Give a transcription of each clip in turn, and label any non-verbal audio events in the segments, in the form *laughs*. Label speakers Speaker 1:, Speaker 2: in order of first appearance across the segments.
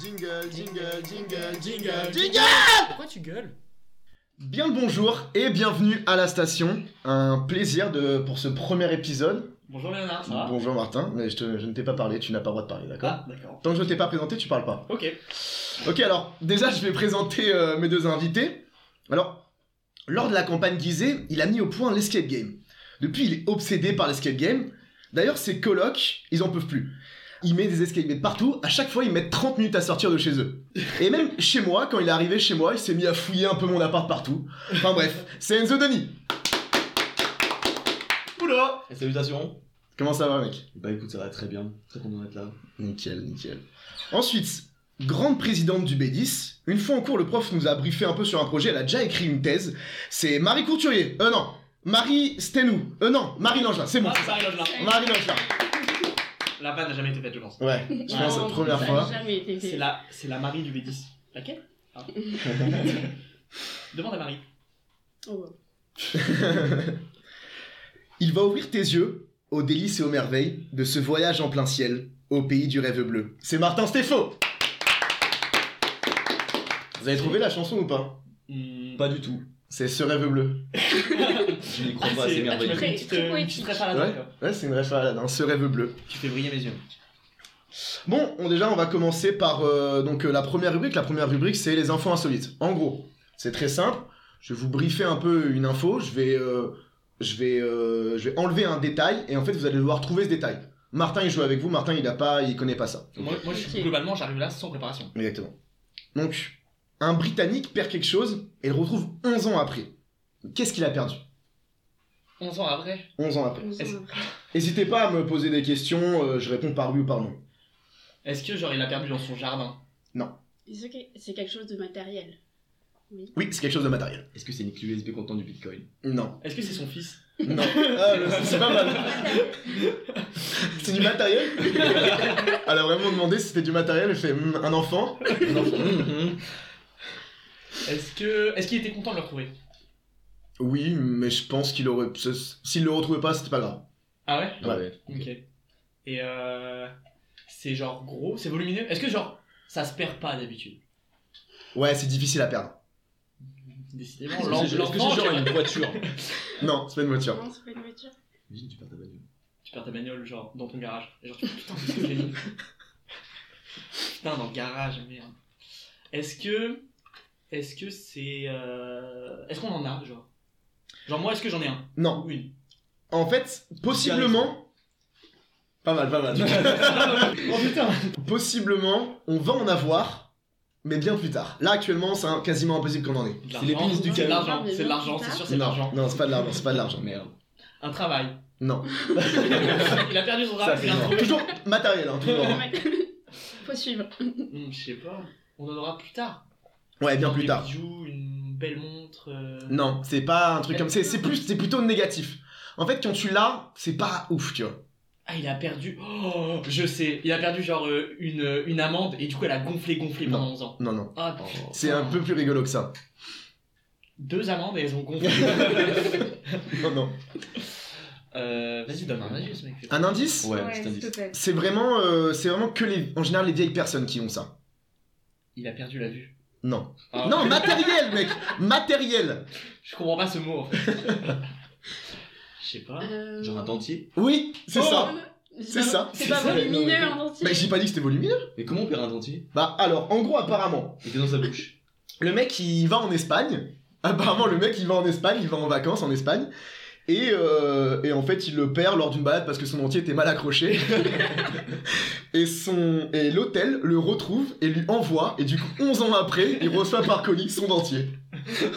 Speaker 1: Jingle, jingle, jingle, jingle, jingle
Speaker 2: Pourquoi tu gueules
Speaker 1: Bien le bonjour et bienvenue à la station. Un plaisir de, pour ce premier épisode.
Speaker 2: Bonjour Léonard, Ah. ça va
Speaker 1: Bonjour Martin, mais je, te- je ne t'ai pas parlé, tu n'as pas le droit de parler, d'accord
Speaker 2: Ah, d'accord.
Speaker 1: Tant que je ne t'ai pas présenté, tu parles pas.
Speaker 2: Ok.
Speaker 1: Ok, alors déjà je vais présenter euh, mes deux invités. Alors, lors de la campagne guisée, il a mis au point l'escape game. Depuis, il est obsédé par l'escape game. D'ailleurs, ses colocs, ils en peuvent plus. Il met des escape games partout, à chaque fois ils mettent 30 minutes à sortir de chez eux. Et même chez moi, quand il est arrivé chez moi, il s'est mis à fouiller un peu mon appart partout. Enfin bref, c'est Enzo Denis.
Speaker 3: Oula Et salutations
Speaker 1: Comment ça va mec
Speaker 3: Bah écoute, ça va très bien, très content d'être là.
Speaker 1: Nickel, nickel. Ensuite, grande présidente du B10. Une fois en cours, le prof nous a briefé un peu sur un projet. Elle a déjà écrit une thèse. C'est Marie Courturier. Euh, non. Marie Stenou. Euh, non. Marie Langelin. C'est bon.
Speaker 2: Ah, ça arrive là.
Speaker 1: Marie Langelin.
Speaker 2: La vanne n'a jamais été faite, je pense.
Speaker 1: Ouais. Je pense que c'est la
Speaker 4: Non,
Speaker 1: première
Speaker 4: ça a
Speaker 1: fois. *laughs*
Speaker 4: jamais été fait.
Speaker 2: C'est la, c'est la Marie du B10. Laquelle Ah. Demande à Marie.
Speaker 4: Oh.
Speaker 1: Il va ouvrir tes yeux aux délices et aux merveilles de ce voyage en plein ciel au pays du rêve bleu. C'est Martin Stéphaux. Vous avez trouvé la chanson ou pas
Speaker 2: Hmm.
Speaker 3: Pas du tout,
Speaker 1: C'est ce rêve bleu.
Speaker 3: je n'y crois
Speaker 2: Ah,
Speaker 3: pas,
Speaker 2: c'est
Speaker 3: c'est
Speaker 2: ah, tu m'as fait
Speaker 3: merveilleux.
Speaker 2: une
Speaker 4: Très-
Speaker 2: petite,
Speaker 4: très
Speaker 2: euh, une
Speaker 4: poétique.
Speaker 2: petite ref à la
Speaker 1: Ouais.
Speaker 2: dent, quoi.
Speaker 1: Ouais, c'est une référence dans ce rêve bleu.
Speaker 2: Tu fais briller mes yeux.
Speaker 1: Bon, on, déjà, on va commencer par euh, donc euh, la première rubrique. La première rubrique, c'est les infos insolites. En gros, c'est très simple. Je vais vous briefer un peu une info. Je vais, euh, je vais, euh, je vais enlever un détail et en fait, vous allez devoir trouver ce détail. Martin, il joue avec vous. Martin, il a pas, il connaît pas ça.
Speaker 2: Moi, moi, je suis-
Speaker 4: Ok.
Speaker 2: globalement, j'arrive là sans préparation.
Speaker 1: Exactement. Donc, un Britannique perd quelque chose et le retrouve 11 ans après. Qu'est-ce qu'il a perdu
Speaker 2: 11 ans après.
Speaker 1: 11 ans après.
Speaker 4: Nous
Speaker 2: Est-ce-
Speaker 4: avons-
Speaker 1: N'hésitez pas à me poser des questions. euh, je réponds par oui ou par non.
Speaker 2: Est-ce que genre il a perdu dans son jardin
Speaker 4: Est-ce que C'est quelque chose de matériel.
Speaker 1: Oui, c'est quelque chose de matériel.
Speaker 3: Est-ce que c'est une clé USB contenant du bitcoin
Speaker 1: Non.
Speaker 2: Est-ce que c'est son fils
Speaker 1: Non. Ah, c'est pas mal. C'est du matériel *laughs* Elle a vraiment demandé si c'était du matériel, elle fait Hmm, un enfant. Un enfant. Hmm, hmm.
Speaker 2: *laughs* Est-ce que est-ce qu'il était content de le retrouver
Speaker 1: Oui, mais je pense qu'il aurait. ce- S'il le retrouvait pas, c'était pas grave.
Speaker 2: Ah ouais
Speaker 1: Ouais.
Speaker 2: Ok. Et euh, c'est genre gros, c'est volumineux. Est-ce que genre ça se perd pas d'habitude
Speaker 1: Ouais, c'est difficile à perdre.
Speaker 2: Décidément.
Speaker 3: Ah, Est-ce
Speaker 2: l'en-
Speaker 3: que c'est- est-ce que
Speaker 2: l'enfant,
Speaker 3: c'est genre
Speaker 2: tu-
Speaker 3: une voiture
Speaker 1: Non, c'est pas une voiture.
Speaker 4: Non, c'est pas une voiture.
Speaker 3: Imagine, tu perds ta bagnole.
Speaker 2: *laughs* Tu perds ta bagnole genre dans ton garage. Et genre tu fais, putain qu'est-ce que j'ai
Speaker 3: *laughs*
Speaker 2: mis Putain dans le garage merde. Est-ce que est-ce que c'est euh, est-ce qu'on en a genre genre moi est-ce que j'en ai un
Speaker 1: Non.
Speaker 2: ou une
Speaker 1: En fait, possiblement. Pas mal, pas
Speaker 3: *laughs*
Speaker 1: mal.
Speaker 2: Oh putain
Speaker 1: possiblement, on va en avoir, mais bien plus tard. Là, actuellement, c'est un- quasiment impossible qu'on en ait.
Speaker 2: De
Speaker 3: C'est les
Speaker 2: l'argent,
Speaker 3: pénis du
Speaker 2: C'est de
Speaker 4: camion.
Speaker 2: l'argent, c'est de l'argent, c'est sûr, c'est de l'argent.
Speaker 1: Non, non c'est pas de l'argent, c'est pas de l'argent.
Speaker 3: Merde.
Speaker 2: Un
Speaker 3: *laughs*
Speaker 2: travail.
Speaker 1: Non.
Speaker 2: Il a perdu son travail.
Speaker 1: Ça,
Speaker 2: il a Ah, un
Speaker 1: c'est- toujours matériel, hein, toujours.
Speaker 4: *laughs* Faut suivre.
Speaker 2: truc. Hmm, Je sais pas. On en aura plus tard.
Speaker 1: Ouais, Eh bien
Speaker 2: Des
Speaker 1: plus tard.
Speaker 2: bijoux, une belle montre. euh,
Speaker 1: Non, c'est pas un truc comme ça. C'est plus, c'est plutôt négatif. En fait, quand tu l'as, c'est pas ouf, tu vois.
Speaker 2: Ah, il a perdu. Oh, je sais. Il a perdu genre euh, une, une amende et du coup elle a gonflé, gonflé pendant 11 ans.
Speaker 1: Non, Oh. non.
Speaker 2: Ah,
Speaker 3: Oh.
Speaker 1: C'est un peu plus rigolo que ça.
Speaker 2: Deux amendes et elles
Speaker 1: *laughs*
Speaker 2: ont gonflé.
Speaker 1: Non, non.
Speaker 2: euh, Vas-y, donne un indice, mec.
Speaker 1: Un indice
Speaker 3: Ouais, c'est un
Speaker 4: s'il te
Speaker 3: indice.
Speaker 4: plaît.
Speaker 1: C'est vraiment, euh, c'est vraiment que les, en général, les vieilles personnes qui ont ça.
Speaker 2: Il a perdu la vue.
Speaker 1: Non.
Speaker 2: Ah,
Speaker 1: Non, matériel, mec. Matériel.
Speaker 2: Je comprends pas ce mot en
Speaker 1: *laughs*
Speaker 2: fait. Je sais pas.
Speaker 4: Euh,
Speaker 3: Genre un dentier
Speaker 1: Oui, Ah, c'est
Speaker 2: Oh.
Speaker 1: ça.
Speaker 4: j'ai
Speaker 1: C'est
Speaker 4: pas-
Speaker 1: ça.
Speaker 4: C'est pas
Speaker 3: C'est ça.
Speaker 4: volumineux
Speaker 3: Non,
Speaker 4: en entier.
Speaker 1: Mais j'ai pas dit que c'était volumineux.
Speaker 3: Mais comment on perd un dentier
Speaker 1: Bah alors, en gros, apparemment,
Speaker 3: Il était dans sa bouche.
Speaker 1: le mec il va en Espagne. Apparemment, le mec il va en Espagne, il va en vacances en Espagne. Et, euh, et en fait, il le perd lors d'une balade parce que son entier était mal accroché. *laughs* et son et l'hôtel le retrouve et lui envoie. Et du coup, 11 ans après, il reçoit par colis son dentier.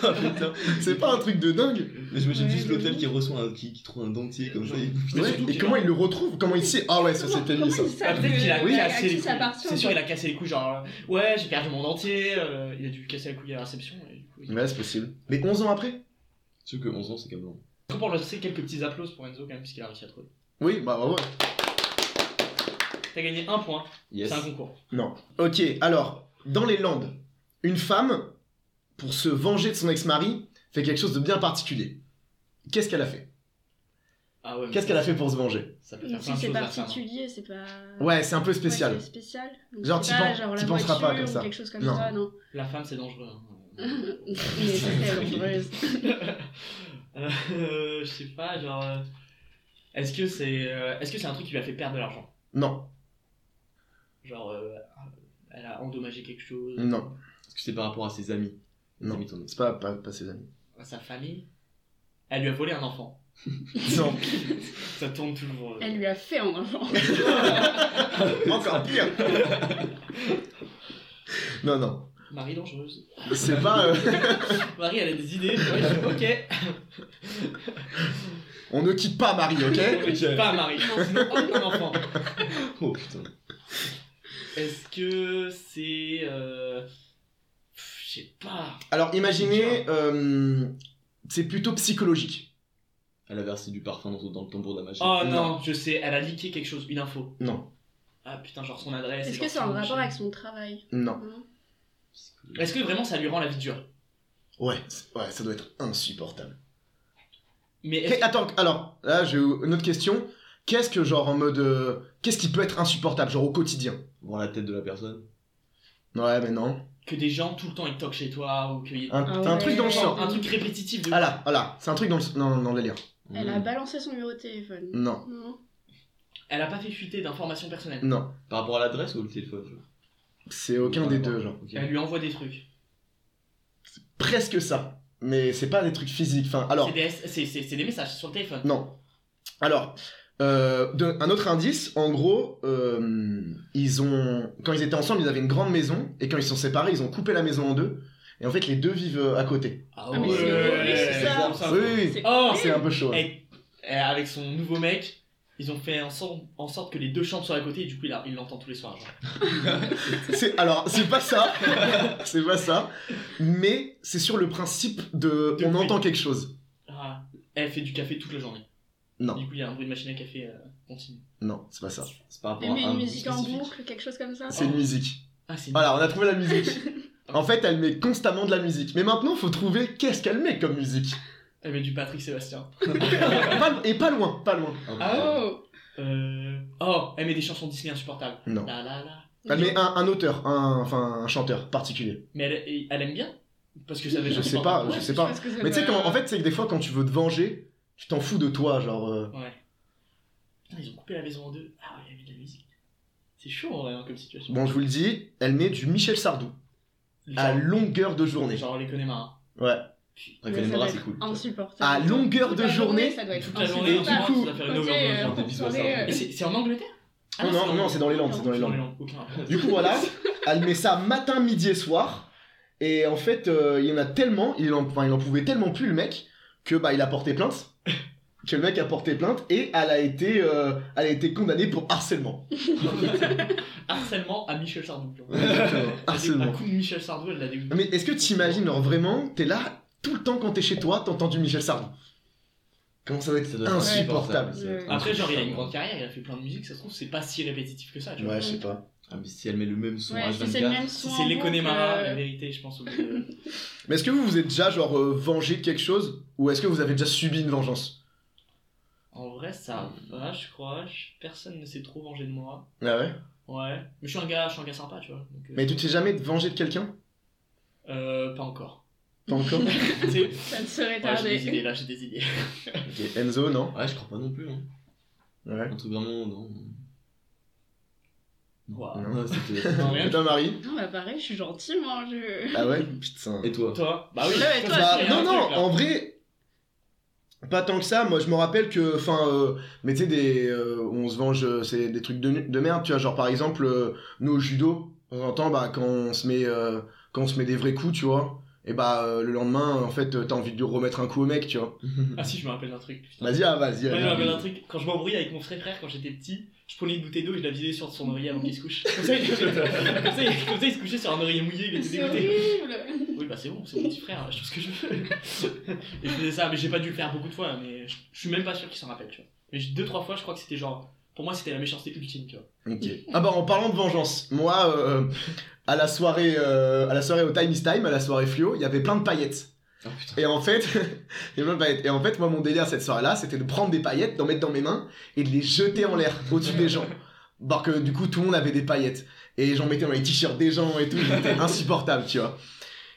Speaker 3: Ah putain
Speaker 1: C'est pas un truc de dingue.
Speaker 3: Mais j'imagine
Speaker 4: Ouais,
Speaker 3: juste l'hôtel
Speaker 4: mais-
Speaker 3: qui reçoit un, qui, qui trouve un dentier comme ça. il-
Speaker 2: Mais
Speaker 1: Ouais,
Speaker 2: surtout
Speaker 1: et
Speaker 2: qu'il
Speaker 1: comment
Speaker 2: a-
Speaker 1: il le retrouve Comment il sait Ah ouais, ça
Speaker 4: Comment-
Speaker 1: c'était
Speaker 4: comment
Speaker 1: lui ça.
Speaker 4: ils savent
Speaker 2: Ah, peut-être
Speaker 4: que-
Speaker 2: qu'il a
Speaker 4: à- à
Speaker 2: cassé
Speaker 4: qui
Speaker 2: les
Speaker 4: ça
Speaker 2: couilles.
Speaker 4: appartient,
Speaker 2: C'est sûr,
Speaker 4: quoi.
Speaker 2: il a cassé les couilles, genre, euh, ouais, j'ai perdu mon dentier, euh, il a dû casser la couille à la réception. Et du coup, il...
Speaker 1: Ouais, c'est possible. Mais 11 ans après
Speaker 3: Sauf que 11 ans, c'est quand même long.
Speaker 2: Est-ce qu'on peut lancer quelques petits applauses pour Enzo quand même, puisqu'il a réussi à trouver
Speaker 1: Oui, bah ouais.
Speaker 2: T'as gagné un point,
Speaker 3: Yes.
Speaker 2: c'est un concours.
Speaker 1: Ok, alors, dans les Landes, une femme, pour se venger de son ex-mari, fait quelque chose de bien particulier. Qu'est-ce qu'elle a fait
Speaker 2: Ah ouais, mais
Speaker 1: Qu'est-ce qu'elle a fait pour se venger
Speaker 2: Ça peut faire
Speaker 4: Donc,
Speaker 2: plein de
Speaker 4: si c'est
Speaker 2: choses la femme.
Speaker 4: particulier, c'est pas.
Speaker 1: Ouais, c'est un peu
Speaker 4: Ouais,
Speaker 1: spécial.
Speaker 4: c'est spécial. Donc,
Speaker 1: Genre,
Speaker 4: c'est
Speaker 1: t'y
Speaker 4: pas
Speaker 1: pen-
Speaker 4: genre
Speaker 1: t'y
Speaker 4: la
Speaker 1: penseras pas
Speaker 4: voiture
Speaker 1: comme ça.
Speaker 4: ou Quelque chose comme
Speaker 1: Non. *laughs*
Speaker 4: ça, non.
Speaker 2: La femme, c'est dangereux. hein.
Speaker 4: *laughs* Mais c'est très dangereuse.
Speaker 2: Euh, je sais pas, genre. euh, Est-ce que c'est euh, est-ce que c'est un truc qui lui a fait perdre de l'argent
Speaker 1: Non,
Speaker 2: Genre, euh, elle a endommagé quelque chose
Speaker 1: non,
Speaker 3: Est-ce que c'est par rapport à ses amis Les
Speaker 1: Non.
Speaker 3: amis de ton ex.
Speaker 1: c'est pas, pas, pas ses amis.
Speaker 2: à Bah, Sa famille Elle lui a volé un enfant.
Speaker 1: *laughs* Non,
Speaker 2: Ça tourne toujours. euh.
Speaker 4: Elle lui a fait un enfant.
Speaker 1: encore pire *laughs* Non, non,
Speaker 2: Marie dangereuse.
Speaker 1: c'est pas. euh,
Speaker 2: Marie, elle a des
Speaker 1: *laughs*
Speaker 2: idées. Ouais, je- ok.
Speaker 1: On ne quitte pas Marie, ok
Speaker 2: Je suis pas Marie. Sinon, hop, un enfant.
Speaker 3: Oh putain.
Speaker 2: Est-ce que c'est. euh, pff, Je sais pas.
Speaker 1: Alors imaginez, euh, c'est plutôt psychologique.
Speaker 3: Elle a versé du parfum dans, dans le tambour de la machine.
Speaker 2: Oh non, je sais, elle a leaké quelque chose, une info.
Speaker 1: Non,
Speaker 2: Ah putain, genre son adresse.
Speaker 4: Est-ce
Speaker 2: genre
Speaker 4: que c'est en
Speaker 2: son
Speaker 4: rapport
Speaker 2: machin.
Speaker 4: avec son travail
Speaker 1: non.
Speaker 4: non
Speaker 3: Psychologie.
Speaker 2: Est-ce que vraiment ça lui rend la vie dure
Speaker 1: Ouais, c'est- ouais, ça doit être insupportable.
Speaker 2: Mais est-ce
Speaker 1: Que- Attends, alors, là j'ai une autre question. Qu'est-ce que genre en mode... euh, Qu'est-ce qui peut être insupportable, genre au quotidien
Speaker 3: Voir la tête de la personne.
Speaker 1: Ouais, mais non.
Speaker 2: que des gens tout le temps ils toquent chez toi ou qu'il y ait
Speaker 1: Un,
Speaker 4: Ah
Speaker 1: t'as un
Speaker 4: ouais.
Speaker 1: truc dans le
Speaker 2: Genre,
Speaker 1: genre.
Speaker 2: un truc répétitif de.
Speaker 1: Ah là, ah là, c'est un truc dans le... Non, non, non, délire.
Speaker 4: Elle a
Speaker 1: Hmm.
Speaker 3: Mmh.
Speaker 4: balancé son numéro de téléphone.
Speaker 1: Non,
Speaker 4: Non.
Speaker 2: Elle a pas fait fuiter d'informations personnelles.
Speaker 1: non.
Speaker 3: Par rapport à l'adresse ou le téléphone genre
Speaker 1: C'est aucun
Speaker 3: Par
Speaker 1: des
Speaker 3: rapport-
Speaker 1: deux, genre.
Speaker 3: Ok.
Speaker 2: Elle lui envoie des trucs.
Speaker 1: Presque ça. Mais c'est pas des trucs physiques. Enfin, alors...
Speaker 2: C'est des, c'est- c'est- c'est des messages sur le téléphone.
Speaker 1: Non. Alors, euh, de- un autre indice, en gros, euh, ils ont, quand ils étaient ensemble, ils avaient une grande maison, et quand ils se sont séparés, ils ont coupé la maison en deux, et en fait, les deux vivent euh, à côté.
Speaker 4: Ah, mais c'est horrible,
Speaker 1: c'est
Speaker 4: ça.
Speaker 1: oui, oui, oui.
Speaker 4: C'est-
Speaker 2: Oh
Speaker 1: c'est un peu chaud. hein. ouais.
Speaker 2: Et- et Avec son nouveau mec, ils ont fait en sorte, en sorte que les deux chambres soient à côté et du coup il a- il l'entend tous les soirs. genre.
Speaker 1: C'est- alors, c'est pas ça, *laughs* c'est pas ça, mais c'est sur le principe de,
Speaker 2: De
Speaker 1: on
Speaker 2: bruit.
Speaker 1: entend quelque chose.
Speaker 2: Ah, elle fait du café toute la journée.
Speaker 1: Non.
Speaker 2: Du coup il y a un bruit de machine à café euh, continu.
Speaker 1: Non, c'est pas ça.
Speaker 3: C'est par rapport
Speaker 4: Elle met
Speaker 3: à un
Speaker 4: une musique en
Speaker 3: spécifique.
Speaker 4: boucle, quelque chose comme ça.
Speaker 1: C'est une musique.
Speaker 2: Ah c'est
Speaker 1: Voilà, on a trouvé la
Speaker 2: *laughs*
Speaker 1: musique. En fait, elle met constamment de la musique. Mais maintenant, faut trouver qu'est-ce qu'elle met comme musique.
Speaker 2: Elle met du Patrick Sébastien.
Speaker 1: Pas- et pas loin, pas loin.
Speaker 3: Ah, putain.
Speaker 4: Oh
Speaker 2: Euh... Oh, elle met des chansons Disney insupportables.
Speaker 1: Non.
Speaker 2: La la la.
Speaker 1: Elle met un, un auteur, un, enfin un chanteur particulier.
Speaker 2: Mais elle, elle aime bien Parce que ça veut
Speaker 1: Je
Speaker 2: dire
Speaker 1: sais
Speaker 2: qu'on
Speaker 1: pas,
Speaker 2: parle-
Speaker 1: je sais
Speaker 4: Je
Speaker 1: pas.
Speaker 4: pense que ça
Speaker 1: Mais tu sais
Speaker 4: doit-
Speaker 1: comment, en fait, c'est que des fois quand tu veux te venger, tu t'en fous de toi, genre. euh,
Speaker 2: Ouais. Putain, ils ont coupé la maison en deux. Ah ouais, il y avait de la musique. C'est chaud en vrai hein, comme situation.
Speaker 1: Bon, je vous le dis, elle met du Michel Sardou
Speaker 2: Genre-
Speaker 1: à longueur de journée.
Speaker 2: Genre les Connemara.
Speaker 1: Ouais.
Speaker 3: Ouais,
Speaker 4: Mais ça
Speaker 3: Connemara,
Speaker 4: doit
Speaker 3: c'est
Speaker 4: être
Speaker 3: cool.
Speaker 1: À
Speaker 4: Insupportable.
Speaker 1: longueur
Speaker 4: Toute
Speaker 1: de
Speaker 4: la
Speaker 1: journée.
Speaker 4: ça doit être
Speaker 2: Toute la journée,
Speaker 1: du
Speaker 4: insupportable.
Speaker 1: coup-
Speaker 2: on oh, va faire une
Speaker 4: Ok,
Speaker 2: overdose.
Speaker 4: euh,
Speaker 2: genre.
Speaker 3: des
Speaker 4: pour
Speaker 3: bisous à
Speaker 4: tourner,
Speaker 3: ça.
Speaker 4: euh,
Speaker 2: Et c'est c'est en Angleterre Ah
Speaker 1: Non, non,
Speaker 2: en-
Speaker 1: non, c'est dans les Landes, c'est dans les Landes.
Speaker 2: aucun rapport.
Speaker 1: Du coup, voilà, elle met ça matin, midi et soir. Et en fait, euh, il y en a tellement, il en, enfin, il en pouvait tellement plus le mec que bah il a porté plainte. *laughs* Que le mec a porté plainte et elle a été, euh, elle a été condamnée pour *laughs* harcèlement.
Speaker 2: Harcèlement à Michel Sardou. genre. Un
Speaker 1: *laughs* harcèlement.
Speaker 2: coup de Michel Sardou, elle l'a dégoûté.
Speaker 1: Mais est-ce que t'imagines, genre vraiment, t'es là tout le temps quand t'es chez toi, t'entends du Michel Sardou Comment ça doit être
Speaker 3: Ça doit être
Speaker 1: insupportable
Speaker 3: ça doit être
Speaker 4: Ouais.
Speaker 2: Après, genre, il a une
Speaker 3: insupportable.
Speaker 2: grande carrière, il a fait plein de musique, ça se trouve, c'est pas si répétitif que ça. tu vois.
Speaker 1: Ouais, je sais pas.
Speaker 3: Ah, mais si elle met le même son à
Speaker 4: Ouais, si c'est le
Speaker 3: 24.
Speaker 4: même
Speaker 2: Si
Speaker 4: son.
Speaker 2: c'est
Speaker 4: en
Speaker 2: les
Speaker 4: boucle,
Speaker 2: Connemara, la
Speaker 4: euh,
Speaker 2: vérité, je pense. au bout de-
Speaker 1: Mais est-ce que vous vous êtes déjà, genre, euh, vengé de quelque chose Ou est-ce que vous avez déjà subi une vengeance
Speaker 2: *laughs* En vrai, ça va, je crois. Je- Personne ne s'est trop vengé de moi.
Speaker 1: Ah ouais
Speaker 2: Ouais. Mais je suis un gars, je suis un gars sympa, tu vois. donc, euh,
Speaker 1: Mais tu t'es jamais vengé de quelqu'un
Speaker 2: Euh, pas *laughs* encore.
Speaker 1: Pas encore
Speaker 2: Tu sais,
Speaker 4: Ça ne serait
Speaker 2: ouais, j'ai des
Speaker 4: tardé.
Speaker 2: idées, là, j'ai des idées.
Speaker 1: Ok, Enzo, non
Speaker 3: Ouais, je crois pas non plus. Hein.
Speaker 1: Ouais.
Speaker 3: Un truc vraiment. Non.
Speaker 2: Wow.
Speaker 1: Non.
Speaker 3: Ouais, c'était- *laughs*
Speaker 2: Non, rien.
Speaker 1: Et toi,
Speaker 2: *laughs*
Speaker 1: Marie
Speaker 4: Non, bah pareil, je suis gentille, moi. Je...
Speaker 1: Ah ouais Putain.
Speaker 3: Et toi
Speaker 2: *laughs* Toi Bah oui.
Speaker 4: Ouais, mais
Speaker 2: je pense
Speaker 4: toi,
Speaker 2: qu'il
Speaker 1: Bah,
Speaker 2: y
Speaker 1: non,
Speaker 2: a un
Speaker 1: non,
Speaker 2: truc, là.
Speaker 1: en vrai, pas tant que ça. Moi, je me rappelle que, enfin, euh, mais tu sais, des, euh, on se venge, euh, c'est des trucs de, nu- de merde, tu vois. Genre, par exemple, euh, nous, au judo, de temps en temps, bah, quand on se met, euh, quand on se met des vrais coups, tu vois, et bah, euh, le lendemain, en fait, euh, t'as envie de lui remettre un coup au mec, tu vois.
Speaker 2: Ah si, je me rappelle d'un truc. putain.
Speaker 1: Vas-y, ah, vas-y.
Speaker 2: Ouais,
Speaker 1: allez.
Speaker 2: je me rappelle d'un truc. Quand je m'embrouillais avec mon frère, frère quand j'étais petit, je prenais une bouteille d'eau et je la vidais sur son oreiller avant qu'il se couche. *laughs* Comme ça, il, comme ça, il- comme ça, il se couchait sur un oreiller mouillé, il était
Speaker 4: C'est
Speaker 2: dégoûté.
Speaker 4: horrible.
Speaker 2: Oui, bah c'est bon, c'est mon petit frère, je fais ce que je veux. et je faisais ça, mais j'ai pas dû le faire beaucoup de fois, hein, mais je, je suis même pas sûr qu'il s'en rappelle, tu vois. Mais j'ai- deux, trois fois, je crois que c'était genre. Pour moi, c'était la méchanceté ultime, tu vois.
Speaker 1: Ok. Ah bah, en parlant de vengeance, moi, euh, à la soirée, euh, à la soirée au Time is Time, à la soirée Fluo, il y avait plein de paillettes.
Speaker 3: Ah putain.
Speaker 1: Et en fait, *laughs* les mêmes paillettes. Et en fait, moi, mon délire cette soirée-là, c'était de prendre des paillettes, d'en mettre dans mes mains et de les jeter en l'air au-dessus des gens. Parce que du coup, tout le monde avait des paillettes. Et j'en mettais dans les t-shirts des gens et tout. C'était insupportable, tu vois.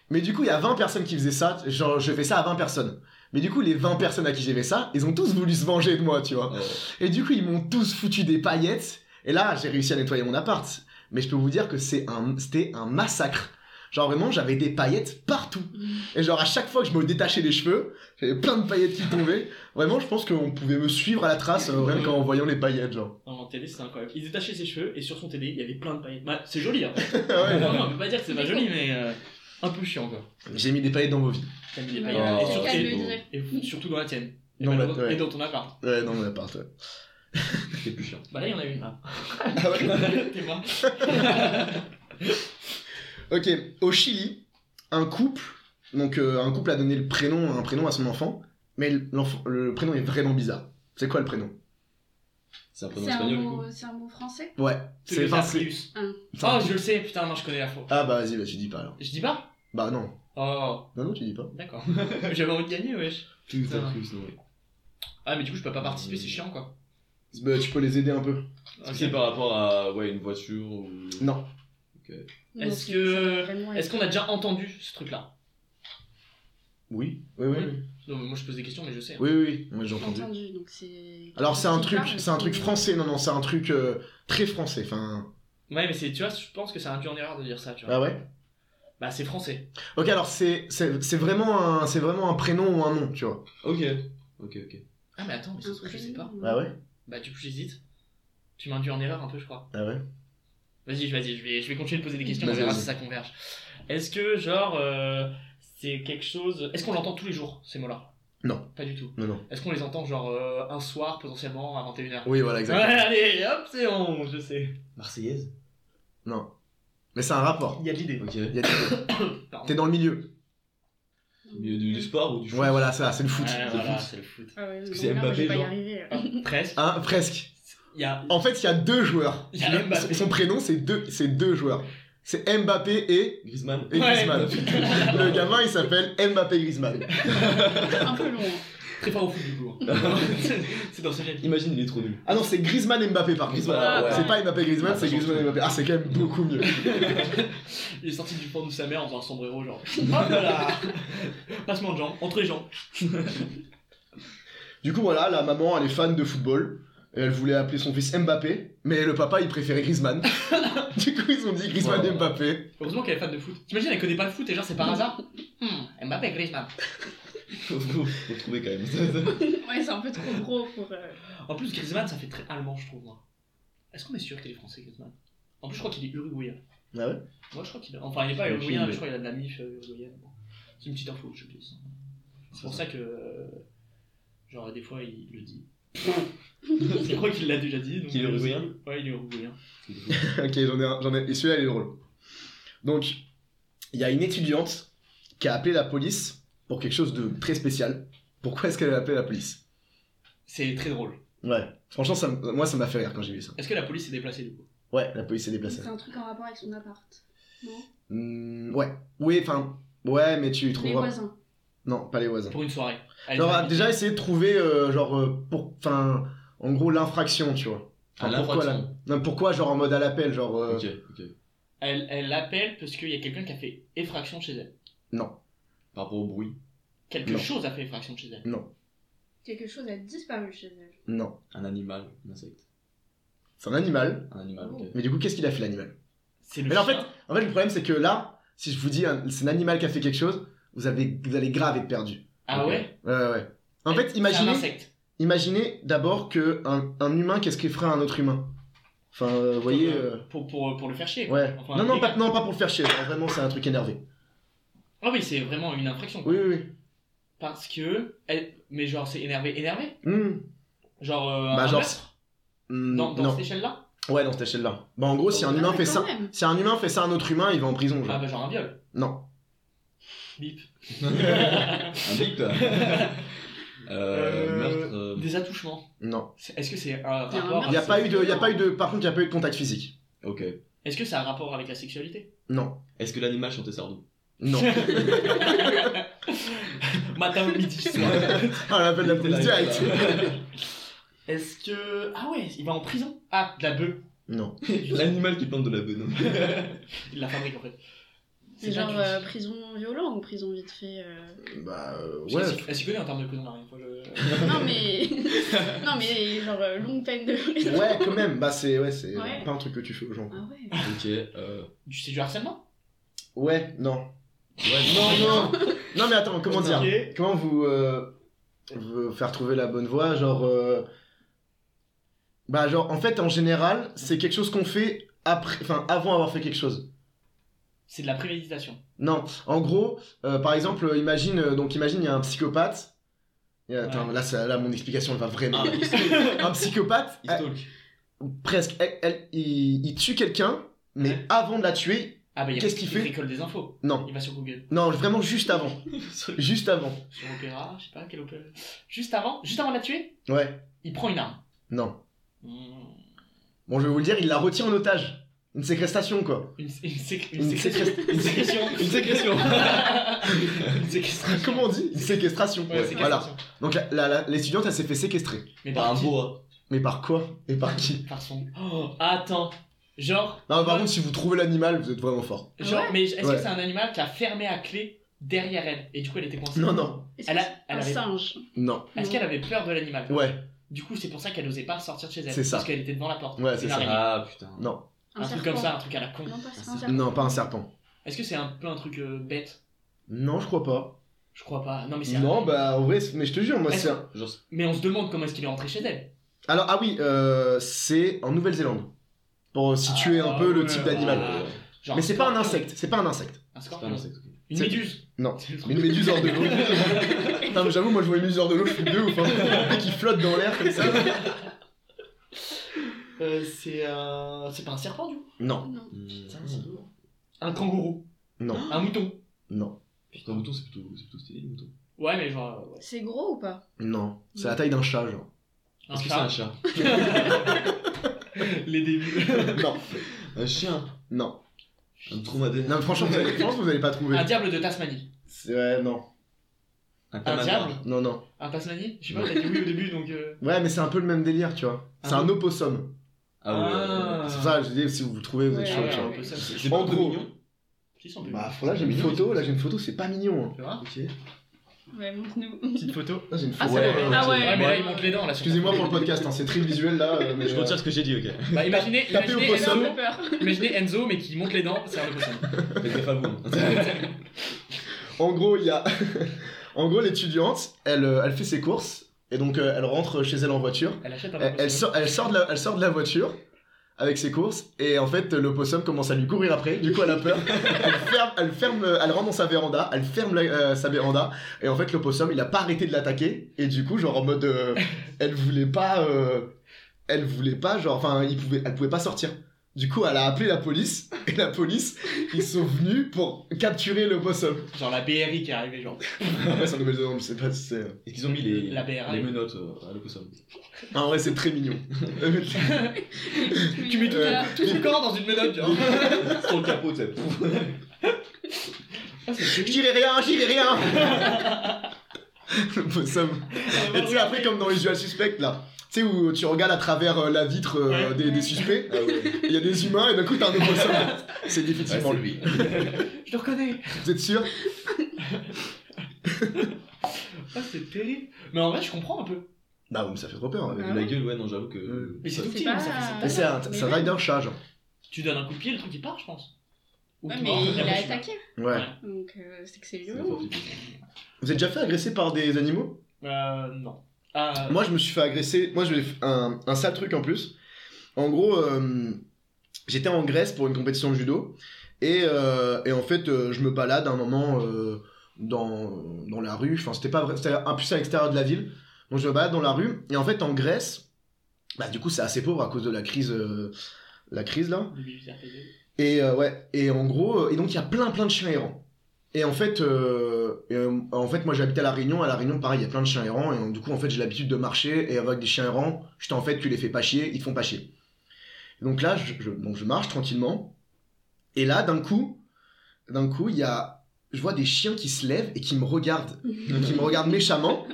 Speaker 1: Mais du coup, il y a 20 personnes qui faisaient ça. Genre, je fais ça à 20 personnes. Mais du coup, les 20 personnes à qui j'ai fait ça, ils ont tous voulu se venger de moi, tu vois.
Speaker 3: Ouais.
Speaker 1: Et du coup, ils m'ont tous foutu des paillettes. Et là, j'ai réussi à nettoyer mon appart. Mais je peux vous dire que c'est un, c'était un massacre. Genre vraiment, j'avais des paillettes partout. Et genre à chaque fois que je me détachais les cheveux, j'avais plein de paillettes qui tombaient. Vraiment, je pense qu'on pouvait me suivre à la trace euh, rien qu'en voyant les paillettes, genre.
Speaker 2: En télé, c'est incroyable. Il détachait ses cheveux et sur son télé, il y avait plein de paillettes. Bah, c'est joli, hein.
Speaker 1: *laughs* Ouais.
Speaker 2: Vraiment, on peut pas dire que c'est pas joli, mais euh, un peu chiant, quoi.
Speaker 1: J'ai mis des paillettes dans vos vies.
Speaker 2: T'as mis des
Speaker 4: Oh.
Speaker 2: paillettes. Et
Speaker 3: Oh.
Speaker 2: surtout-
Speaker 4: C'est calme
Speaker 2: et,
Speaker 4: de le dire.
Speaker 2: et surtout dans la tienne. Et,
Speaker 1: Dans la-
Speaker 2: bah, dans,
Speaker 1: ouais.
Speaker 2: et dans ton appart.
Speaker 1: Ouais, dans mon appart. Ouais.
Speaker 3: C'est plus chiant.
Speaker 2: Bah là, il y en a une, là.
Speaker 1: Ah ouais.
Speaker 2: *laughs*
Speaker 1: *laughs*
Speaker 2: T'es mort.
Speaker 1: Ok, au Chili, un couple, donc euh, un couple a donné le prénom, un prénom à son enfant, mais l'enfant- le prénom est vraiment bizarre. C'est quoi le prénom
Speaker 3: C'est un prénom
Speaker 4: C'est un,
Speaker 3: espagnol, du coup.
Speaker 4: mot- c'est un mot français
Speaker 1: Ouais,
Speaker 2: C'est
Speaker 1: c'est
Speaker 2: le
Speaker 1: enfin,
Speaker 2: Arceus.
Speaker 4: Hein.
Speaker 2: Oh, je le sais, putain, non, je connais la faux.
Speaker 1: Ah bah vas-y, bah, tu dis pas alors.
Speaker 2: Je dis pas
Speaker 1: Bah non,
Speaker 2: Oh,
Speaker 1: non, non, tu dis pas.
Speaker 2: d'accord. *laughs* J'avais envie de gagner, wesh.
Speaker 3: Plus
Speaker 2: Putain.
Speaker 3: plus, non.
Speaker 2: Ah, mais du coup, je peux pas participer, c'est chiant, quoi.
Speaker 1: Bah, tu peux les aider un peu.
Speaker 3: Est-ce que Ah, c'est par rapport à ouais, une voiture ou.
Speaker 1: Non.
Speaker 2: Est-ce
Speaker 4: Non,
Speaker 2: que-
Speaker 4: c'est vraiment-
Speaker 2: Est-ce qu'on a déjà entendu ce truc-là
Speaker 1: Oui. Oui, oui, oui.
Speaker 2: Non, mais moi, je pose des questions, mais je sais. hein.
Speaker 1: Oui, oui, oui. Moi, j'ai entendu.
Speaker 4: entendu donc c'est
Speaker 1: Alors c'est un truc,
Speaker 4: parle,
Speaker 1: c'est un truc
Speaker 4: c'est-
Speaker 1: français. Non, non, c'est un truc euh, très français. Enfin,
Speaker 2: Ouais, mais c'est, tu vois, je pense que c'est induit en erreur de dire ça, tu vois.
Speaker 1: ah ouais.
Speaker 2: Bah, c'est français.
Speaker 1: Ok, alors c'est, c'est, c'est vraiment un, c'est vraiment un prénom ou un nom, tu vois.
Speaker 3: Ok. Ok, ok.
Speaker 2: Ah, mais attends, mais ça
Speaker 4: un
Speaker 2: se trouve, je sais pas.
Speaker 4: prénom.
Speaker 1: Ah ouais.
Speaker 2: Bah, du coup, j'hésite. Tu m'induis en erreur un peu, je crois.
Speaker 1: Ah ouais.
Speaker 2: Vas-y, vas-y, je vais, je vais continuer de poser des questions, on
Speaker 1: Vas-y,
Speaker 2: verra
Speaker 1: vas-y.
Speaker 2: si ça converge. Est-ce que, genre, euh, c'est quelque chose. Est-ce qu'on l'entend tous les jours, ces mots-là
Speaker 1: Non.
Speaker 2: Pas du tout.
Speaker 1: Non, non.
Speaker 2: Est-ce qu'on les entend, genre, euh, un soir, potentiellement, à 21h
Speaker 1: Oui, voilà,
Speaker 2: Ouais,
Speaker 1: exactement.
Speaker 2: allez, hop, c'est on, je sais.
Speaker 3: Marseillaise
Speaker 1: Non. Mais c'est un rapport.
Speaker 2: Il y a de l'idée.
Speaker 3: Ok.
Speaker 1: Il y a des-
Speaker 2: Pardon.
Speaker 1: T'es dans le milieu.
Speaker 3: Du, du, du sport ou du foot
Speaker 1: Ouais, voilà, ça, c'est le foot.
Speaker 2: Ouais,
Speaker 3: le
Speaker 2: voilà,
Speaker 3: foot.
Speaker 2: c'est le foot.
Speaker 4: Ah ouais,
Speaker 3: Parce que
Speaker 4: bon,
Speaker 3: c'est
Speaker 4: là, moi, je vais
Speaker 3: Mbappé,
Speaker 4: pas y
Speaker 3: genre.
Speaker 4: arriver, là.
Speaker 2: Ah, Presque.
Speaker 1: Hein, presque.
Speaker 2: Il y a.
Speaker 1: En fait, il y a deux joueurs.
Speaker 2: Il y a
Speaker 1: Le-
Speaker 2: Ah, Mbappé.
Speaker 1: Son prénom, c'est deux, c'est deux joueurs. C'est Mbappé et,
Speaker 3: Griezmann.
Speaker 1: et
Speaker 2: Ouais.
Speaker 1: Griezmann. le gamin, il s'appelle Mbappé Griezmann.
Speaker 4: un peu long. hein.
Speaker 2: Très fort au foot, du coup. hein. *laughs* c'est dans ce jeu.
Speaker 3: Imagine, il est trop nul.
Speaker 1: Ah non, c'est Griezmann Mbappé par contre.
Speaker 3: Griezmann,
Speaker 4: ouais.
Speaker 1: C'est pas Mbappé Griezmann,
Speaker 3: Ah,
Speaker 1: c'est
Speaker 3: ça change
Speaker 1: Griezmann
Speaker 3: tout.
Speaker 1: Mbappé. Ah, c'est quand même beaucoup mieux.
Speaker 2: Il est sorti du fond de sa mère en faisant un sombrero, *laughs* genre. Hop Oh là Passement de jambes, entre les jambes.
Speaker 1: Du coup, voilà, la maman, elle est fan de football. Et elle voulait appeler son fils Mbappé, mais le papa, il préférait *laughs* Griezmann. du coup, ils ont dit Griezmann
Speaker 3: Voilà.
Speaker 1: Mbappé.
Speaker 2: Heureusement qu'elle est fan de foot. T'imagines, elle connaît pas le foot et genre c'est par hasard Hmm, Mm. Mbappé Griezmann.
Speaker 3: *laughs* faut, faut- faut trouver quand *laughs* même.
Speaker 4: Ouais, c'est un peu trop gros pour. euh,
Speaker 2: En plus, Griezmann ça fait très allemand, je trouve. moi. Est-ce qu'on est sûr qu'il est français, Griezmann En plus, je crois qu'il est uruguayen.
Speaker 1: Ah ouais
Speaker 2: Moi, je crois qu'il est. Enfin, il est pas
Speaker 3: Il est
Speaker 2: uruguayen,
Speaker 3: chilien.
Speaker 2: je crois qu'il a de la mif euh, uruguayenne. Bon. C'est une petite info, je glisse. C'est pour ça que. euh, Genre, des fois, il le dit. *laughs* je crois qu'il l'a déjà dit. donc- euh,
Speaker 3: Qu'il est uruguayen
Speaker 2: Ouais, il est uruguayen.
Speaker 1: Ok, j'en ai un, j'en ai. Et celui-là, il est drôle. Donc, il y a une étudiante qui a appelé la police pour quelque chose de très spécial. Pourquoi est-ce qu'elle a appelé la police
Speaker 2: C'est très drôle.
Speaker 1: Ouais. Franchement, ça, m- moi, ça m'a fait rire quand j'ai vu ça.
Speaker 2: Est-ce que la police s'est déplacée du coup
Speaker 1: Ouais, la police s'est déplacée.
Speaker 4: C'est un truc en rapport avec son appart. Non
Speaker 1: Hmm, ouais. Oui, enfin. Ouais, mais tu
Speaker 4: Les
Speaker 1: trouveras.
Speaker 4: voisins.
Speaker 1: Non, pas les voisins.
Speaker 2: Pour une soirée. Elle
Speaker 1: Genre,
Speaker 2: était
Speaker 1: ah,
Speaker 2: invitée.
Speaker 1: déjà, essayer de trouver, euh, genre, euh, pour. Enfin, en gros, l'infraction, tu vois. Enfin,
Speaker 3: Ah,
Speaker 1: pourquoi,
Speaker 3: l'infraction.
Speaker 1: la- non, pourquoi, genre, en mode à l'appel, genre. euh,
Speaker 3: Ok, ok.
Speaker 2: Elle, elle appelle parce qu'il y a quelqu'un qui a fait effraction chez elle.
Speaker 3: Par rapport au bruit.
Speaker 2: Quelque
Speaker 1: Non.
Speaker 2: chose a fait effraction chez elle.
Speaker 4: Quelque chose a disparu chez elle.
Speaker 1: Non.
Speaker 3: Un animal, un insecte.
Speaker 1: C'est un animal.
Speaker 3: Un animal, ok.
Speaker 1: Mais du coup, qu'est-ce qu'il a fait, l'animal
Speaker 2: C'est le
Speaker 1: Mais en
Speaker 2: chien.
Speaker 1: En fait, le problème, c'est que là, si je vous dis un- c'est un animal qui a fait quelque chose, vous, avez, vous allez grave être perdu.
Speaker 2: Ah
Speaker 3: Ok.
Speaker 2: ouais
Speaker 1: Ouais, ouais, ouais. En fait,
Speaker 2: C'est un
Speaker 1: imaginez,
Speaker 2: insecte.
Speaker 1: imaginez d'abord que un, un humain, qu'est-ce qu'il ferait à un autre humain Enfin, euh, vous voyez. euh,
Speaker 2: Pour, pour, pour le faire chier. quoi.
Speaker 1: Ouais.
Speaker 2: Enfin,
Speaker 1: non, non
Speaker 2: quelqu'un-
Speaker 1: pas, non, pas pour le faire chier. genre, Vraiment, c'est un truc énervé.
Speaker 2: Ah oui, c'est vraiment une infraction. quoi.
Speaker 1: Oui, oui,
Speaker 2: Parce que. Elle... Mais genre, c'est énervé, énervé
Speaker 1: oui. Hmm.
Speaker 2: Genre. euh,
Speaker 1: Bah,
Speaker 2: un
Speaker 1: genre,
Speaker 2: meurtre
Speaker 1: Hmm,
Speaker 2: Dans, dans
Speaker 1: non.
Speaker 2: cette échelle-là
Speaker 1: Ouais, dans cette échelle-là. Bah, en gros, si un humain
Speaker 4: Ah,
Speaker 1: fait
Speaker 4: quand
Speaker 1: ça.
Speaker 4: même.
Speaker 1: Si un humain fait ça à un autre humain, il va en prison,
Speaker 2: Ah
Speaker 1: genre.
Speaker 2: bah, genre un viol.
Speaker 1: Non.
Speaker 2: Bip.
Speaker 3: Un bip
Speaker 2: Euh,
Speaker 3: euh, Meurtre. euh,
Speaker 2: Des attouchements.
Speaker 1: Non.
Speaker 2: C'est- Est-ce que c'est un
Speaker 4: Il y a un
Speaker 2: rapport.
Speaker 1: Il n'y a,
Speaker 4: c'est
Speaker 1: pas eu de- il y a
Speaker 4: violent.
Speaker 1: pas eu de. Par contre, il n'y a pas eu de contact physique.
Speaker 3: Ok.
Speaker 2: Est-ce que c'est un rapport avec la sexualité
Speaker 1: Non.
Speaker 3: Est-ce que l'animal chantait Sardou
Speaker 2: *laughs*
Speaker 3: Non.
Speaker 2: Matin, midi, soir.
Speaker 1: Ah, la peine de la police direct.
Speaker 2: *laughs* Est-ce que. Ah ouais, il va en prison Ah, de la *laughs* bœuf.
Speaker 1: Non.
Speaker 3: L'animal qui plante de la venom.
Speaker 2: *laughs* Il la fabrique en fait.
Speaker 4: C'est genre
Speaker 2: gratuit.
Speaker 4: euh, prison violent ou prison vite fait. euh.
Speaker 1: Bah, euh,
Speaker 2: Je sais
Speaker 1: ouais.
Speaker 2: pas si- Est-ce que tu connais en termes de hein, prison là, fois,
Speaker 1: *laughs*
Speaker 2: je-
Speaker 4: non mais. non mais genre euh, longue peine de prison.
Speaker 1: Ouais, quand même. Bah, c'est ouais, c'est
Speaker 4: Ouais.
Speaker 1: pas un truc que tu fais aux gens.
Speaker 4: Ah ouais.
Speaker 3: ok, euh.
Speaker 2: Du- C'est du harcèlement
Speaker 1: Ouais, non.
Speaker 3: Ouais,
Speaker 1: Non, non. Non, mais attends, comment dire
Speaker 2: Ok.
Speaker 1: Comment vous, euh, vous faire trouver la bonne voie Genre. euh, Bah, genre, en fait, en général, c'est quelque chose qu'on fait après, enfin, avant avoir fait quelque chose.
Speaker 2: C'est de la préméditation.
Speaker 1: Non, en gros, euh, par exemple, imagine, euh, donc imagine, il y a un psychopathe. Et, attends,
Speaker 2: Ouais.
Speaker 1: là, ça- là, mon explication, elle va vraiment. *laughs*
Speaker 3: Ah, il stalk.
Speaker 1: un psychopathe,
Speaker 3: Il stalk.
Speaker 1: euh, presque, elle- elle- il, il tue quelqu'un, mais
Speaker 2: Ouais.
Speaker 1: avant de la tuer,
Speaker 2: Ah bah il,
Speaker 1: Qu'est-ce qu'il
Speaker 2: il
Speaker 1: fait
Speaker 2: récolte des infos.
Speaker 1: non.
Speaker 2: Il va sur Google.
Speaker 1: Non, vraiment juste avant. juste avant.
Speaker 2: Sur Opéra, je sais pas quel Opéra. Juste avant, juste avant de la tuer,
Speaker 1: Ouais,
Speaker 2: il prend une arme.
Speaker 1: non.
Speaker 2: Hmm.
Speaker 1: Bon, je vais vous le dire, il la retient en otage. Une séquestration, quoi.
Speaker 2: Une, sé- une, sé- une
Speaker 1: Une
Speaker 2: sécrétion.
Speaker 1: séquestration.
Speaker 2: Une *laughs* sécrétion.
Speaker 3: Une sécrétion.
Speaker 2: *laughs* Une séquestration.
Speaker 1: Comment on dit Une séquestration.
Speaker 2: Ouais, séquestration.
Speaker 1: Voilà. Donc la- la- la- l'étudiante, elle s'est fait séquestrer.
Speaker 2: Mais
Speaker 3: Par
Speaker 2: par
Speaker 3: un
Speaker 2: qui
Speaker 3: boa.
Speaker 1: Mais par quoi Et par qui
Speaker 2: Par son. Oh, attends. Genre.
Speaker 1: Non, par contre, si vous trouvez l'animal, vous êtes vraiment fort.
Speaker 2: genre
Speaker 4: Ouais.
Speaker 2: Mais est-ce
Speaker 1: Ouais.
Speaker 2: que c'est un animal qui a fermé à clé derrière elle Et du coup, elle était coincée
Speaker 1: Non, non,
Speaker 4: Est-ce que
Speaker 2: Elle a-
Speaker 4: c'est
Speaker 2: elle
Speaker 4: un
Speaker 2: avait-
Speaker 4: singe.
Speaker 1: non.
Speaker 2: Est-ce
Speaker 4: Non.
Speaker 2: qu'elle avait peur de l'animal
Speaker 1: Ouais,
Speaker 2: Du coup, c'est pour ça qu'elle n'osait pas sortir de chez elle.
Speaker 1: C'est ça.
Speaker 2: Parce qu'elle était devant la porte.
Speaker 1: Ouais,
Speaker 2: Une
Speaker 1: c'est ça.
Speaker 2: araignée.
Speaker 3: Ah putain.
Speaker 1: Non.
Speaker 2: Un, truc comme ça, un truc à la con.
Speaker 4: Non, pas c'est un
Speaker 3: Non.
Speaker 4: serpent.
Speaker 1: non, pas un serpent.
Speaker 2: Est-ce que c'est un peu un truc euh, bête
Speaker 1: Non, je crois pas.
Speaker 2: Je crois pas. Non, mais c'est.
Speaker 1: Non, bah, en vrai, c'est- mais je te jure, moi,
Speaker 2: Est-ce-
Speaker 1: c'est un...
Speaker 3: Genre,
Speaker 2: Mais on se demande comment est-ce qu'il est rentré chez elle.
Speaker 1: Alors, ah oui, euh, c'est en Nouvelle-Zélande. Pour situer
Speaker 2: Ah,
Speaker 1: un peu le
Speaker 2: ouais,
Speaker 1: type
Speaker 2: ouais.
Speaker 1: d'animal.
Speaker 2: Ah, Genre
Speaker 1: Mais c'est pas un
Speaker 2: scorpion.
Speaker 1: insecte, c'est pas un insecte.
Speaker 2: Un
Speaker 3: c'est pas
Speaker 2: scorpion.
Speaker 3: un insecte. ok.
Speaker 2: Une
Speaker 1: C'est-
Speaker 2: méduse
Speaker 1: Non.
Speaker 2: C'est le truc.
Speaker 1: Mais une méduse hors de l'eau. *laughs* Putain, mais j'avoue, moi, je vois une méduse hors de l'eau, je suis de ouf. Hein. Dès qu'il flotte dans l'air comme ça.
Speaker 2: Euh, c'est un. C'est pas un serpent du coup
Speaker 1: Non,
Speaker 4: Non.
Speaker 3: Hmm.
Speaker 2: Putain, c'est lourd. Un kangourou.
Speaker 1: non,
Speaker 2: Un mouton.
Speaker 1: non,
Speaker 3: Putain, mouton, c'est plutôt, c'est plutôt stylé, le mouton.
Speaker 2: Ouais, mais genre. euh, ouais.
Speaker 4: C'est gros ou pas
Speaker 1: non. C'est la taille d'un chat, genre.
Speaker 2: Un
Speaker 3: Est-ce que c'est
Speaker 2: chat.
Speaker 3: un chat
Speaker 2: Les débuts.
Speaker 1: *laughs* Non,
Speaker 3: Un chien
Speaker 1: non.
Speaker 3: Un dromadaire
Speaker 1: Non, mais franchement, vous allez, je pense que vous allez pas trouver.
Speaker 2: Un diable de Tasmanie.
Speaker 1: C'est- Ouais, non.
Speaker 2: Un
Speaker 3: tamanoir.
Speaker 2: diable
Speaker 1: Non, non.
Speaker 2: Un Tasmanie Je sais pas, t'as dit oui au début donc. euh,
Speaker 1: Ouais, mais c'est un peu le même délire, tu vois. C'est
Speaker 2: Ah
Speaker 1: un
Speaker 2: bon
Speaker 1: opossum.
Speaker 3: Ah ouais.
Speaker 2: Ah.
Speaker 1: C'est pour ça, que je dis, si vous le trouvez, vous êtes
Speaker 4: Ouais,
Speaker 1: chaud,
Speaker 4: ouais,
Speaker 1: tu vois.
Speaker 4: ouais.
Speaker 3: C'est
Speaker 2: Ils
Speaker 3: c'est pas
Speaker 1: En
Speaker 3: un peu
Speaker 1: gros.
Speaker 3: mignon
Speaker 2: sont plus.
Speaker 1: Bah, faut- là, j'ai une photo, là, j'ai une photo, c'est pas mignon. hein.
Speaker 2: Tu vois
Speaker 3: Ok.
Speaker 4: Ouais, montre-nous. *laughs*
Speaker 2: Petite photo.
Speaker 1: Là, j'ai une
Speaker 4: Ah,
Speaker 1: photo.
Speaker 4: ça
Speaker 1: Ouais,
Speaker 4: va.
Speaker 1: ouais, ouais.
Speaker 4: Ah ouais.
Speaker 2: Ouais, mais là, il monte les dents là. sur-
Speaker 1: Excusez-moi pour le podcast, hein, c'est très visuel là. euh, mais,
Speaker 3: Je
Speaker 1: euh,
Speaker 3: retire ce que j'ai dit, ok.
Speaker 2: Bah, imaginez,
Speaker 1: Tapez
Speaker 2: imaginez,
Speaker 1: au
Speaker 4: Elle a un
Speaker 1: poisson.
Speaker 2: Enzo,
Speaker 4: peu peur.
Speaker 2: imaginez Enzo, mais qui monte les dents, c'est un poisson.
Speaker 3: Faites gaffe à
Speaker 1: *laughs*
Speaker 3: vous. hein.
Speaker 1: euh, En gros, il y a. *laughs* en gros, l'étudiante, elle, euh, elle fait ses courses et donc euh, elle rentre chez elle en voiture.
Speaker 2: Elle achète un
Speaker 1: Elle, elle
Speaker 2: poisson.
Speaker 1: sort, elle, sort de la, elle sort de la voiture avec ses courses et en fait le possum commence à lui courir après. Du coup elle a *laughs* peur. elle ferme, elle ferme, euh, elle rentre dans sa véranda, elle ferme la- euh, sa véranda et en fait le possum il a pas arrêté de l'attaquer et du coup genre en mode euh, elle voulait pas, euh, elle voulait pas genre enfin il pouvait, elle pouvait pas sortir. Du coup elle a appelé la police et la police ils sont venus pour capturer le possum.
Speaker 2: Genre la BRI qui est arrivée, genre.
Speaker 1: Après c'est en Nouvelle-Zélande je sais pas si c'est.
Speaker 3: Est-ce qu'ils ont mis les,
Speaker 2: La BRA.
Speaker 3: les menottes euh, à l'opossum
Speaker 1: Ah, en vrai c'est très *laughs* mignon.
Speaker 2: Tu mets tout,
Speaker 1: Euh,
Speaker 2: tout son corps dans une menotte, genre.
Speaker 3: Sur le capot, tu sais. pouf.
Speaker 1: *laughs*
Speaker 2: Ah, c'est joli.
Speaker 1: J'irai rien, j'irai rien. le possum. Et tu sais, après, comme dans les Usual Suspect, là, tu sais, où tu regardes à travers euh, la vitre euh,
Speaker 2: Ouais.
Speaker 1: des, des suspects,
Speaker 3: Ah ouais.
Speaker 1: il y a des humains, et d'un coup, t'as *laughs* un opossum. C'est
Speaker 3: Ouais,
Speaker 1: définitivement
Speaker 3: c'est
Speaker 1: lui.
Speaker 3: lui.
Speaker 2: Je le reconnais.
Speaker 1: Vous êtes sûr
Speaker 2: Ah, c'est terrible. Mais en vrai, je comprends un peu.
Speaker 1: Bah, oui, mais ça fait trop peur. hein.
Speaker 3: Avec la gueule, ouais, non, j'avoue que.
Speaker 1: Mm.
Speaker 2: Mais c'est
Speaker 3: Ouais.
Speaker 2: tout
Speaker 4: C'est
Speaker 2: petit,
Speaker 4: pas-
Speaker 2: non, ça fait-
Speaker 1: Mais
Speaker 2: c'est
Speaker 1: c'est un, c'est un
Speaker 4: Mais
Speaker 1: rider chat, genre.
Speaker 2: pas- Tu donnes un coup de pied, le truc il part, je pense. Ou
Speaker 4: Ouais,
Speaker 2: tu
Speaker 4: mais
Speaker 2: mords,
Speaker 4: il
Speaker 2: après,
Speaker 4: a
Speaker 2: tu vas.
Speaker 4: attaqué.
Speaker 1: Ouais.
Speaker 4: Donc euh, c'est que c'est
Speaker 3: Ça va
Speaker 4: violent.
Speaker 3: pas flipper.
Speaker 1: Vous êtes déjà fait agresser par des animaux
Speaker 2: Euh, non. Ah,
Speaker 1: Moi, je me suis fait agresser. Moi, j'ai fait un, un sale truc en plus. En gros, euh, j'étais en Grèce pour une compétition de judo. Et, euh, et en fait, euh, je me balade à un moment euh, dans, dans la rue. Enfin, c'était pas vrai. C'était un plus à l'extérieur de la ville. Donc, je me balade dans la rue. Et en fait, en Grèce, bah, du coup, c'est assez pauvre à cause de la crise. euh, la crise là.
Speaker 2: le BBRPG.
Speaker 1: Et euh, ouais, et en gros, euh, et donc il y a plein plein de chiens errants. Et en fait, euh, et, euh, en fait, moi j'habite à la Réunion. À la Réunion, pareil, il y a plein de chiens errants. Et donc, du coup, en fait, j'ai l'habitude de marcher et avec des chiens errants, je t'en fait, tu les fais pas chier, ils te font pas chier. Et donc là, je, je- donc, je marche tranquillement. Et là, d'un coup, d'un coup, il y a je vois des chiens qui se lèvent et qui me regardent, qui me regardent méchamment.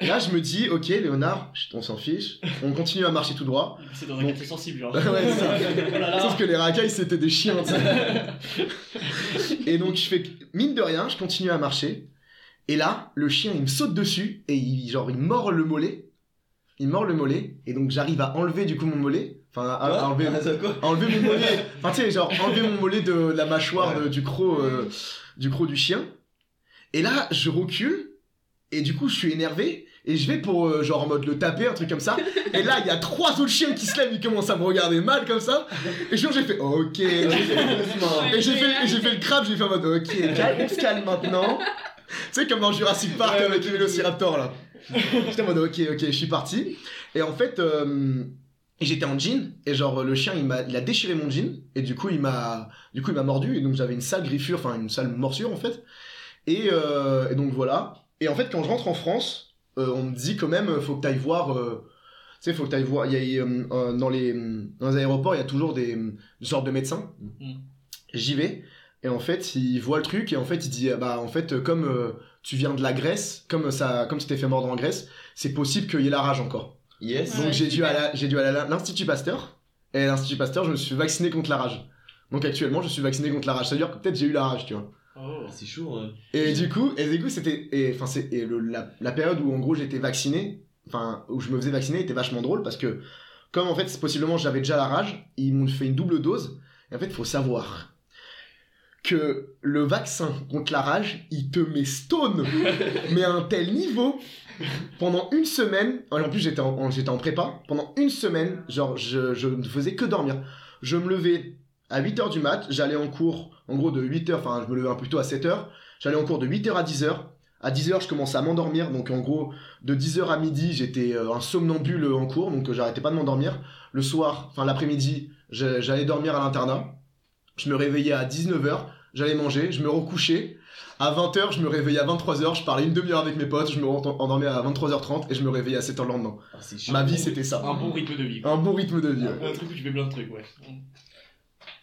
Speaker 1: Et là, je me dis, ok, Léonard, chut, on s'en fiche, on continue à marcher tout droit.
Speaker 2: C'est dans un
Speaker 1: Bon.
Speaker 2: quartier sensible. Hein.
Speaker 1: *laughs* Ouais, c'est ça.
Speaker 2: Oh là
Speaker 1: *laughs*
Speaker 2: là.
Speaker 1: Sauf que les racailles, c'était des chiens, tu
Speaker 3: *laughs*
Speaker 1: sais. Et donc, je fais mine de rien, je continue à marcher. Et là, le chien, il me saute dessus et il, genre, il mord le mollet. Il mord le mollet. Et donc, j'arrive à enlever du coup mon mollet. Enfin, à, à
Speaker 3: Quoi
Speaker 1: enlever,
Speaker 3: Ah, ça, quoi
Speaker 1: à enlever mon mollet. Enfin, tu sais, genre, enlever mon mollet de, la mâchoire
Speaker 3: Ouais.
Speaker 1: de- du croc, euh, du croc du chien. Et là, je recule. Et du coup, je suis énervé. Et je vais pour, euh, genre, en mode le taper, un truc comme ça. Et là, il y a trois autres chiens qui se lèvent. Ils commencent à me regarder mal comme ça. Et genre, j'ai fait, ok.
Speaker 3: *laughs*
Speaker 1: Et j'ai fait, et j'ai fait le crabe, j'ai fait en mode ok, calme, on se calme maintenant. Tu sais, comme dans Jurassic Park
Speaker 3: Ouais,
Speaker 1: avec
Speaker 3: ok.
Speaker 1: les vélociraptors là. J'étais en mode ok, ok, je suis parti. Et en fait, euh, j'étais en jean et genre le chien il m'a il a déchiré mon jean et du coup il m'a du coup il m'a mordu et donc j'avais une sale griffure, enfin une sale morsure en fait. Et, euh, et donc voilà. Et en fait, quand je rentre en France, euh, on me dit quand même euh, faut que t'ailles voir. euh, tu sais, faut que t'ailles voir. il Y a, euh, euh, dans, les, euh, dans les aéroports, il y a toujours des euh, sortes de médecins.
Speaker 3: Mm.
Speaker 2: Mhm.
Speaker 1: J'y vais. Et en fait, il voit le truc et en fait, il dit ah bah en fait euh, comme euh, tu viens de la Grèce, comme ça, comme tu t'es fait mordre en Grèce, c'est possible qu'il y ait la rage encore.
Speaker 3: Yes.
Speaker 4: Ouais,
Speaker 1: Donc j'ai dû
Speaker 4: super.
Speaker 1: à la- j'ai dû aller à l'institut Pasteur et à l'institut Pasteur, je me suis vacciné contre la rage. Donc actuellement, je suis vacciné contre la rage. C'est-à-dire que peut-être j'ai eu la rage, tu vois.
Speaker 2: Oh.
Speaker 3: Ah, C'est chaud, ouais.
Speaker 1: Et du coup, et du coup, c'était, et enfin, c'est et le- la, la période où en gros j'étais vacciné, enfin où je me faisais vacciner, était vachement drôle parce que comme en fait c'est possiblement j'avais déjà la rage, ils m'ont fait une double dose. Et en fait, faut savoir que le vaccin contre la rage, il te met stone, mais à un tel niveau pendant une semaine. En plus, j'étais en, en- j'étais en prépa pendant une semaine, genre je, je ne faisais que dormir. Je me levais à 8h du mat, j'allais en cours, en gros de 8h, enfin je me levais un peu tôt à 7h, J'allais en cours de 8h à 10h. À 10h, je commençais à m'endormir. Donc, en gros, de 10h à midi, j'étais euh, un somnambule en cours. Donc, euh, j'arrêtais pas de m'endormir. Le soir, enfin l'après-midi, je- j'allais dormir à l'internat. Je me réveillais à 19h. J'allais manger. Je me recouchais. À 20h, je me réveillais à 23h. Je parlais une demi-heure avec mes potes. Je me re- endormais à 23h30 et je me réveillais à 7h le lendemain.
Speaker 3: Ah, c'est chaud.
Speaker 1: Ma vie, c'était ça.
Speaker 2: Un bon rythme de vie.
Speaker 1: Un bon rythme de vie. ouais.
Speaker 2: Un truc où tu fais plein de trucs, ouais.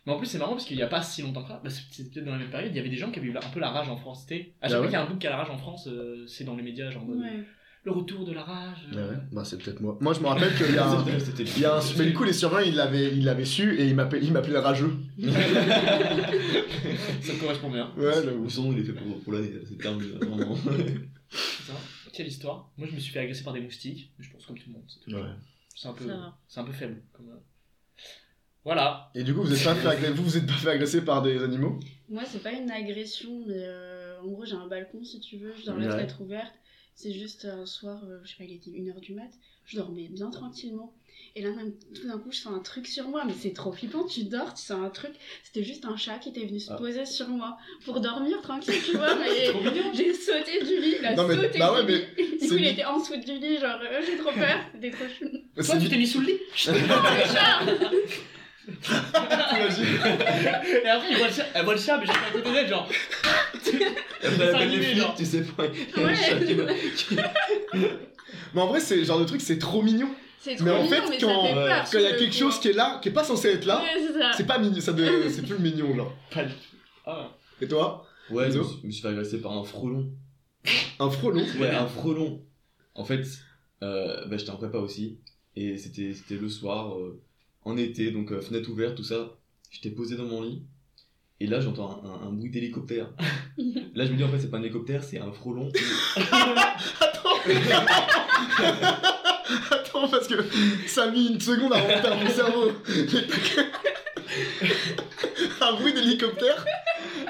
Speaker 2: Mais en plus, c'est marrant parce qu'il n'y a pas si longtemps que ça, bah, c'est- c'est peut-être dans la même période, il y avait des gens qui avaient eu la- un peu la rage en France. T'es. À chaque
Speaker 1: Ah
Speaker 2: fois
Speaker 1: ouais
Speaker 2: qu'il y a un bouc qui a la rage en France, euh, c'est dans les médias, genre euh,
Speaker 4: Ouais.
Speaker 2: le retour de la rage.
Speaker 1: Ouais,
Speaker 2: euh.
Speaker 1: ouais. Bah, c'est peut-être moi. Moi, je me rappelle qu'il y a
Speaker 2: *laughs*
Speaker 1: un.
Speaker 3: Ah, C'était
Speaker 1: il y a un- Mais du coup, les surveillants, ils l'avaient ils l'avaient su et ils m'appelaient ils m'appelaient rageux.
Speaker 2: Ça me correspond bien.
Speaker 1: Ouais,
Speaker 3: Ou son nom, il est fait pour, pour l'année, c'est le
Speaker 1: *laughs*
Speaker 3: terme, euh, vraiment. *laughs*
Speaker 2: Putain, quelle histoire. Moi, je me suis fait agresser par des moustiques, mais je pense comme tout le monde. C'est, tout.
Speaker 1: Ouais.
Speaker 2: C'est un, peu,
Speaker 4: Ça va.
Speaker 2: c'est un peu faible. Comme... euh. Voilà.
Speaker 1: Et du coup, vous êtes pas *laughs* fait agresser, vous, vous êtes pas fait agresser par des animaux
Speaker 4: Moi, c'est pas une agression, mais euh, en gros, j'ai un balcon si tu veux, je dors la
Speaker 1: Ouais.
Speaker 4: fenêtre ouverte. C'est juste euh, un soir, euh, je sais pas, il était 1h du mat, je dormais bien tranquillement. Et là, même, tout d'un coup, je sens un truc sur moi, mais c'est trop flippant, tu dors, tu sens un truc. C'était juste un chat qui était venu se
Speaker 3: Ah.
Speaker 4: poser sur moi pour dormir tranquille, tu vois,
Speaker 1: *laughs*
Speaker 4: mais j'ai sauté du lit, il a
Speaker 1: Non, mais-
Speaker 4: sauté
Speaker 1: bah
Speaker 4: du
Speaker 1: ouais,
Speaker 4: lit. Du coup,
Speaker 1: c'est-
Speaker 4: il était en dessous du lit, genre, euh, j'ai trop peur, c'était trop chou.
Speaker 2: Toi, tu t'es mis sous le lit Et après, il voit le chat, elle voit le chat, mais j'étais à côté d'elle, genre.
Speaker 3: Après, elle appelle les
Speaker 2: arrivé,
Speaker 3: flics,
Speaker 2: genre.
Speaker 3: tu sais pas. Il y a un
Speaker 4: Ouais.
Speaker 3: chat qui va-
Speaker 1: Mais en vrai, c'est le genre de truc, c'est trop mignon.
Speaker 4: C'est trop
Speaker 1: Mais en
Speaker 4: mignon,
Speaker 1: fait,
Speaker 4: mais
Speaker 1: quand-
Speaker 4: ça fait
Speaker 3: ouais,
Speaker 4: peur.
Speaker 1: Quand il y a quelque chose qui est là, qui est pas censé être là,
Speaker 4: Ouais, c'est ça.
Speaker 1: c'est pas mignon, ça de... c'est plus mignon, genre.
Speaker 2: Pas du tout. Ah.
Speaker 1: Et toi
Speaker 3: Ouais, je me
Speaker 1: Iso.
Speaker 3: suis- je me suis fait agresser par un frelon.
Speaker 1: Un frelon
Speaker 3: Ouais, un frelon. En fait, euh, bah, j'étais en prépa aussi. Et c'était c'était le soir, euh, en été, donc euh, fenêtre ouverte, tout ça. J'étais posé dans mon lit. Et là, j'entends un, un- un bruit d'hélicoptère. là, je me dis, en fait, c'est pas un hélicoptère, c'est un frelon.
Speaker 1: *laughs* Attends, parce que ça a mis une seconde à remonter à mon cerveau. *laughs* Un bruit d'hélicoptère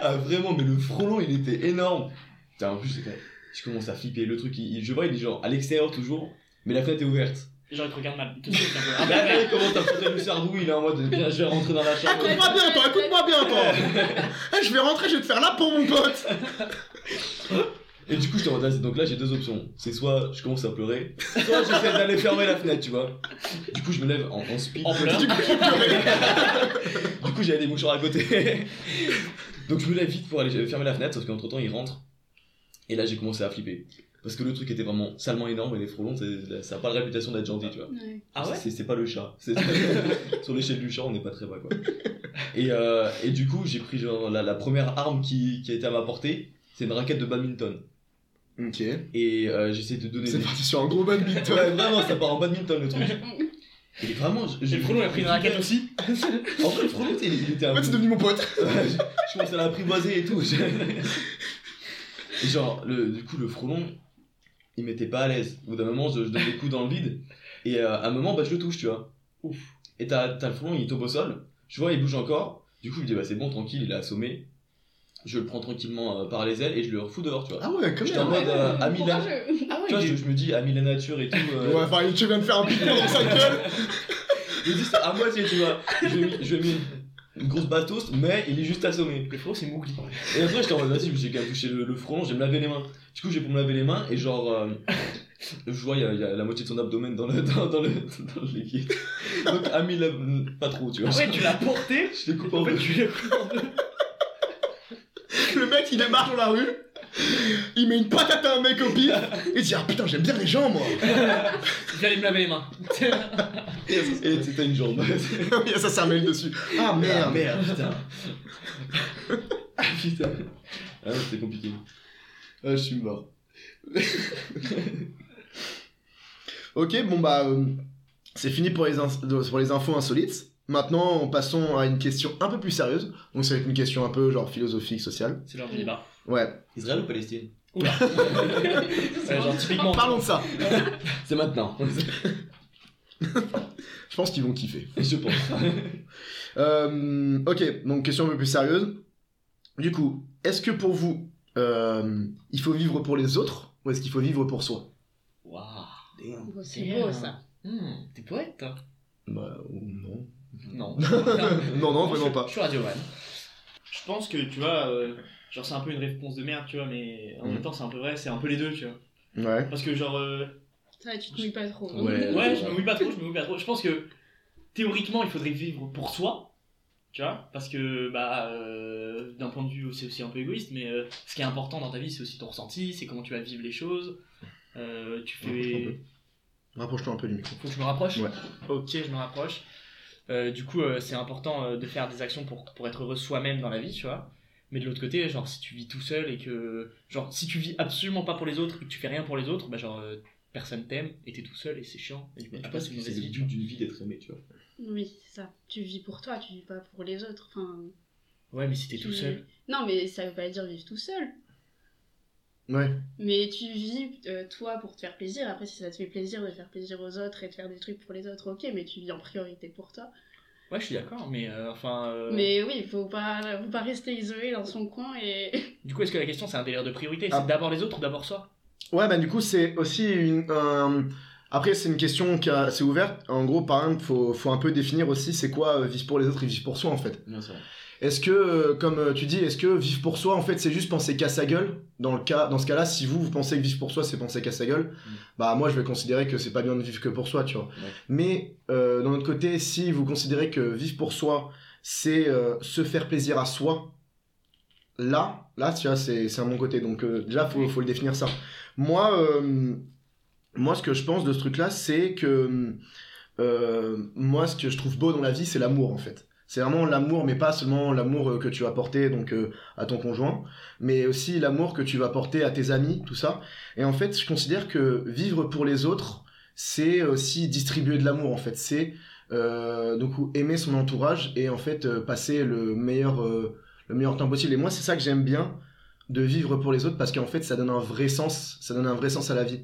Speaker 3: ah, vraiment, mais le frelon, il était énorme. Putain, en plus, j'étais- je commence à flipper. Le truc, il- il- je vois, il est genre à l'extérieur toujours, mais la fenêtre est ouverte.
Speaker 2: Genre, il te regarde mal. Il te saute un peu. Ah,
Speaker 3: Ah,
Speaker 2: bah, bah.
Speaker 3: il commence à foutre le sardou, il est en mode, viens, je vais rentrer dans la chambre.
Speaker 1: Écoute-moi bien, toi, écoute-moi bien, toi Eh, Je vais rentrer, je vais te faire la peau, mon pote
Speaker 3: Et du coup, je te redresse. Donc là, j'ai deux options. C'est soit je commence à pleurer, soit j'essaie d'aller fermer la fenêtre, tu vois. Du coup, je me lève en, en speed.
Speaker 2: En pleurs.
Speaker 1: Du coup, j'ai pleuré.
Speaker 3: Du coup, j'avais des mouchoirs à côté. Donc je me lève vite pour aller fermer la fenêtre, sauf qu'entre temps, il rentre. Et là, j'ai commencé à flipper. Parce que le truc était vraiment salement énorme et les frelons, c'est- ça a pas la réputation d'être gentil, tu vois.
Speaker 4: Ouais.
Speaker 2: Ah ouais
Speaker 3: C'est- C'est pas le chat. C'est- Sur l'échelle du chat, on n'est pas très bas quoi. Et, euh, et du coup, j'ai pris genre la, la première arme qui, qui a été à ma portée, c'est une raquette de badminton.
Speaker 1: Ok.
Speaker 3: Et euh, j'essaie de donner.
Speaker 1: C'est
Speaker 3: des-
Speaker 1: parti sur un gros badminton.
Speaker 3: Ouais, vraiment, ça part en badminton le truc. Et vraiment, je-
Speaker 2: Et
Speaker 3: je-
Speaker 2: le frelon il a pris une raquette aussi
Speaker 3: En fait, le frelon, il, il était un
Speaker 1: En
Speaker 3: *laughs*
Speaker 1: fait, c'est
Speaker 3: peu-
Speaker 1: devenu mon pote.
Speaker 3: Ouais, je, je pense à la apprivoisé et tout. Et genre, le, du coup, le frelon, il m'était pas à l'aise. Au bout d'un moment, je, je donne des coups dans le vide. Et euh, à un moment, bah, je le touche, tu vois.
Speaker 2: Ouf.
Speaker 3: Et t'as t'as le frelon, il tombe au sol. Je vois, il bouge encore. Du coup, je me dis, bah, c'est bon, tranquille, il est assommé. Je le prends tranquillement euh, par les ailes et je le refous dehors, tu vois.
Speaker 1: Ah ouais, comme
Speaker 3: J'étais
Speaker 1: ça.
Speaker 3: en mode euh, ami de la-
Speaker 4: Courageux.
Speaker 2: Ah
Speaker 3: Tu vois, je,
Speaker 2: il est-
Speaker 3: je me dis, ami de la nature et tout. euh,
Speaker 1: Ouais, enfin, tu viens de faire un piquant dans sa gueule.
Speaker 3: Il est juste à moitié, tu vois. Je lui ai mis- je lui ai mis une grosse bastos, mais il est juste assommé.
Speaker 2: le frelon c'est Mowgli.
Speaker 3: Et après, j'étais en mode, vas-y, mais j'ai qu'à toucher le, le frelon, je vais me laver les mains. Du coup, j'ai pour me laver les mains, et genre, euh, je vois, il y, a- il y a la moitié de son abdomen dans le, dans, dans le, dans le lévier. Donc, Ami, l'a- pas trop, tu vois.
Speaker 2: Ah ouais, tu l'as porté
Speaker 3: Je l'ai coupé en
Speaker 2: En
Speaker 3: deux.
Speaker 2: fait, tu l'as coupé en deux.
Speaker 1: Le mec, il démarre dans la rue. Il met une patate à un mec au pire. Il dit Ah putain, j'aime bien les gens, moi.
Speaker 2: Je vais aller me laver les mains. *laughs*
Speaker 3: Et c'était une jambe.
Speaker 1: *laughs* Il y a sa cervelle dessus. Ah
Speaker 3: Ah,
Speaker 1: merde.
Speaker 3: merde, putain. Ah, *laughs* putain. Ah, ouais, c'était compliqué. Ah, je suis mort.
Speaker 1: *laughs* Ok, bon bah, euh, c'est fini pour les, ins- pour les infos insolites. Maintenant, passons à une question un peu plus sérieuse. Donc, ça va être une question un peu genre philosophique, sociale.
Speaker 2: C'est l'heure du débat.
Speaker 1: Ouais,
Speaker 3: Israël ou Palestine
Speaker 2: Ouais, genre, typiquement.
Speaker 1: parlons de ça.
Speaker 3: C'est maintenant. *laughs*
Speaker 1: Je pense qu'ils vont kiffer.
Speaker 3: je pense.
Speaker 1: Euh, ok, donc question un peu plus sérieuse. Du coup, est-ce que pour vous, euh, il faut vivre pour les autres ou est-ce qu'il faut vivre pour soi
Speaker 2: Waouh.
Speaker 4: Bon, c'est beau ça.
Speaker 2: Hmm, T'es poète toi
Speaker 1: Bah, non.
Speaker 2: *laughs* Non.
Speaker 1: *laughs* Non, non, vraiment pas.
Speaker 2: Je suis radioman. Je pense que tu vois, euh, genre c'est un peu une réponse de merde, tu vois, mais en
Speaker 1: Mm.
Speaker 2: même temps c'est un peu vrai, c'est un peu les deux, tu vois.
Speaker 1: Ouais.
Speaker 2: Parce que genre, euh,
Speaker 4: Ça, tu te mouilles pas trop.
Speaker 3: Ouais.
Speaker 2: ouais, je
Speaker 3: c'est
Speaker 2: me
Speaker 3: vrai.
Speaker 2: mouille pas trop, je me mouille pas trop. Je pense que théoriquement il faudrait vivre pour soi, tu vois, parce que bah euh, d'un point de vue c'est aussi un peu égoïste, mais euh, ce qui est important dans ta vie c'est aussi ton ressenti, c'est comment tu vas vivre les choses. Euh, tu
Speaker 1: Ouais,
Speaker 2: fais.
Speaker 1: un peu. Rapproche-toi un peu du micro.
Speaker 2: Faut que je me rapproche
Speaker 1: Ouais.
Speaker 2: Ok, je me rapproche. Euh, du coup, euh, c'est important euh, de faire des actions pour, pour être heureux soi-même dans la vie, tu vois. Mais de l'autre côté, genre, si tu vis tout seul et que. Genre, si tu vis absolument pas pour les autres et que tu fais rien pour les autres, bah, genre, euh, personne t'aime et t'es tout seul et c'est chiant. Et du coup, tu passes une
Speaker 3: C'est
Speaker 2: mauvaise
Speaker 3: le
Speaker 2: vie.
Speaker 3: but d'une vie d'être aimé, tu vois.
Speaker 4: Oui, c'est ça. Tu vis pour toi, tu vis pas pour les autres. Enfin,
Speaker 2: Ouais, mais si t'es
Speaker 4: tu-
Speaker 2: tout seul.
Speaker 4: Non, mais ça veut pas dire vivre tout seul.
Speaker 1: Ouais.
Speaker 4: Mais tu vis euh, toi pour te faire plaisir. Après, si ça te fait plaisir de faire plaisir aux autres et de faire des trucs pour les autres, ok, mais tu vis en priorité pour toi.
Speaker 2: Ouais, je suis d'accord, mais euh, enfin. euh,
Speaker 4: Mais oui, faut pas, faut pas rester isolé dans son coin et. *laughs*
Speaker 2: Du coup, est-ce que la question, c'est un délire de priorité
Speaker 1: Ah.
Speaker 2: C'est d'abord les autres ou d'abord soi
Speaker 1: Ouais, bah du coup, c'est aussi une. un- Après, c'est une question qui a- c'est ouverte. En gros, par exemple, faut, faut un peu définir aussi c'est quoi euh, vivre pour les autres et vivre pour soi en fait.
Speaker 3: Bien sûr.
Speaker 1: Est-ce que, euh, comme euh, tu dis, est-ce que vivre pour soi en fait c'est juste penser qu'à sa gueule Dans, le cas, dans ce cas-là, si vous, vous pensez que vivre pour soi c'est penser qu'à sa gueule,
Speaker 3: Mm.
Speaker 1: bah moi je vais considérer que c'est pas bien de vivre que pour soi, tu vois. Mais euh, d'un autre côté, si vous considérez que vivre pour soi c'est euh, se faire plaisir à soi, là, là, tu vois, c'est c'est à mon côté. Donc euh, déjà, faut, faut le définir ça. Moi, euh, moi, ce que je pense de ce truc-là, c'est que euh, moi, ce que je trouve beau dans la vie, c'est l'amour, en fait. C'est vraiment l'amour, mais pas seulement l'amour euh, que tu vas porter donc euh, à ton conjoint, mais aussi l'amour que tu vas porter à tes amis, tout ça. Et en fait, je considère que vivre pour les autres, c'est aussi distribuer de l'amour, en fait. C'est euh, donc aimer son entourage et en fait euh, passer le meilleur euh, le meilleur temps possible. Et moi, c'est ça que j'aime bien de vivre pour les autres parce qu'en fait, ça donne un vrai sens, ça donne un vrai sens à la vie.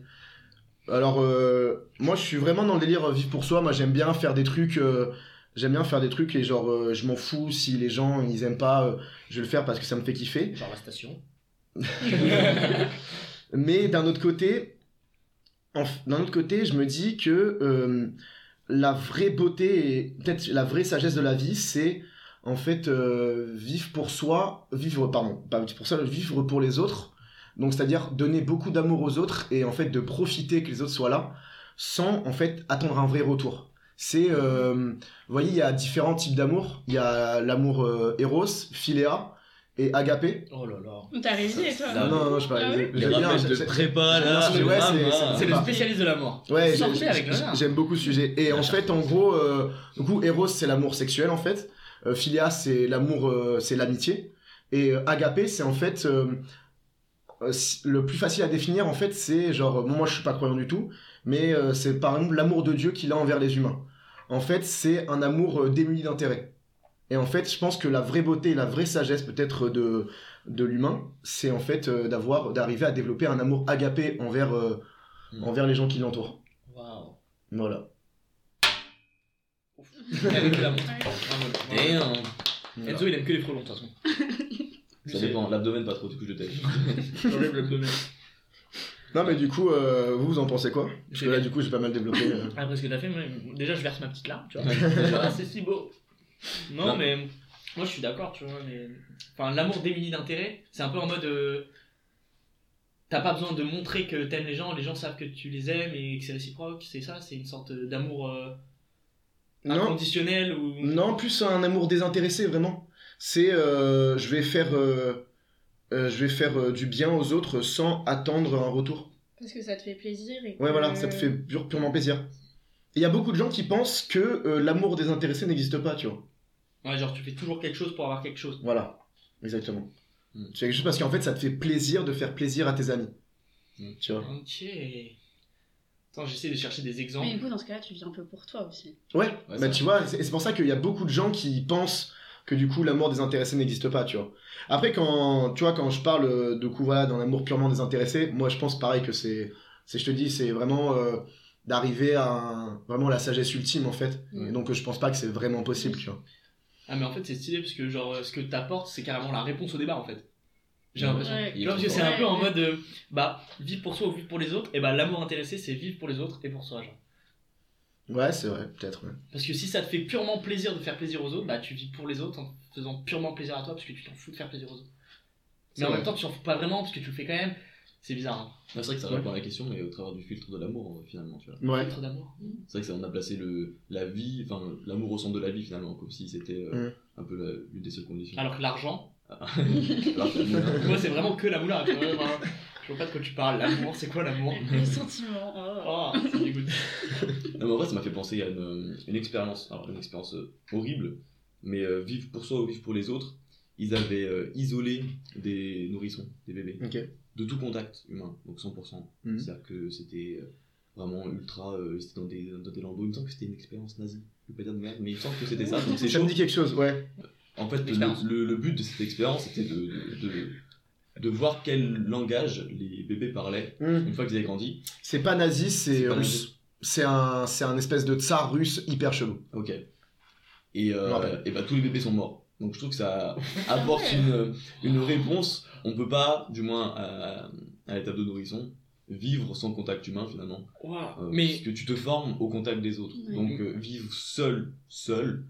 Speaker 1: Alors, euh, moi, je suis vraiment dans le délire euh, vivre pour soi. Moi, j'aime bien faire des trucs. euh, j'aime bien faire des trucs et genre, euh, je m'en fous si les gens ils aiment pas. euh, je vais le faire parce que ça me fait kiffer.
Speaker 2: Genre la
Speaker 3: *laughs*
Speaker 2: station.
Speaker 1: Mais d'un autre côté, en f- d'un autre côté, je me dis que euh, la vraie beauté et peut-être la vraie sagesse de la vie, c'est en fait euh, vivre pour soi, vivre pardon, pas vivre pour soi, vivre pour les autres. Donc c'est-à-dire donner beaucoup d'amour aux autres et en fait de profiter que les autres soient là sans en fait attendre un vrai retour. C'est euh, vous voyez, il y a différents types d'amour, il y a l'amour euh, Eros, Philéa et Agapé.
Speaker 2: Oh là là.
Speaker 4: T'as réussi et toi
Speaker 1: non,
Speaker 3: Ah oui.
Speaker 1: non, non, je sais pas.
Speaker 4: Ah
Speaker 1: j'ai-
Speaker 4: oui
Speaker 3: Les
Speaker 1: j'aime bien,
Speaker 3: rappels
Speaker 1: j'ai-
Speaker 3: de
Speaker 1: j'ai-
Speaker 3: prépa, là,
Speaker 1: Ouais,
Speaker 3: là,
Speaker 1: c'est-
Speaker 3: là.
Speaker 1: c'est-
Speaker 2: C'est le
Speaker 1: pas-
Speaker 2: spécialiste de la mort.
Speaker 1: Ouais, j'ai-
Speaker 2: Sortez
Speaker 1: j'ai-
Speaker 2: avec le
Speaker 1: j'ai-
Speaker 2: lard.
Speaker 1: j'aime beaucoup ce sujet. Et en fait, en gros, euh, du coup, Eros, c'est l'amour sexuel, en fait. Euh, Philia, c'est l'amour, euh, c'est l'amitié. Et euh, Agapé, c'est en fait. euh, euh, si- le plus facile à définir, en fait, c'est genre. euh, bon, moi, je suis pas croyant du tout, mais euh, c'est par exemple l'amour de Dieu qu'il a envers les humains. En fait, c'est un amour euh, démuni d'intérêt. Et en fait, je pense que la vraie beauté, la vraie sagesse, peut-être, de, de l'humain, c'est en fait euh, d'avoir, d'arriver à développer un amour agapé envers, euh,
Speaker 3: Mm.
Speaker 1: envers les gens qui l'entourent.
Speaker 3: *laughs*
Speaker 2: Waouh.
Speaker 1: Voilà.
Speaker 2: Avec la montre.
Speaker 4: Ouais.
Speaker 2: Bravo.
Speaker 3: Damn.
Speaker 2: Enzo, il aime que les frelons, de toute façon.
Speaker 3: Ça dépend, l'abdomen pas trop, du coup je le taille.
Speaker 2: J'enlève l'abdomen.
Speaker 1: Non mais du coup, euh, vous vous en pensez quoi Parce
Speaker 2: J'ai
Speaker 1: que là
Speaker 2: bien.
Speaker 1: du coup j'ai pas mal développé. euh.
Speaker 2: Après ce que t'as fait, moi, déjà je verse ma petite larme, tu vois. Ah, c'est si beau. Non,
Speaker 3: Non.
Speaker 2: mais moi je suis d'accord, tu vois. Mais... Enfin, l'amour démuni d'intérêt, c'est un peu en mode. euh, T'as pas besoin de montrer que t'aimes les gens, les gens savent que tu les aimes et que c'est réciproque, c'est ça, c'est une sorte d'amour euh, Ah,
Speaker 1: non,
Speaker 2: inconditionnel ou.
Speaker 1: non, plus un amour désintéressé vraiment. C'est euh, je vais faire, euh, euh, je vais faire euh, du bien aux autres sans attendre un retour.
Speaker 4: Parce que ça te fait plaisir. Et
Speaker 1: Ouais
Speaker 4: que-
Speaker 1: voilà, ça te fait pure- purement plaisir. Il y a beaucoup de gens qui pensent que euh, l'amour désintéressé n'existe pas, tu vois.
Speaker 2: Ouais, genre tu fais toujours quelque chose pour avoir quelque chose.
Speaker 1: Voilà, exactement.
Speaker 3: Mm.
Speaker 1: C'est juste parce qu'en fait ça te fait plaisir de faire plaisir à tes amis.
Speaker 3: Mm.
Speaker 1: Tu vois.
Speaker 2: Ok. Attends, j'essaie de chercher des exemples.
Speaker 4: Mais du coup, dans ce cas-là, tu vis un peu pour toi aussi.
Speaker 1: Ouais,
Speaker 3: Ouais,
Speaker 1: bah
Speaker 3: ça.
Speaker 1: tu vois, c'est c'est pour ça qu'il y a beaucoup de gens qui pensent que du coup l'amour désintéressé n'existe pas, tu vois. Après quand tu vois quand je parle euh, de coup voilà d'un amour purement désintéressé, moi je pense pareil que c'est c'est je te dis c'est vraiment euh, d'arriver à un- vraiment la sagesse ultime en fait.
Speaker 4: Mm.
Speaker 1: Et donc euh, je pense pas que c'est vraiment possible, tu vois.
Speaker 2: Ah, mais en fait, c'est stylé parce que genre ce que t'apportes, c'est carrément la réponse au débat en fait. J'ai l'impression.
Speaker 4: Ouais.
Speaker 3: Il est
Speaker 2: Tu vois, parce que
Speaker 3: trop
Speaker 2: c'est
Speaker 3: fort.
Speaker 2: un peu en
Speaker 4: Ouais.
Speaker 2: mode euh, bah vivre pour soi ou vivre pour les autres, et bah l'amour intéressé c'est vivre pour les autres et pour soi. Genre.
Speaker 1: Ouais, c'est vrai, peut-être. ouais.
Speaker 2: Parce que si ça te fait purement plaisir de faire plaisir aux autres, bah tu vis pour les autres en faisant purement plaisir à toi parce que tu t'en fous de faire plaisir aux autres.
Speaker 3: C'est
Speaker 2: Mais en
Speaker 3: vrai.
Speaker 2: même temps tu t'en fous pas vraiment parce que tu le fais quand même, c'est bizarre. Hein.
Speaker 3: Ouais, C'est vrai que ça répond à la question, mais au travers du filtre de l'amour euh, finalement, tu vois.
Speaker 1: Ouais.
Speaker 2: Trop d'amour.
Speaker 3: C'est vrai que ça, on a placé le, la vie, enfin l'amour au centre de la vie finalement, comme si c'était euh, un peu la- l'une des seules conditions.
Speaker 2: Alors que l'argent,
Speaker 3: Alors que l'amour, hein.
Speaker 2: moi c'est vraiment que la moula. tu vois, enfin, je vois pas de quoi tu parles. L'amour, c'est quoi *laughs* l'amour
Speaker 4: Les sentiments. oh.
Speaker 2: Oh, ça dégoûte.
Speaker 3: Non, mais en vrai, ça m'a fait penser à une, euh, une expérience, alors une expérience euh, horrible, mais euh, vivre pour soi ou vivre pour les autres, ils avaient euh, isolé des nourrissons, des bébés,
Speaker 1: Ok.
Speaker 3: de tout contact humain, donc 100%.
Speaker 1: Mhm.
Speaker 3: C'est-à-dire que c'était euh, vraiment ultra, euh, ils étaient dans des, dans des lambeaux, il me semble que c'était une expérience nazie, je vais pas dire de merde, mais il me semble que c'était ça, donc c'est
Speaker 1: Ça
Speaker 3: chaud.
Speaker 1: me dit quelque chose, ouais.
Speaker 3: En fait,
Speaker 2: L'expérience.
Speaker 3: le, le- le but de cette expérience, c'était de, de, de- de voir quel langage les bébés parlaient
Speaker 1: Mm.
Speaker 3: une fois qu'ils avaient grandi.
Speaker 1: C'est pas nazi, c'est
Speaker 3: pas
Speaker 1: russe. C'est un, c'est un espèce de tsar russe hyper chelou.
Speaker 3: Ok. Et, euh,
Speaker 1: Je me rappelle.
Speaker 3: et bah, tous les bébés sont morts. Donc je trouve que ça apporte une, une réponse. On peut pas, du moins à, à l'étape de nourrisson, vivre sans contact humain finalement.
Speaker 2: Ouah.
Speaker 3: Euh,
Speaker 2: Mais
Speaker 3: Parce que tu te formes au contact des autres.
Speaker 4: Ouais.
Speaker 3: Donc euh, vivre seul, seul,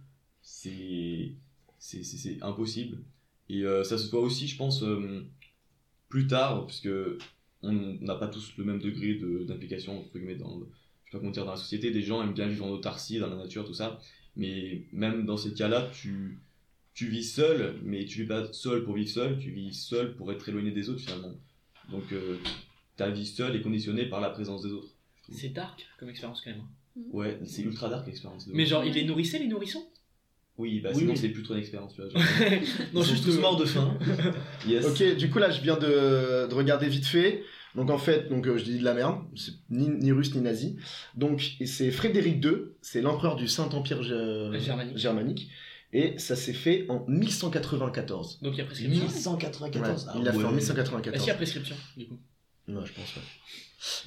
Speaker 3: c'est c'est- c'est- c'est impossible. Et euh, ça se voit aussi, je pense, euh, plus tard, puisque on n'a pas tous le même degré de- d'implication, entre guillemets, dans, je sais pas comment dire, dans la société. Des gens aiment bien vivre en autarcie, dans la nature, tout ça. Mais même dans ces cas-là, tu, tu vis seul, mais tu vis pas seul pour vivre seul, tu vis seul pour être éloigné des autres finalement. Donc euh, ta vie seule est conditionnée par la présence des autres.
Speaker 2: c'est dark comme expérience quand même. hein.
Speaker 3: Ouais, c'est ultra dark l'expérience. de-
Speaker 2: Mais genre, il les nourrissait les nourrissons
Speaker 3: Oui, bah
Speaker 2: Oui,
Speaker 3: sinon
Speaker 2: oui.
Speaker 3: c'est plus trop une expérience, tu vois. Genre,
Speaker 2: *laughs* Non,
Speaker 3: ils sont
Speaker 2: juste
Speaker 3: tous
Speaker 2: euh,
Speaker 3: morts
Speaker 2: *laughs*
Speaker 3: de faim. Yes.
Speaker 1: Ok, du coup là je viens de, de regarder vite fait. Donc en fait, donc euh, je dis de la merde, c'est ni, ni russe ni nazi. Donc et c'est Frédéric II, c'est l'empereur du Saint-Empire ge-
Speaker 2: Euh, Germanique.
Speaker 1: germanique. Et ça s'est fait en 1194.
Speaker 2: Donc il y a prescription.
Speaker 1: Ouais,
Speaker 3: 1194.
Speaker 1: il l'a fait en
Speaker 2: Est-ce qu'il y a
Speaker 1: 1194.
Speaker 2: prescription du coup
Speaker 1: Ouais, je pense, ouais.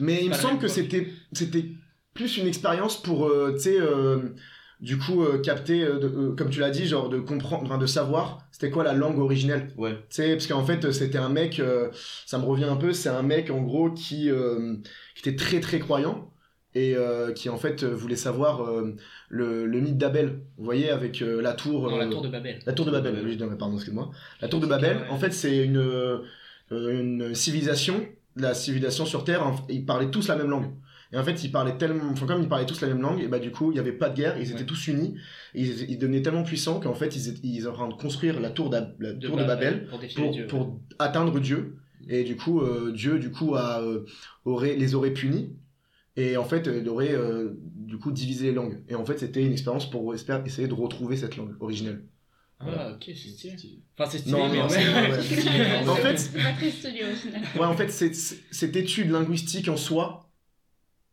Speaker 1: Mais il me
Speaker 2: pas la
Speaker 1: semble
Speaker 2: même
Speaker 1: que
Speaker 2: époque.
Speaker 1: c'était c'était plus une expérience pour, euh, tu sais, euh, du coup, euh, capter, euh, de- euh, comme tu l'as dit, genre de comprendre, enfin, de savoir c'était quoi la langue originelle.
Speaker 3: Ouais.
Speaker 1: Tu sais, parce qu'en fait, c'était un mec, euh, ça me revient un peu, c'est un mec en gros qui, euh, qui était très très croyant et euh, qui en fait euh, voulait savoir euh, le, le mythe d'Abel, vous voyez, avec euh, la tour.
Speaker 2: Dans la
Speaker 1: euh,
Speaker 2: tour de Babel.
Speaker 1: la tour de Babel,
Speaker 3: Babel.
Speaker 1: oui, non, mais pardon, excuse-moi. La tour de Babel, en fait, c'est une, euh, une civilisation, la civilisation sur Terre, en- ils parlaient tous la même langue. Et en fait, ils parlaient tellement, enfin, comme ils parlaient tous la même langue, et bah du coup, il n'y avait pas de guerre, ils étaient
Speaker 3: Ouais.
Speaker 1: tous unis, et ils, ils devenaient tellement puissants qu'en fait, ils étaient ils étaient en train de construire la tour, d'Ab- la tour de Babel
Speaker 2: pour défier
Speaker 1: pour,
Speaker 2: Dieu.
Speaker 1: pour atteindre Dieu. Et du coup, euh, Dieu, du coup, a, euh, aurait, les aurait punis. Et en fait, il aurait, euh, du coup, divisé les langues. Et en fait, c'était une expérience pour espère, essayer de retrouver cette langue originelle.
Speaker 2: Ah, ok, c'est stylé.
Speaker 3: stylé.
Speaker 2: Enfin, c'est stylé,
Speaker 1: Non,
Speaker 2: mais
Speaker 1: non,
Speaker 2: en
Speaker 1: c'est-
Speaker 2: même-
Speaker 1: ouais.
Speaker 2: *laughs* stylé.
Speaker 1: En fait-
Speaker 4: C'est pas très stylé au final.
Speaker 1: Ouais, en fait, c'est- c'est- cette étude linguistique en soi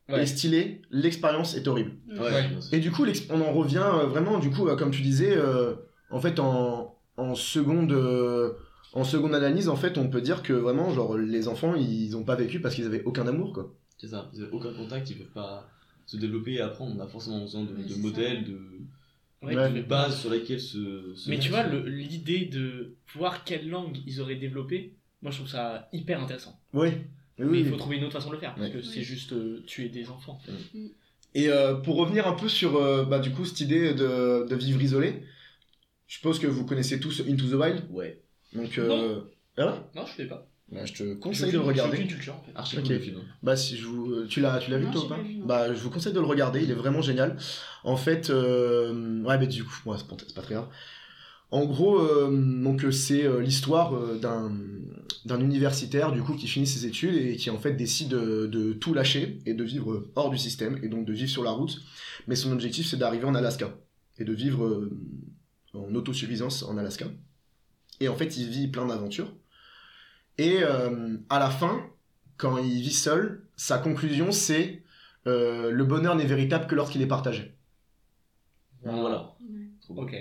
Speaker 2: Ouais.
Speaker 1: est stylée, l'expérience est horrible.
Speaker 3: Ouais, bien sûr.
Speaker 1: Et du coup, l'ex- on en revient euh, vraiment, du coup, euh, comme tu disais, euh, en fait, en, en seconde. euh, en seconde analyse, en fait, on peut dire que vraiment, genre, les enfants, ils ont pas vécu parce qu'ils avaient aucun amour, quoi.
Speaker 3: C'est ça, ils n'ont aucun contact, ils peuvent pas se développer et apprendre. On a forcément besoin de,
Speaker 4: Ouais,
Speaker 3: de
Speaker 4: c'est
Speaker 3: modèles, de,
Speaker 2: Ouais,
Speaker 1: Ouais.
Speaker 2: tu
Speaker 3: de
Speaker 2: fais pas-
Speaker 3: bases sur lesquelles se. se-
Speaker 2: Mais tu vois, le- l'idée de voir quelle langue ils auraient développée, moi je trouve ça hyper intéressant.
Speaker 1: Oui. Oui,
Speaker 2: mais
Speaker 1: oui.
Speaker 2: il faut trouver une autre façon de le faire, parce
Speaker 1: Ouais.
Speaker 2: que
Speaker 4: Oui.
Speaker 2: c'est juste euh, tuer des enfants.
Speaker 1: Et euh, pour revenir un peu sur, euh, bah, du coup, cette idée de, de vivre isolé, je pense que vous connaissez tous Into the Wild.
Speaker 3: Ouais,
Speaker 1: Donc, euh, ah ouais
Speaker 2: Non, je fais pas.
Speaker 1: Bah, je te
Speaker 2: Je
Speaker 1: conseille de le regarder.
Speaker 2: aucune culture en fait.
Speaker 3: archi
Speaker 1: Ok.
Speaker 3: cool le film. hein.
Speaker 1: Bah, si je vous... tu l'as, tu l'as vu
Speaker 4: Non,
Speaker 1: toi
Speaker 4: j'ai
Speaker 1: ou pas
Speaker 4: pas vu, non.
Speaker 1: Bah, je vous conseille de le regarder, il est vraiment génial. En fait, euh, ouais, mais du coup, ouais, c'est pas- c'est pas très grave. En gros, euh, donc euh, c'est euh, l'histoire euh, d'un d'un universitaire du coup qui finit ses études et qui en fait décide de, de tout lâcher et de vivre euh, hors du système et donc de vivre sur la route. Mais son objectif c'est d'arriver en Alaska et de vivre euh, en autosuffisance en Alaska. Et en fait, il vit plein d'aventures. Et euh, à la fin, quand il vit seul, sa conclusion c'est euh, le bonheur n'est véritable que lorsqu'il est partagé.
Speaker 3: Donc Voilà.
Speaker 4: Ouais.
Speaker 2: Ok.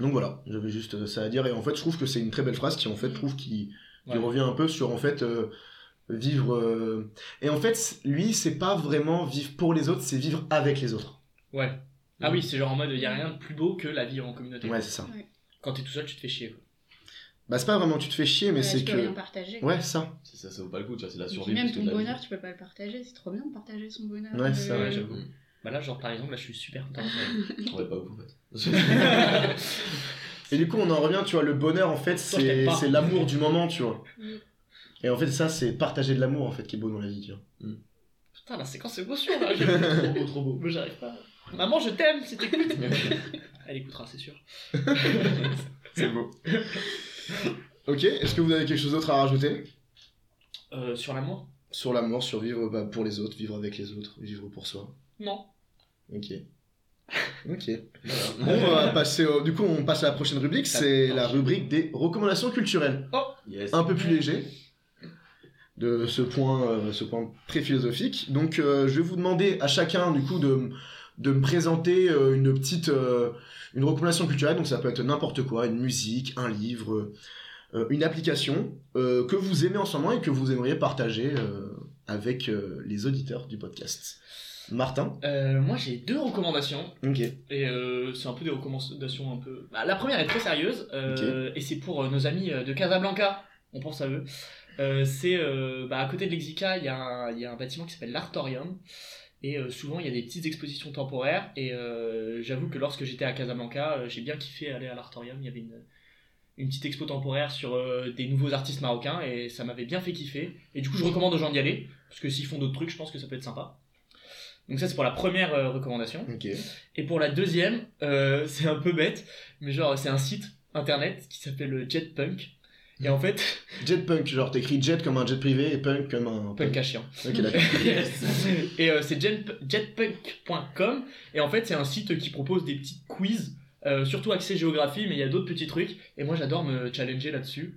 Speaker 1: Donc voilà, j'avais juste euh, ça à dire. Et en fait, je trouve que c'est une très belle phrase qui en fait trouve qui, qui
Speaker 2: Ouais.
Speaker 1: revient un peu sur en fait euh, vivre. euh, Et en fait, c- lui, c'est pas vraiment vivre pour les autres, c'est vivre avec les autres.
Speaker 2: Ouais. Ah oui, c'est genre en mode, il n'y a rien de plus beau que la vie en communauté.
Speaker 1: Ouais, c'est ça.
Speaker 2: Quand t'es tout seul, tu te fais chier. quoi.
Speaker 1: Bah c'est pas vraiment tu te fais chier, mais
Speaker 4: Ouais,
Speaker 1: c'est
Speaker 4: tu peux
Speaker 1: que
Speaker 4: rien partager.
Speaker 1: ouais, c'est ça.
Speaker 3: C'est Ça, ça vaut pas le coup, tu vois, c'est la
Speaker 4: Et
Speaker 3: survie.
Speaker 4: puis même
Speaker 3: parce que
Speaker 4: ton
Speaker 3: la vie-
Speaker 4: bonheur, tu peux pas le partager. C'est trop bien de partager son bonheur.
Speaker 1: Ouais,
Speaker 4: Euh,
Speaker 1: c'est ça,
Speaker 2: ouais,
Speaker 4: *laughs*
Speaker 2: j'avoue.
Speaker 3: Mm.
Speaker 2: Bah là, genre par exemple, là je suis super content.
Speaker 3: Ouais, pas ouf en fait.
Speaker 1: Et du coup, on en revient, tu vois, le bonheur en fait,
Speaker 2: je t'aime
Speaker 1: c'est
Speaker 2: pas.
Speaker 1: c'est l'amour du moment, tu vois.
Speaker 4: Oui.
Speaker 1: Et en fait, ça, c'est partager de l'amour en fait qui est beau dans la vie, tu vois.
Speaker 2: Putain, la séquence émotion là, j'aime trop beau, trop beau. Mais j'arrive pas. Maman, je t'aime, si t'écoutes. *laughs* Elle écoutera, c'est sûr. *laughs*
Speaker 1: C'est beau. ok, est-ce que vous avez quelque chose d'autre à rajouter
Speaker 2: Euh, sur l'amour
Speaker 1: Sur la mort, survivre bah, pour les autres, vivre avec les autres, vivre pour soi.
Speaker 2: Non.
Speaker 1: Ok. Ok. Bon,
Speaker 3: Voilà.
Speaker 1: on va passer au- du coup, on passe à la prochaine *laughs* rubrique, c'est la rubrique des recommandations culturelles.
Speaker 3: Yes.
Speaker 1: Un peu plus léger de ce point, euh, ce point très philosophique. Donc, euh, je vais vous demander à chacun, du coup, de, m- de me présenter euh, une petite euh, une recommandation culturelle. Donc, ça peut être n'importe quoi, une musique, un livre, euh, une application euh, que vous aimez en ce moment et que vous aimeriez partager euh, avec euh, les auditeurs du podcast. Martin
Speaker 2: Euh, moi j'ai deux recommandations.
Speaker 1: Ok.
Speaker 2: Et euh, c'est un peu des recommandations un peu. Bah, la première est très sérieuse. euh, Et c'est pour euh, nos amis euh, de Casablanca. On pense à eux. Euh, c'est euh, bah, à côté de l'Exica, il y, a un- il y a un bâtiment qui s'appelle l'Artorium. Et euh, souvent, il y a des petites expositions temporaires. Et euh, j'avoue que lorsque j'étais à Casablanca, euh, j'ai bien kiffé aller à l'Artorium. Il y avait une, une petite expo temporaire sur euh, des nouveaux artistes marocains. Et ça m'avait bien fait kiffer. Et du coup, je recommande aux gens d'y aller. Parce que s'ils font d'autres trucs, je pense que ça peut être sympa. Donc, ça, c'est pour la première euh, recommandation.
Speaker 1: Ok.
Speaker 2: Et pour la deuxième, euh, c'est un peu bête, mais genre c'est un site internet qui s'appelle euh, Jetpunk. Et en fait, *laughs*
Speaker 1: Jet punk, genre t'écris jet comme un jet privé et punk comme un
Speaker 2: punk à chien.
Speaker 1: Ok, d'accord.
Speaker 2: *laughs* et euh, c'est jetp- jetpunk.com. Et en fait, c'est un site qui propose des petits quiz, euh, surtout axés géographie, mais il y a d'autres petits trucs. Et moi, j'adore me challenger là-dessus.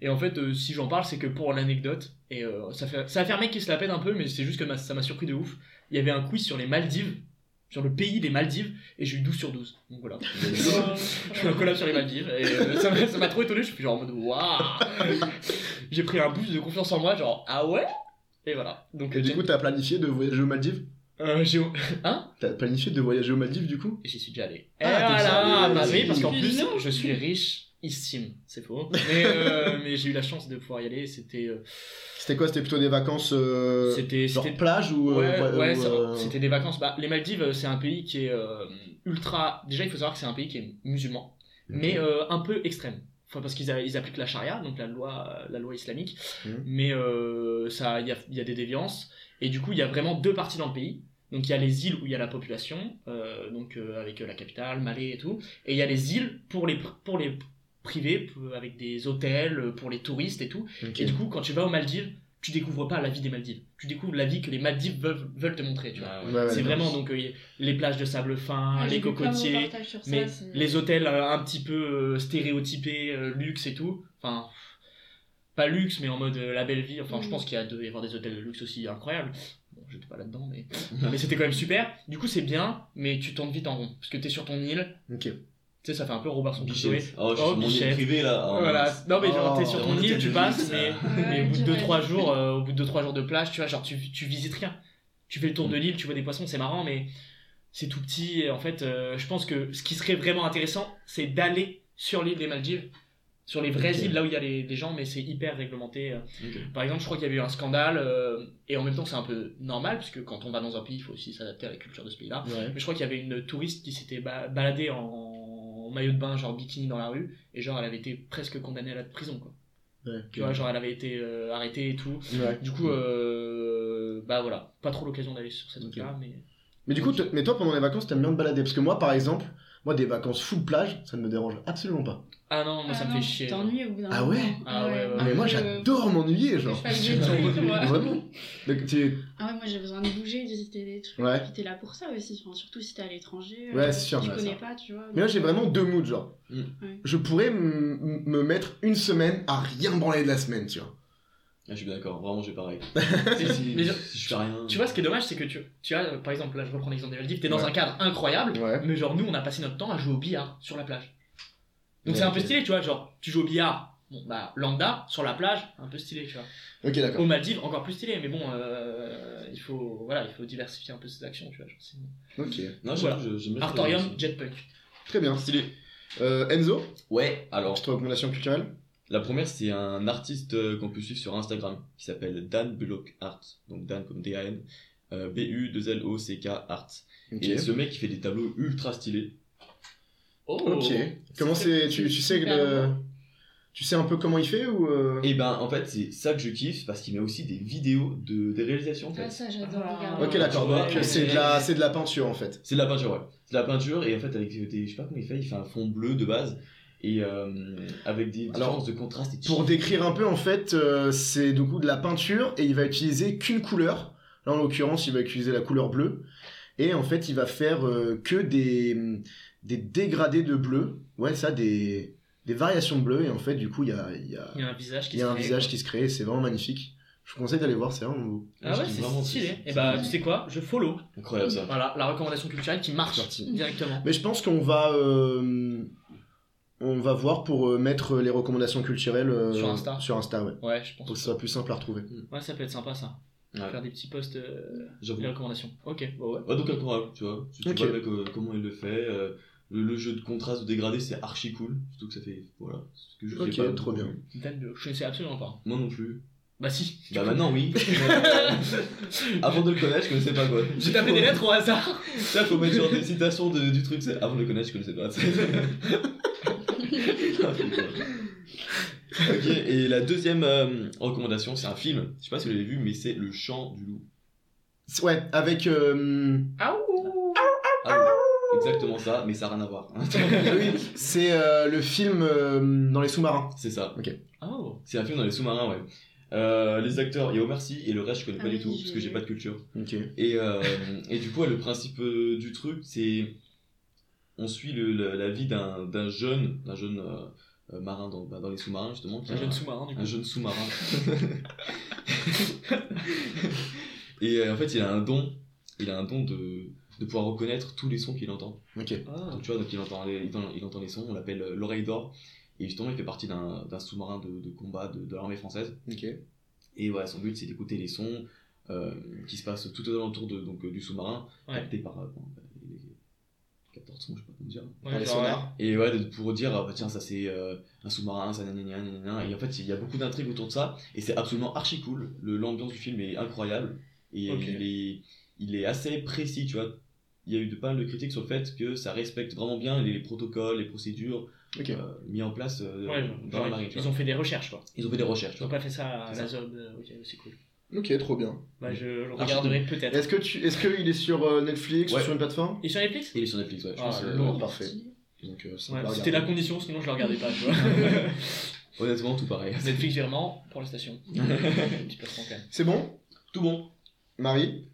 Speaker 2: Et en fait, euh, si j'en parle, c'est que pour l'anecdote. Et euh, ça, fait, ça a fait un mec qui se la pète un peu, mais c'est juste que ma- ça m'a surpris de ouf. Il y avait un quiz sur les Maldives, sur le pays des Maldives, et j'ai eu 12 sur 12. Donc voilà. Je fais un collab sur les Maldives et euh, ça m'a- ça m'a trop étonné. Je suis genre en mode waouh! J'ai pris un boost de confiance en moi, genre ah ouais? Et voilà. Donc,
Speaker 1: Et du coup, t'as planifié de voyager aux Maldives
Speaker 2: euh, j'ai-
Speaker 1: T'as planifié de voyager aux Maldives du coup
Speaker 2: J'y suis déjà allé.
Speaker 1: Ah,
Speaker 2: Eh
Speaker 1: t'es déjà
Speaker 2: voilà,
Speaker 1: allé.
Speaker 2: bah oui,
Speaker 1: C'est
Speaker 2: parce qu'en plus,
Speaker 4: évident.
Speaker 2: je suis riche, istime, c'est
Speaker 1: *laughs*
Speaker 2: faux. Mais, euh, mais j'ai eu la chance de pouvoir y aller. C'était, euh,
Speaker 1: C'était quoi C'était plutôt des vacances euh,
Speaker 2: c'était,
Speaker 1: genre
Speaker 2: c'était
Speaker 1: plage ou.
Speaker 2: Ouais,
Speaker 1: euh,
Speaker 2: ouais,
Speaker 1: ou,
Speaker 2: ça-
Speaker 1: euh,
Speaker 2: c'était des vacances. Bah, les Maldives, euh, c'est un pays qui est euh, ultra. Déjà, il faut savoir que c'est un pays qui est musulman, mais euh, un peu extrême. Enfin, parce qu'ils a- ils appliquent la charia, donc la loi, euh, la loi islamique.
Speaker 1: Mmh.
Speaker 3: Mhm.
Speaker 2: Mais euh, ça, il y a, il y a des déviances. Et du coup, il y a vraiment deux parties dans le pays. Donc il y a les îles où il y a la population, euh, donc euh, avec euh, la capitale, Malais et tout. Et il y a les îles pour les, pr- pour les privés, p- avec des hôtels, euh, pour les touristes et tout.
Speaker 3: Ok.
Speaker 2: Et du coup, quand tu vas aux Maldives, tu découvres pas la vie des Maldives. Tu découvres la vie que les Maldives veulent, veulent te montrer, tu vois.
Speaker 3: Ah,
Speaker 1: Ouais,
Speaker 3: ouais.
Speaker 1: ouais,
Speaker 2: c'est
Speaker 1: non.
Speaker 2: vraiment donc euh, y- les plages de sable fin,
Speaker 4: Ah, J'ai
Speaker 2: Ah, les
Speaker 4: vu plein de
Speaker 2: cocotiers,
Speaker 4: reportages sur ça,
Speaker 2: mais
Speaker 4: c'est-
Speaker 2: les hôtels euh, un petit peu euh, stéréotypés, euh, luxe et tout. Enfin, pas luxe, mais en mode euh, la belle vie. Enfin, je
Speaker 4: Mm.
Speaker 2: pense qu'il y a de, y avoir des hôtels de luxe aussi incroyables. Bon, j'étais pas là-dedans, mais, mais c'était quand même super. Du coup, c'est bien, mais tu tournes vite en rond parce que t'es sur ton île.
Speaker 1: Ok.
Speaker 2: Tu sais, ça fait un peu Robertson Crusoe.
Speaker 3: Bichette. Oh, je suis
Speaker 2: Oh,
Speaker 3: sur mon île
Speaker 2: Bichette.
Speaker 3: privée là. Oh,
Speaker 2: Voilà.
Speaker 3: mince.
Speaker 2: Non, mais genre,
Speaker 1: Oh,
Speaker 2: t'es sur
Speaker 3: Dans
Speaker 2: ton
Speaker 3: mon
Speaker 2: île,
Speaker 3: hôtel
Speaker 2: tu
Speaker 3: de
Speaker 2: passes,
Speaker 3: luxe,
Speaker 2: mais.
Speaker 3: ça.
Speaker 4: Ouais,
Speaker 2: Mais au bout de
Speaker 4: tu
Speaker 2: 2-3
Speaker 4: vas-
Speaker 2: jours, euh, au bout de 2-3 jours de plage, tu vois, genre tu, tu visites rien. Tu fais le
Speaker 3: Mm.
Speaker 2: tour de l'île, tu vois des poissons, c'est marrant, mais c'est tout petit. Et en fait, euh, je pense que ce qui serait vraiment intéressant, c'est d'aller sur l'île des Maldives, sur les vraies
Speaker 3: Ok.
Speaker 2: îles, là où il y a les, les gens, mais c'est hyper réglementé. euh.
Speaker 3: Ok.
Speaker 2: Par exemple, je crois qu'il y avait eu un scandale, euh, et en même temps, c'est un peu normal, parce que quand on va dans un pays, il faut aussi s'adapter à la culture de ce pays-là.
Speaker 1: Ouais.
Speaker 2: Mais je crois qu'il y avait une touriste qui s'était ba- baladée en, en maillot de bain, genre bikini dans la rue, et genre elle avait été presque condamnée à la prison, quoi.
Speaker 1: Ouais.
Speaker 2: Tu vois, genre elle avait été euh, arrêtée et tout. Du coup, euh, bah voilà, pas trop l'occasion d'aller sur cette
Speaker 1: Ok.
Speaker 2: route-là, mais
Speaker 1: Mais du coup, te- mais toi pendant les vacances, t'aimes bien te balader parce que moi, par exemple, moi des vacances full plage, ça ne me dérange absolument pas.
Speaker 2: ah non, moi
Speaker 4: Ah
Speaker 2: ça me
Speaker 4: non,
Speaker 2: fait
Speaker 4: tu
Speaker 2: chier. genre.
Speaker 4: t'ennuies au bout d'un
Speaker 1: Ah
Speaker 4: moment.
Speaker 1: ouais
Speaker 2: Ah ouais, ouais, ouais.
Speaker 1: Ah, mais moi,
Speaker 4: Je-
Speaker 1: j'adore m'ennuyer, genre.
Speaker 4: Je fais
Speaker 1: *laughs*
Speaker 4: des trucs, moi.
Speaker 1: Vraiment. Donc, tu-
Speaker 4: Ah ouais, moi j'ai besoin de bouger, de visiter des trucs.
Speaker 1: Ouais.
Speaker 4: Et puis t'es là pour ça aussi, enfin, surtout si t'es à l'étranger.
Speaker 1: Ouais,
Speaker 4: euh,
Speaker 1: c'est sûr,
Speaker 4: Tu
Speaker 1: ouais,
Speaker 4: connais
Speaker 1: ça.
Speaker 4: pas, tu vois. euh,
Speaker 1: Mais là, j'ai vraiment deux moods, genre.
Speaker 3: Mm.
Speaker 4: Ouais.
Speaker 1: Je pourrais m- m- me mettre une semaine à rien branler de la semaine, tu vois.
Speaker 3: Ah, je suis bien d'accord, vraiment j'ai pareil.
Speaker 2: Mais-
Speaker 3: si, si,
Speaker 2: *laughs* mais genre,
Speaker 3: si je fais rien.
Speaker 2: tu vois, ce qui est dommage, c'est que tu, tu vois, euh, par exemple, là je reprends l'exemple des Maldives, t'es dans
Speaker 1: Ouais.
Speaker 2: un cadre incroyable,
Speaker 1: Ouais.
Speaker 2: mais genre nous on a passé notre temps à jouer au billard sur la plage. Donc
Speaker 3: Ouais,
Speaker 2: c'est un peu
Speaker 3: ok.
Speaker 2: stylé, tu vois, genre tu joues au billard, bon bah lambda, sur la plage, un peu stylé, tu vois.
Speaker 1: Ok,
Speaker 2: Aux
Speaker 1: d'accord.
Speaker 2: Maldives, encore plus stylé, mais bon, euh, il, faut, voilà, il faut diversifier un peu ses actions, tu vois. Genre, sinon-
Speaker 1: Ok.
Speaker 3: Non, j'aime
Speaker 2: Voilà.
Speaker 3: bien, j'aime bien. ce
Speaker 2: Artorium,
Speaker 3: truc.
Speaker 2: Jetpunk.
Speaker 1: Très bien. Stylé. Euh, Enzo,
Speaker 3: Ouais, alors.
Speaker 1: petite recommandation culturelle
Speaker 3: La première, c'est un artiste euh, qu'on peut suivre sur Instagram qui s'appelle Dan Bullock Art. Donc Dan comme D-A-N. euh, B-U-2-L-O-C-K Art.
Speaker 1: Ok.
Speaker 3: Et ce mec, il fait des tableaux ultra stylés.
Speaker 2: Oh,
Speaker 1: Ok. Comment c'est. Tu, tu sais que. le- Tu sais un peu comment il fait ou. euh,
Speaker 3: Et ben, en fait, c'est ça que je kiffe parce qu'il met aussi des vidéos de, des réalisations. en fait.
Speaker 4: Ah, ça j'adore
Speaker 2: Ah.
Speaker 4: regarder. Euh,
Speaker 1: Ok, d'accord.
Speaker 3: Tu vois,
Speaker 1: Donc,
Speaker 3: ouais,
Speaker 1: c'est de,
Speaker 2: ouais.
Speaker 1: la... c'est de la peinture en fait.
Speaker 3: C'est de la peinture, ouais. C'est de la peinture, et en fait, avec des. Je sais pas comment il fait, il fait un fond bleu de base, et euh, avec des
Speaker 1: Alors,
Speaker 3: différences de contraste et de
Speaker 1: Pour
Speaker 3: chiffres.
Speaker 1: décrire un peu, en fait, euh, c'est du coup de la peinture et il va utiliser qu'une couleur. Là, en l'occurrence, il va utiliser la couleur bleue. Et en fait, il va faire euh, que des, des dégradés de bleu. Ouais, ça, des, des variations de bleu. Et en fait, du coup, il y a, il y a-
Speaker 2: Il y a un visage qui
Speaker 1: il y a
Speaker 2: se
Speaker 1: un
Speaker 2: crée,
Speaker 1: visage
Speaker 2: quoi.
Speaker 1: qui se crée. et C'est vraiment magnifique. Je vous conseille d'aller voir, c'est vraiment beau.
Speaker 2: Ah ouais,
Speaker 3: Je kiffe
Speaker 2: c'est
Speaker 3: vraiment ce-
Speaker 2: stylé.
Speaker 3: ce-
Speaker 2: Et bah, tu sais quoi Je follow.
Speaker 3: Incroyable ça.
Speaker 2: Voilà, la recommandation culturelle qui marche
Speaker 1: C'est parti.
Speaker 2: directement.
Speaker 1: Mais je pense qu'on va, euh, on va voir pour euh, mettre les recommandations culturelles euh,
Speaker 2: Sur Insta.
Speaker 1: Sur Insta, ouais.
Speaker 2: Ouais, je
Speaker 1: Pour que
Speaker 2: pense.
Speaker 1: ce soit plus simple à retrouver.
Speaker 2: Ouais, ça peut être sympa ça.
Speaker 3: Ouais.
Speaker 2: Faire des petits posts, euh,
Speaker 3: J'avoue.
Speaker 2: des recommandations. Ok, bah ouais.
Speaker 3: Ouais, donc euh, incroyable, tu vois. Tu, tu
Speaker 1: Ok.
Speaker 3: vois le mec, euh, comment il le fait. euh, le, le jeu de contraste, de dégradé, c'est archi cool. Surtout que ça fait. Voilà. Ce que je
Speaker 1: Ok,
Speaker 3: fais pas
Speaker 1: trop
Speaker 3: beaucoup.
Speaker 1: bien.
Speaker 2: Dan, euh, je connaissais absolument pas.
Speaker 3: Moi non plus.
Speaker 2: Bah si.
Speaker 3: *laughs* Bah maintenant, oui. Euh, avant de le connaître, je connaissais pas quoi.
Speaker 2: *laughs* J'ai tapé des lettres au hasard.
Speaker 3: Ça, faut mettre genre des citations de- du truc. c'est Avant de le connaître, je connaissais
Speaker 2: *laughs*
Speaker 3: pas. Ah, putain. ok, et la deuxième euh, recommandation, c'est un film. Je sais pas si vous l'avez vu, mais c'est Le Chant du Loup.
Speaker 1: Ouais, avec. euh,
Speaker 2: Ah ouh.
Speaker 3: Ah oui, exactement ça, mais ça n'a rien à voir. *laughs*
Speaker 1: oui, c'est euh, le film euh, dans les sous-marins.
Speaker 3: c'est ça.
Speaker 2: Oh.
Speaker 3: C'est un film dans les sous-marins, ouais. Euh, les acteurs, il y a Omar Sy et le reste, je connais
Speaker 4: Ah
Speaker 3: pas
Speaker 4: oui,
Speaker 3: du tout
Speaker 4: j'ai
Speaker 3: parce que j'ai
Speaker 4: vu.
Speaker 3: pas de culture.
Speaker 1: Ok.
Speaker 3: Et,
Speaker 4: *laughs*
Speaker 3: euh, et du coup, ouais, le principe euh, du truc, c'est. On suit le- la, la vie d'un d'un jeune, d'un jeune euh, euh, marin dans, bah, dans les sous-marins, justement. qui
Speaker 2: Un
Speaker 3: a-
Speaker 2: jeune sous-marin du coup.
Speaker 3: un jeune sous-marin.
Speaker 2: *laughs*
Speaker 3: et euh, en fait, il a un don. Il a un don de, de pouvoir reconnaître tous les sons qu'il entend.
Speaker 1: Ok.
Speaker 2: Ah.
Speaker 3: Donc, tu vois, donc il entend les, il entend, il entend les sons, on l'appelle euh, l'oreille d'or. Et justement, il fait partie d'un d'un sous-marin de, de combat de, de l'armée française.
Speaker 1: Ok.
Speaker 3: Et voilà, son but, c'est d'écouter les sons euh, qui se passent tout autour de, donc, euh, du sous-marin,
Speaker 2: Ouais.
Speaker 3: captés par euh, bon, bah, les, les capteurs de sons, je sais pas comment dire.
Speaker 2: Ouais,
Speaker 1: Dans les
Speaker 2: genre,
Speaker 1: sonars.
Speaker 3: Et ouais, de- pour dire, ah bah tiens, ça c'est euh, un sous-marin, ça nanana, nanana. Et en fait, il y a beaucoup d'intrigues autour de ça. Et c'est absolument archi cool. Le- L'ambiance du film est incroyable. Et
Speaker 2: Ok.
Speaker 3: il, est, il est assez précis, tu vois. Il y a eu de, pas mal de critiques sur le fait que ça respecte vraiment bien les protocoles, les procédures,
Speaker 1: Ok.
Speaker 3: euh, mis en place euh,
Speaker 2: Ouais,
Speaker 3: dans la
Speaker 2: genre,
Speaker 3: marine. tu
Speaker 2: ils
Speaker 3: vois.
Speaker 2: ont fait des recherches, quoi.
Speaker 3: Ils ont fait des recherches. tu
Speaker 2: Ils ont
Speaker 3: vois.
Speaker 2: pas fait ça à
Speaker 3: C'est
Speaker 2: la
Speaker 3: ça.
Speaker 2: zone. euh, Ok, c'est cool.
Speaker 1: Ok, trop bien.
Speaker 2: Bah, je le
Speaker 3: Ah,
Speaker 2: regarderai peut-être.
Speaker 1: Est-ce que tu, est-ce qu'il est sur euh, Netflix
Speaker 3: Ouais.
Speaker 1: ou sur une plateforme
Speaker 2: Il est sur Netflix
Speaker 3: Il est sur Netflix, ouais. je
Speaker 2: Ah,
Speaker 3: pense, euh,
Speaker 2: lourd.
Speaker 1: parfait.
Speaker 3: donc, euh, ça
Speaker 2: Ouais,
Speaker 3: va
Speaker 2: c'était
Speaker 3: regarder.
Speaker 2: la condition, sinon je le regardais
Speaker 3: *laughs*
Speaker 2: pas, tu vois.
Speaker 3: Honnêtement, tout pareil.
Speaker 2: Netflix virement pour
Speaker 1: *laughs*
Speaker 2: la station. Un petit placement quand même.
Speaker 1: C'est bon
Speaker 3: Tout bon.
Speaker 1: Marie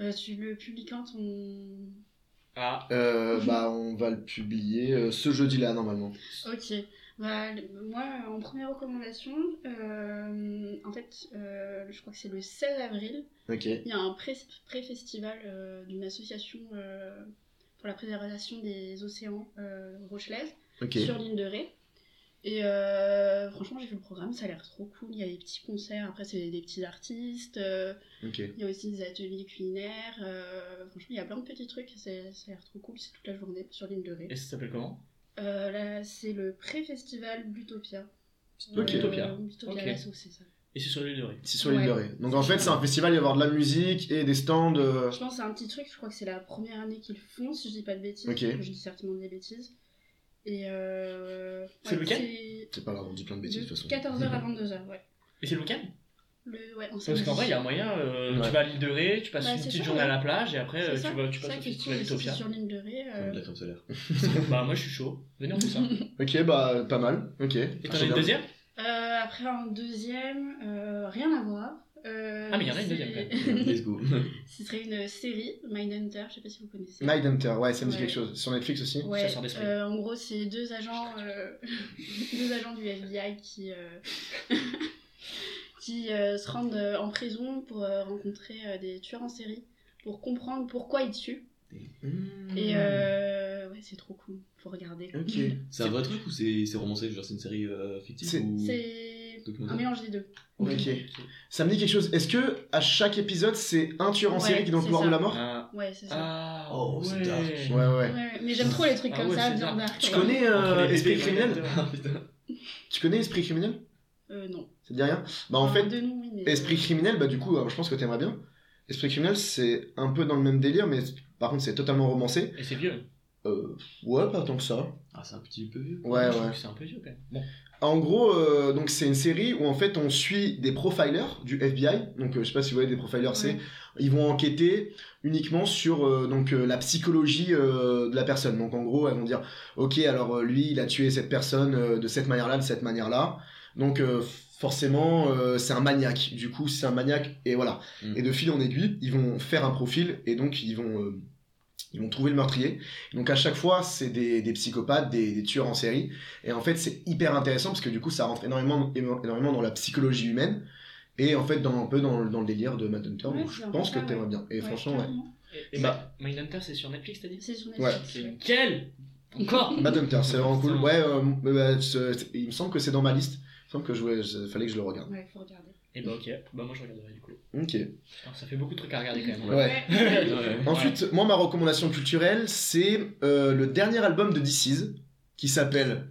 Speaker 4: Euh, tu le publies quand ton.
Speaker 2: Ah,
Speaker 1: Euh, Bah, on va le publier euh, ce jeudi-là, normalement.
Speaker 4: Ok. Bah, le- moi, en première recommandation, euh, en fait, euh, je crois que c'est le 16 avril,
Speaker 1: Ok.
Speaker 4: il y a un pré- pré-festival euh, d'une association euh, pour la préservation des océans euh, rochelaises
Speaker 1: Ok.
Speaker 4: sur l'île de Ré. Et euh, franchement, j'ai vu le programme, ça a l'air trop cool. Il y a des petits concerts, après, c'est des petits artistes. euh,
Speaker 1: Ok.
Speaker 4: il y a aussi des ateliers culinaires. euh, franchement, il y a plein de petits trucs. c'est- Ça a l'air trop cool. C'est toute la journée sur l'île de Ré.
Speaker 2: et ça s'appelle comment
Speaker 4: Euh, là, c'est le pré-festival Butopia.
Speaker 1: Ok.
Speaker 2: Butopia.
Speaker 4: Butopia,
Speaker 2: Ok.
Speaker 4: la sauce, c'est ça.
Speaker 2: Et c'est sur l'île de Ré.
Speaker 1: C'est sur l'île
Speaker 4: Ouais.
Speaker 1: de Ré. Donc en fait, c'est un festival, il va y avoir de la musique et des stands. euh,
Speaker 4: Je pense que c'est un petit truc, je crois que c'est la première année qu'ils font, si je dis pas de bêtises.
Speaker 1: Ok.
Speaker 4: Je dis certainement des bêtises. Et euh...
Speaker 2: C'est lequel
Speaker 1: C'est pas grave, on dit plein de bêtises de toute façon.
Speaker 4: 14h
Speaker 2: *laughs*
Speaker 4: à 22h, ouais.
Speaker 2: Et c'est le week-end
Speaker 4: Le... ouais en
Speaker 2: Parce qu'en
Speaker 4: samedi.
Speaker 2: vrai, il y a moyen, euh,
Speaker 1: Ouais.
Speaker 2: tu vas à l'île de Ré, tu passes
Speaker 4: Bah,
Speaker 2: une
Speaker 4: c'est
Speaker 2: petite
Speaker 4: ça,
Speaker 2: journée
Speaker 4: ouais.
Speaker 2: à la plage et après
Speaker 4: C'est
Speaker 2: euh,
Speaker 4: ça,
Speaker 2: tu vas, tu
Speaker 4: c'est
Speaker 2: passes
Speaker 4: ça
Speaker 2: au
Speaker 4: qui est
Speaker 2: festival
Speaker 4: cool, c'est
Speaker 2: Utopia.
Speaker 4: sur l'île de Ré.
Speaker 3: *laughs* Comme
Speaker 4: euh,
Speaker 3: de la crème solaire.
Speaker 2: bah, moi je suis chaud. Venez, on
Speaker 4: *laughs*
Speaker 2: fait ça.
Speaker 1: Ok, bah pas mal. Ok.
Speaker 2: Et
Speaker 1: Ah,
Speaker 2: t'en
Speaker 1: c'est
Speaker 2: as une
Speaker 1: bien.
Speaker 2: deuxième
Speaker 4: euh, après, en deuxième, euh, rien à voir. Euh,
Speaker 2: Ah, mais il y en a une
Speaker 4: c'est-
Speaker 2: deuxième, quand
Speaker 3: Let's go.
Speaker 4: Ce serait une série, Mindhunter, je sais pas si vous connaissez.
Speaker 1: Night Hunter, ouais, ça me dit
Speaker 4: Ouais.
Speaker 1: quelque chose. Sur Netflix aussi
Speaker 4: Ouais,
Speaker 2: Chasseur d'esprit.
Speaker 4: euh, en gros, c'est deux agents, euh, *laughs* deux agents du FBI qui, euh, *laughs* qui euh, se rendent euh, en prison pour euh, rencontrer euh, des tueurs en série, pour comprendre pourquoi ils tuent.
Speaker 1: Mm.
Speaker 4: Et euh, ouais, c'est trop cool, faut regarder.
Speaker 1: Hmm. Ok.
Speaker 3: C'est un vrai truc ou c'est c'est romancé Genre, c'est une série euh,
Speaker 1: C'est-
Speaker 3: fictive ou
Speaker 4: C'est un
Speaker 3: documentaire
Speaker 4: mélange des deux.
Speaker 1: Ok. Ça me dit quelque chose. Est-ce que à chaque épisode, c'est un tueur en
Speaker 4: Ouais,
Speaker 1: série qui est dans le
Speaker 4: c'est
Speaker 1: couloir
Speaker 4: ça.
Speaker 1: de la mort
Speaker 2: Ah,
Speaker 4: Ouais, c'est ça.
Speaker 2: ah,
Speaker 3: Oh, c'est
Speaker 2: ouais.
Speaker 3: dark.
Speaker 1: Ouais, ouais.
Speaker 4: Ouais, ouais, Mais j'aime trop les trucs
Speaker 2: Ah
Speaker 4: comme
Speaker 2: ouais,
Speaker 4: ça,
Speaker 2: c'est
Speaker 4: bien
Speaker 2: ça.
Speaker 4: dark.
Speaker 1: Tu
Speaker 4: ouais.
Speaker 1: connais euh,
Speaker 2: Entre les
Speaker 1: Esprit
Speaker 2: bébés,
Speaker 1: criminel
Speaker 2: ouais.
Speaker 3: Ah putain.
Speaker 1: Tu connais Esprit criminel
Speaker 4: Euh, non.
Speaker 1: Ça te dit rien Bah en fait,
Speaker 4: de nom, oui, mais.
Speaker 1: Esprit criminel, bah du coup, euh, je pense que t'aimerais bien. Esprit criminel, c'est un peu dans le même délire, mais par contre, c'est totalement romancé.
Speaker 2: Et c'est vieux.
Speaker 1: Euh, ouais, pas tant que ça.
Speaker 3: Ah, c'est un petit peu vieux.
Speaker 1: Ouais,
Speaker 2: Je trouve
Speaker 1: ouais.
Speaker 2: que C'est un peu vieux quand même. Bon.
Speaker 1: En gros, euh, donc c'est une série où en fait on suit des profilers du FBI. Donc euh, je sais pas si vous voyez des profilers, c'est ils vont enquêter uniquement sur euh, donc euh, la psychologie euh, de la personne. Donc en gros, elles vont dire ok alors euh, lui il a tué cette personne euh, de cette manière là, de cette manière là. Donc euh, forcément euh, c'est un maniaque. Du coup c'est un maniaque et voilà.
Speaker 3: Mm.
Speaker 1: Et de fil en aiguille, ils vont faire un profil et donc ils vont euh, ils vont trouver le meurtrier. Donc à chaque fois, c'est des, des psychopathes, des, des tueurs en série. Et en fait, c'est hyper intéressant parce que du coup, ça rentre énormément, émo- énormément dans la psychologie humaine. Et en fait, dans, un peu dans, le- dans le délire de Mad Hunter,
Speaker 4: Ouais,
Speaker 1: donc je
Speaker 4: c'est un
Speaker 1: pense
Speaker 4: peu
Speaker 1: que
Speaker 4: ça,
Speaker 1: t'aimerais
Speaker 4: ouais.
Speaker 1: bien. Et
Speaker 4: Ouais,
Speaker 1: franchement, ouais.
Speaker 4: carrément.
Speaker 2: Et, et
Speaker 1: Bah.
Speaker 2: Ma- Mindhunter, c'est sur Netflix, t'as dit
Speaker 4: C'est sur
Speaker 1: Ouais.
Speaker 4: Netflix.
Speaker 2: C'est
Speaker 4: ouais.
Speaker 2: nickel Encore
Speaker 1: Mad Hunter, c'est vraiment cool.
Speaker 2: Putain.
Speaker 1: Ouais, euh, euh, c'est- c'est- il me semble que c'est dans ma liste. Il me semble que je voulais- je- fallait que je le regarde.
Speaker 4: Ouais, faut regarder.
Speaker 2: Et bah, ok. Bah, moi je regarderai du coup.
Speaker 1: Ok.
Speaker 2: Putain, ça fait beaucoup de trucs à regarder quand même.
Speaker 1: Ouais. *laughs*
Speaker 3: Ouais.
Speaker 1: Ensuite, moi, ma recommandation culturelle, c'est euh, le dernier album de This Is, qui s'appelle.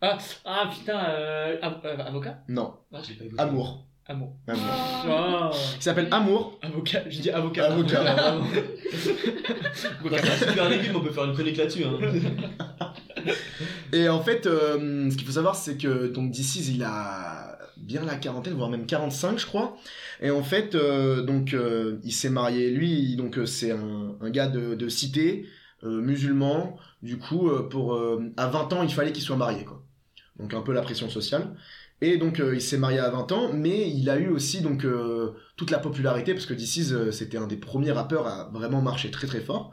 Speaker 2: Ah, ah putain, euh, av- euh, avocat
Speaker 1: Non,
Speaker 2: Ah,
Speaker 3: J'ai pas écouté.
Speaker 1: Amour.
Speaker 2: Amour.
Speaker 1: Amour.
Speaker 4: Oh.
Speaker 2: Oh.
Speaker 1: Qui s'appelle Amour.
Speaker 2: Avocat, je dis *laughs* avocat.
Speaker 1: Avocat.
Speaker 3: Ah,
Speaker 1: *laughs*
Speaker 3: Putain, c'est un super légume, on peut faire une chronique
Speaker 1: *laughs*
Speaker 3: là-dessus. Hein.
Speaker 1: Et en fait, euh, ce qu'il faut savoir, c'est que donc This Is, il a bien la quarantaine, voire même 45, je crois. Et en fait, euh, donc euh, il s'est marié. Lui, il- donc euh, c'est un, un gars de, de cité, euh, musulman. Du coup, euh, pour euh, à 20 ans, il fallait qu'il soit marié, quoi. Donc un peu la pression sociale. Et donc euh, il s'est marié à 20 ans, mais il a eu aussi donc euh, toute la popularité parce que This Is, euh, c'était un des premiers rappeurs à vraiment marcher très très fort.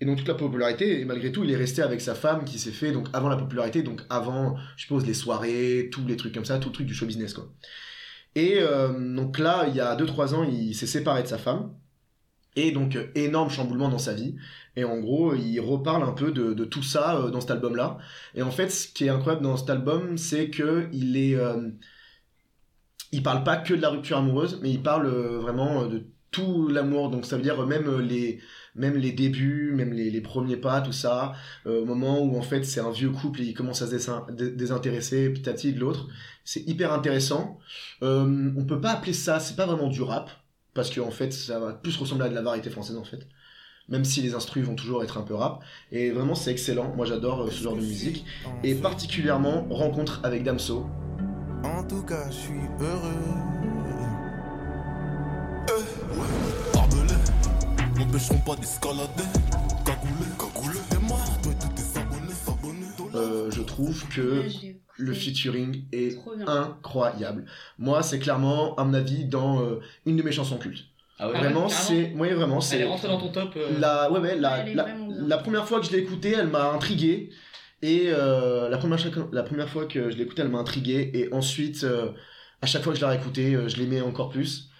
Speaker 1: Et donc toute la popularité, et malgré tout, il est resté avec sa femme qui s'est fait donc avant la popularité, donc avant, je suppose, les soirées, tous les trucs comme ça, tout le truc du show business quoi. Et euh, donc là, il y a 2-3 ans, il s'est séparé de sa femme. Et donc, euh, énorme chamboulement dans sa vie. Et en gros, il reparle un peu de, de tout ça euh, dans cet album-là. Et en fait, ce qui est incroyable dans cet album, c'est que il est. euh, il parle pas que de la rupture amoureuse, mais il parle euh, vraiment euh, de tout l'amour. Donc, ça veut dire euh, même euh, les même les débuts, même les, les premiers pas, tout ça, euh, au moment où en fait c'est un vieux couple et il commence à se désin- dé- désintéresser petit à petit de l'autre, c'est hyper intéressant. Euh, on peut pas appeler ça, c'est pas vraiment du rap, parce que en fait ça va plus ressembler à de la variété française en fait. même si les instrus vont toujours être un peu rap. Et vraiment, c'est excellent. Moi, j'adore euh, ce genre de musique. Et particulièrement, rencontre avec Damso.
Speaker 5: En tout cas, je suis heureux.
Speaker 6: Euh. Barbelé, m'empêcheront pas d'escalader. Cagoulé, cagoulé, t'es mort, toi et tous tes abonnés, abonnés.
Speaker 1: Euh, je trouve que
Speaker 4: Ouais, je l'ai écouté.
Speaker 1: le featuring est
Speaker 4: Trop bien.
Speaker 1: incroyable. Moi, c'est clairement, à mon avis, dans euh, une de mes chansons cultes.
Speaker 3: Ah ouais,
Speaker 2: Ah ouais.
Speaker 1: Vraiment,
Speaker 2: carrément.
Speaker 1: c'est. Oui, vraiment,
Speaker 2: Elle est
Speaker 1: c'est.
Speaker 2: rentrée dans ton top. euh,
Speaker 1: La, ouais, ouais, la,
Speaker 4: Elle est
Speaker 1: la-
Speaker 4: vraiment bien.
Speaker 1: la première fois que je l'ai écoutée, elle m'a intrigué. Et euh, la, première, chaque- la première fois que je l'ai écoutée, elle m'a intrigué. Et ensuite, euh, à chaque fois que je la réécoutais, euh, je l'aimais encore plus.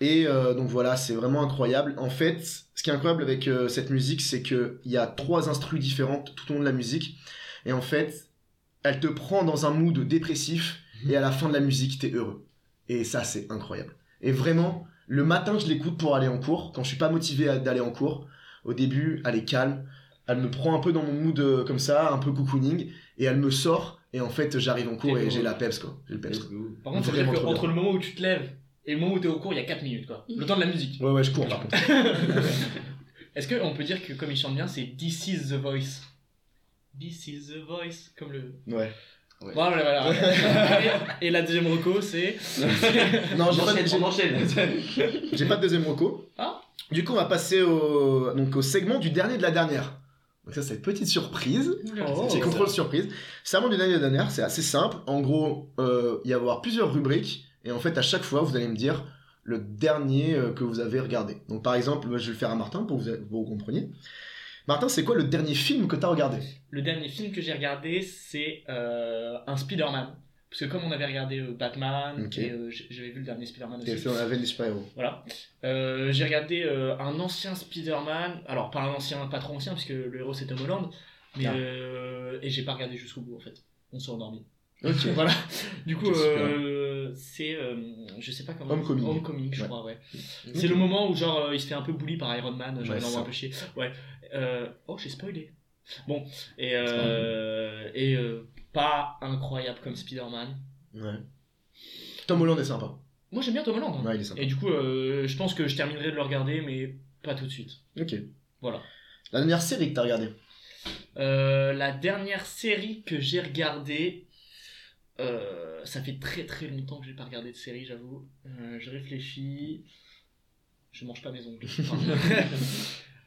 Speaker 1: Et euh, donc voilà, c'est vraiment incroyable. En fait, ce qui est incroyable avec euh, cette musique, c'est qu'il y a trois instrus différentes tout au long de la musique. Et en fait, elle te prend dans un mood dépressif. Et à la fin de la musique, t'es heureux. Et ça, c'est incroyable. Et vraiment, le matin, je l'écoute pour aller en cours. Quand je suis pas motivé à- d'aller en cours, au début, elle est calme. Elle me prend un peu dans mon mood euh, comme ça, un peu cocooning. Et elle me sort. Et en fait, j'arrive en cours
Speaker 2: Et
Speaker 1: et
Speaker 2: bon.
Speaker 1: j'ai la peps, quoi. J'ai le peps.
Speaker 3: let's
Speaker 1: quoi.
Speaker 3: go.
Speaker 2: Par contre, c'est
Speaker 1: Vraiment
Speaker 2: vrai que
Speaker 1: trop bien.
Speaker 2: entre le moment où tu te lèves et le moment où t'es au cours, il y a 4 minutes quoi. Le temps de la
Speaker 3: *laughs*
Speaker 2: musique.
Speaker 1: Ouais, ouais, je cours par contre.
Speaker 2: Est-ce qu'on peut dire que comme il chante bien, c'est This is the voice This is the voice, comme le.
Speaker 1: *laughs* Ouais.
Speaker 2: Voilà,
Speaker 1: *laughs*
Speaker 2: voilà. et, et la deuxième reco, c'est.
Speaker 1: Non, j'ai
Speaker 3: On
Speaker 1: pas,
Speaker 3: enchaîne, on
Speaker 1: j'ai-
Speaker 3: enchaîne.
Speaker 1: j'ai pas de deuxième reco.
Speaker 2: Ah.
Speaker 1: Du coup, on va passer au, donc, au segment du dernier de la dernière. Donc, ça, c'est une petite surprise.
Speaker 2: Oh.
Speaker 1: C'est contrôle surprise. Serment du dernier de la dernière, c'est assez simple. En gros, euh, il y va y avoir plusieurs rubriques. Et en fait, à chaque fois, vous allez me dire le dernier euh, que vous avez regardé. Donc, par exemple, je vais le faire à Martin pour que vous, pour que vous compreniez. Martin, c'est quoi le dernier film que t'as regardé
Speaker 2: Le dernier film que j'ai regardé, c'est euh, un Spider-Man. Parce que comme on avait regardé euh, Batman,
Speaker 1: Ok.
Speaker 2: et euh, j- j'avais vu le dernier Spider-Man aussi.
Speaker 1: T'es fait dans la veine des super-héros.
Speaker 2: Voilà. Euh, j'ai regardé euh, un ancien Spider-Man, alors pas un ancien, pas trop ancien, parce que le héros c'est Tom Holland, mais
Speaker 1: Ah.
Speaker 2: euh, et j'ai pas regardé jusqu'au bout en fait. On s'est endormi.
Speaker 1: Ok.
Speaker 2: *laughs* voilà. Du coup,
Speaker 1: Ok, super.
Speaker 2: euh, c'est, euh, je sais pas comment.
Speaker 1: hein Homecoming.
Speaker 2: je
Speaker 1: Ouais.
Speaker 2: crois, ouais. C'est le moment où genre euh, il se fait un peu bully par Iron Man, genre
Speaker 1: Ouais,
Speaker 2: il envoie
Speaker 1: ça.
Speaker 2: un peu chier. Ouais. Euh, oh, j'ai spoilé. Bon, et, euh, et euh, pas incroyable comme Spider-Man.
Speaker 1: Ouais. Tom Holland est sympa.
Speaker 2: Moi j'aime bien Tom Holland. hein.
Speaker 1: Ouais, il est sympa.
Speaker 2: Et du coup, euh, je pense que je terminerai de le regarder, mais pas tout de suite.
Speaker 1: Ok.
Speaker 2: Voilà.
Speaker 1: La dernière série que t'as regardée
Speaker 2: Euh, la dernière série que j'ai regardée, euh, ça fait très très longtemps que j'ai pas regardé de série, j'avoue. Euh, je réfléchis. Je mange pas
Speaker 1: *laughs*
Speaker 2: mes ongles. *laughs*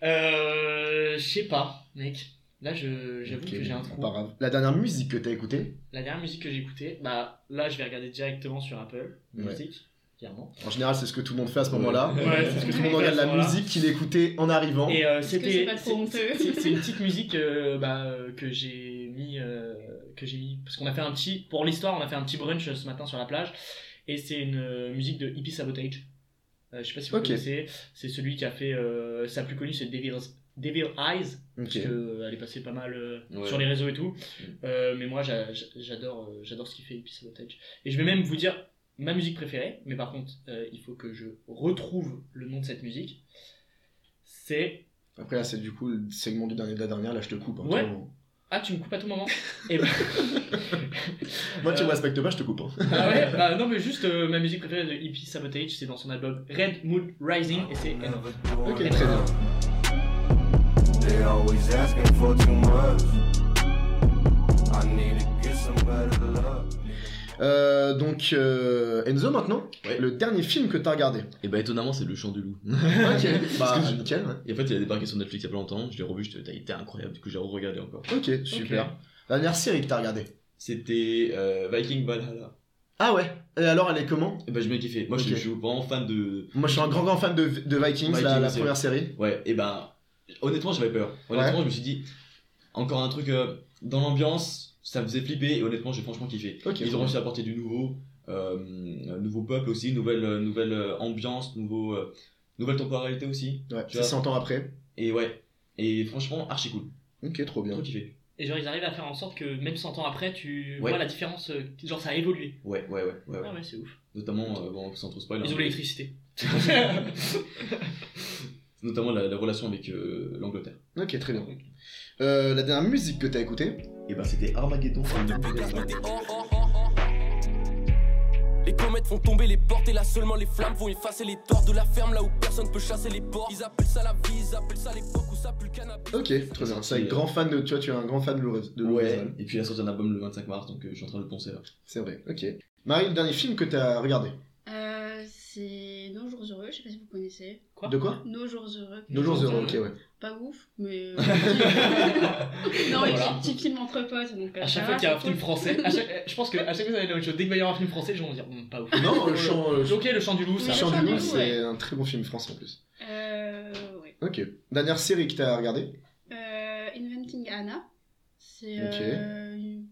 Speaker 2: Euh, je sais pas, mec. Là, je- j'avoue
Speaker 1: Ok,
Speaker 2: que j'ai un
Speaker 1: bon,
Speaker 2: trou.
Speaker 1: pas grave. La dernière musique que t'as écoutée
Speaker 2: La dernière musique que j'ai écoutée, bah là, je vais regarder directement sur Apple
Speaker 1: Ouais.
Speaker 2: Music, clairement.
Speaker 1: En général, c'est ce que tout le monde fait à ce
Speaker 3: Ouais.
Speaker 1: moment-là.
Speaker 2: Ouais, c'est ce que
Speaker 1: Tout le monde regarde la
Speaker 2: Voilà.
Speaker 1: musique qu'il écoutait en arrivant.
Speaker 2: Et euh,
Speaker 4: Est-ce que c'est
Speaker 2: c'était
Speaker 4: pas trop
Speaker 2: c'est-
Speaker 4: honteux
Speaker 2: c'est c'est une
Speaker 4: *laughs*
Speaker 2: petite musique euh, bah, euh, que j'ai mis euh, que j'ai mis parce qu'on a fait un petit pour l'histoire on a fait un petit brunch euh, ce matin sur la plage et c'est une euh, musique de Hippie Sabotage. Euh, je sais pas si vous
Speaker 1: Ok.
Speaker 2: connaissez, c'est celui qui a fait euh, sa plus connue c'est Devil's Devil Eyes
Speaker 1: Ok.
Speaker 2: parce que euh, elle est passée pas mal euh,
Speaker 3: Ouais.
Speaker 2: sur les réseaux et tout.
Speaker 3: Mm.
Speaker 2: Euh, mais moi j'a- j'a- j'adore euh, j'adore ce qu'il fait Hippie Sabotage et je vais même vous dire ma musique préférée mais par contre euh, il faut que je retrouve le nom de cette musique. C'est
Speaker 1: Après, là, c'est du coup le segment du dernier de la dernière. Là, je te coupe. hein,
Speaker 2: Ouais.
Speaker 1: clairement.
Speaker 2: Ah, tu me coupes à tout moment Eh ben-
Speaker 1: Moi, tu
Speaker 2: Euh,
Speaker 1: me respectes pas, je te coupe. hein.
Speaker 2: Ah ouais, bah non, mais juste euh, ma musique préférée de Hippie Sabotage, c'est dans son album Red Moon Rising et c'est énorme.
Speaker 1: Ok, très bien.
Speaker 6: They always asking for too much. I need to get some better love.
Speaker 1: Euh, donc, euh, Enzo, maintenant,
Speaker 3: Ouais.
Speaker 1: le dernier film que t'as regardé.
Speaker 3: Et bah étonnamment, c'est Le Chant du Loup.
Speaker 1: *laughs* ok, bah,
Speaker 3: *laughs* Parce que je-
Speaker 1: nickel. ouais.
Speaker 3: Et en fait, il a débarqué sur Netflix il y a pas longtemps, je l'ai revu, j'étais, t'as été incroyable, du coup j'ai re-regardé encore.
Speaker 1: Ok, super. La dernière série que t'as regardée.
Speaker 3: C'était euh, Viking Valhalla.
Speaker 1: Ah ouais Et alors, elle est comment
Speaker 3: Et bah je me kiffé. Moi je suis-
Speaker 1: Ok.
Speaker 3: je suis vraiment fan de.
Speaker 1: Moi, je suis un grand, grand fan de, de Vikings, la,
Speaker 3: Vikings,
Speaker 1: la
Speaker 3: ouais.
Speaker 1: première série.
Speaker 3: Ouais, et bah honnêtement j'avais peur. Honnêtement, je me suis dit, encore un truc euh, dans l'ambiance, ça me faisait flipper et honnêtement j'ai franchement kiffé.
Speaker 1: Ok.
Speaker 3: Ils ont réussi à apporter du nouveau, euh, un nouveau peuple aussi, nouvelle, euh, nouvelle euh, ambiance, nouveau, euh, nouvelle temporalité aussi.
Speaker 1: Ouais,
Speaker 3: Tu
Speaker 1: c'est
Speaker 3: vois.
Speaker 1: 100 ans après.
Speaker 3: Et ouais, et franchement archi cool,
Speaker 1: Ok, trop bien.
Speaker 3: trop kiffé.
Speaker 2: Et genre, ils arrivent à faire en sorte que même 100 ans après, tu
Speaker 3: Ouais.
Speaker 2: vois la différence, euh, genre ça a évolué.
Speaker 3: Ouais, ouais, ouais, ouais. ouais.
Speaker 2: Ah ouais, c'est ouf.
Speaker 3: Notamment, euh, bon, sans trop spoiler.
Speaker 2: Ils ont
Speaker 1: *laughs*
Speaker 3: hein,
Speaker 2: l'électricité.
Speaker 3: Notamment la, la relation avec euh, l'Angleterre.
Speaker 1: Ok, très bien. Euh, la dernière musique que t'as écoutée
Speaker 3: Et ben c'était Armageddon.
Speaker 6: Les
Speaker 7: Les comètes font tomber les portes et là seulement les flammes vont effacer les torts de la ferme là où personne peut chasser les porcs. Ils appellent ça la vie, ils appellent ça l'époque où ça pue le cannabis.
Speaker 1: Ok, très bien. C'est un grand fan de. Tu vois, tu es un grand fan de Lorez. de Lorez,
Speaker 3: Ouais, et puis il a sorti un album le 25 mars, donc euh, je suis en train de le poncer là.
Speaker 1: C'est vrai, ok. Marie, le dernier film que t'as regardé
Speaker 4: Euh, c'est Nos Jours Heureux, je sais pas si vous connaissez.
Speaker 2: Quoi
Speaker 1: De quoi
Speaker 4: Nos Jours Heureux.
Speaker 1: Nos jours heureux, ok, ouais.
Speaker 4: Pas ouf,
Speaker 1: *laughs*
Speaker 4: mais. euh, *laughs* non, mais
Speaker 2: Voilà.
Speaker 4: petit film entre potes. Donc,
Speaker 2: *laughs*
Speaker 4: euh,
Speaker 2: À chaque
Speaker 4: ça
Speaker 2: fois
Speaker 4: va,
Speaker 2: qu'il y a un
Speaker 4: c'est
Speaker 2: film
Speaker 4: cool.
Speaker 2: français, à chaque- je pense que à chaque fois ça va être la même chose. Dès qu'il va y avoir un film français, les gens vont dire Hum, pas ouf.
Speaker 1: Non, le chant, le
Speaker 2: Ok, le chant du loup,
Speaker 4: Oui,
Speaker 2: ça.
Speaker 4: le
Speaker 1: Chant du
Speaker 4: Chant du
Speaker 1: Loup,
Speaker 4: Loup,
Speaker 1: c'est
Speaker 4: ouais.
Speaker 1: un très bon film français en plus.
Speaker 4: Euh, ouais.
Speaker 1: Ok. Dernière série que t'as regardée
Speaker 4: Euh, Inventing Anna. C'est
Speaker 1: Ok.
Speaker 4: euh, une,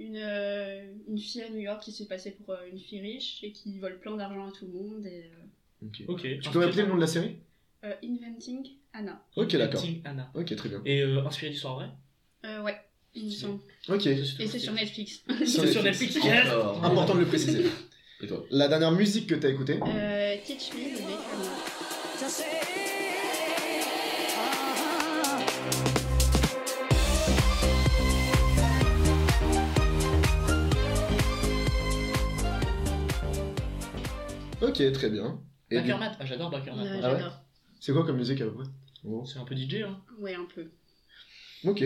Speaker 4: une, euh, une fille à New York qui se fait passer pour euh, une fille riche et qui vole plein d'argent à tout le monde. Et, euh,
Speaker 1: Ok.
Speaker 2: Ok.
Speaker 1: Tu peux rappeler le nom de la série
Speaker 4: euh, Inventing Anna.
Speaker 1: Ok, d'accord.
Speaker 2: Ting Anna.
Speaker 1: Ok, très bien.
Speaker 2: Et euh, inspiré d'histoire vraie
Speaker 4: Euh, ouais, il me semble.
Speaker 1: Ok.
Speaker 4: Et c'est sur Netflix.
Speaker 2: C'est sur Netflix. yes
Speaker 3: Encore.
Speaker 1: Important de le préciser.
Speaker 3: Et toi
Speaker 1: La dernière musique que t'as écoutée
Speaker 4: Euh, Teach Me euh, de Beckham.
Speaker 1: Ok, très bien. Et du-
Speaker 2: Bakermat. Ah, j'adore Bakermat.
Speaker 4: Euh,
Speaker 2: moi.
Speaker 1: Ah ouais
Speaker 4: J'adore.
Speaker 1: C'est quoi comme musique à peu près Oh.
Speaker 2: C'est un peu DJ, hein.
Speaker 4: Ouais, un peu.
Speaker 1: Ok.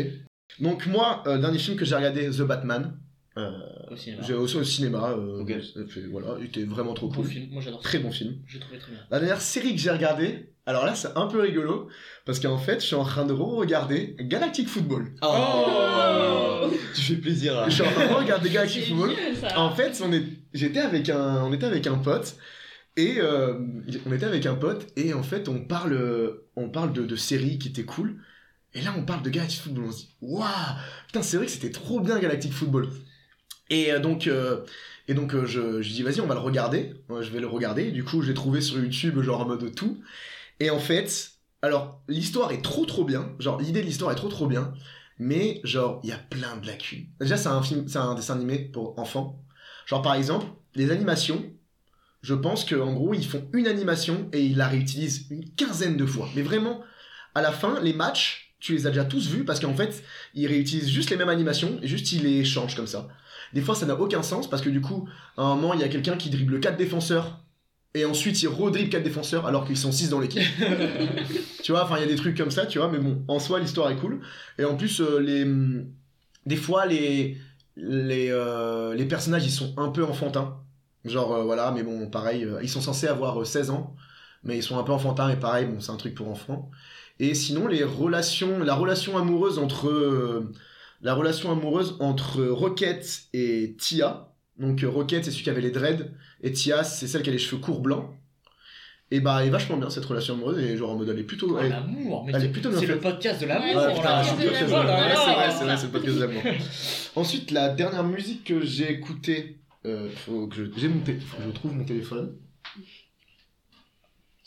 Speaker 1: Donc moi, euh, dernier film que j'ai regardé, The Batman. Euh,
Speaker 2: Au cinéma.
Speaker 1: j'ai aussi au cinéma. euh,
Speaker 3: Ok.
Speaker 1: ça fait- voilà, il était vraiment trop
Speaker 2: Bon
Speaker 1: cool.
Speaker 2: film. Moi, j'adore. ça.
Speaker 1: Très bon film.
Speaker 2: J'ai trouvé très bien.
Speaker 1: La dernière série que j'ai regardée, alors là c'est un peu rigolo, parce qu'en fait je suis en train de re-regarder Galactic Football.
Speaker 2: Oh
Speaker 3: Tu fais plaisir là.
Speaker 1: Je suis en train de regarder Galactic
Speaker 4: C'est
Speaker 1: Football.
Speaker 4: vieux, ça.
Speaker 1: En fait, on est, j'étais avec un, on était avec un pote et euh, on était avec un pote et en fait on parle, euh, on parle de, de séries qui étaient cool. Et là, on parle de Galactic Football. On se dit, waouh, putain, c'est vrai que c'était trop bien Galactic Football. Et euh, donc, euh, et donc, euh, je, je dis, vas-y, on va le regarder. Ouais, je vais le regarder. Du coup, je l'ai trouvé sur YouTube, genre en mode tout. Et en fait, alors, l'histoire est trop trop bien. Genre, l'idée de l'histoire est trop trop bien. Mais, genre, il y a plein de lacunes. Déjà, c'est un film, c'est un dessin animé pour enfants. Genre, par exemple, les animations. Je pense qu'en gros, ils font une animation et ils la réutilisent une quinzaine de fois. Mais vraiment, à la fin, les matchs, tu les as déjà tous vus parce qu'en fait, ils réutilisent juste les mêmes animations et juste ils les changent comme ça. Des fois, ça n'a aucun sens parce que du coup, à un moment, il y a quelqu'un qui dribble quatre défenseurs et ensuite il redribble quatre défenseurs alors qu'ils sont six dans l'équipe. tu vois, enfin, il y a des trucs comme ça, tu vois, mais bon, en soi, l'histoire est cool. Et en plus, euh, les. Des fois, les. Les, euh, les personnages, ils sont un peu enfantins. Genre, euh, voilà, mais bon, pareil, euh, ils sont censés avoir euh, 16 ans, mais ils sont un peu enfantins, et pareil, bon, c'est un truc pour enfants. Et sinon, les relations, la relation amoureuse entre euh, la relation amoureuse entre euh, Rocket et Tia. Donc euh, Rocket, c'est celui qui avait les dreads, et Tia, c'est celle qui a les cheveux courts blancs. Et bah, elle est vachement bien cette relation amoureuse, et genre en mode, elle est plutôt.
Speaker 2: Oh,
Speaker 1: elle-
Speaker 2: L'amour, mais
Speaker 1: elle est
Speaker 2: c'est-
Speaker 1: plutôt bien
Speaker 2: c'est le
Speaker 1: faite.
Speaker 2: podcast de
Speaker 4: Ouais,
Speaker 2: l'amour.
Speaker 1: Ouais,
Speaker 4: c'est
Speaker 1: putain,
Speaker 2: là.
Speaker 4: le
Speaker 1: je suis le
Speaker 4: podcast
Speaker 1: podcast de
Speaker 4: de
Speaker 1: l'amour.
Speaker 2: l'amour.
Speaker 1: Ouais, c'est vrai,
Speaker 2: Oh
Speaker 1: c'est
Speaker 2: là
Speaker 1: vrai, c'est le podcast de l'amour. Ensuite, la dernière musique que j'ai écoutée, euh, faut que je- j'ai mon tél- faut que je trouve mon téléphone.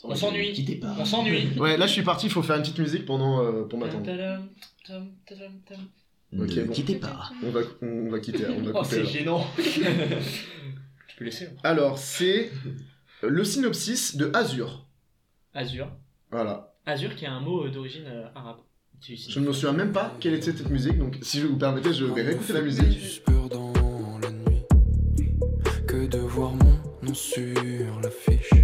Speaker 2: On s'ennuie.
Speaker 1: Quittez pas.
Speaker 2: On s'ennuie.
Speaker 1: Ouais, là je suis parti, il faut faire une petite musique pendant euh, pour m'attendre.
Speaker 2: Tadam, tadam, tadam, tadam.
Speaker 1: Ok, bon.
Speaker 4: Quittez
Speaker 1: On va, on, on va quitter, on va
Speaker 2: Oh,
Speaker 1: couper,
Speaker 2: c'est
Speaker 1: là. *laughs*
Speaker 2: gênant. Tu peux laisser. hein.
Speaker 1: Alors, c'est euh, le synopsis de Azur.
Speaker 2: Azur.
Speaker 1: Voilà.
Speaker 2: Azur qui est un mot euh, d'origine euh, arabe. Tu-
Speaker 1: Je ne me souviens même pas quelle était cette musique, donc si je vous permettez, je vais réécouter la musique.
Speaker 5: J'ai peur dans la nuit que de voir mon nom sur l'affiche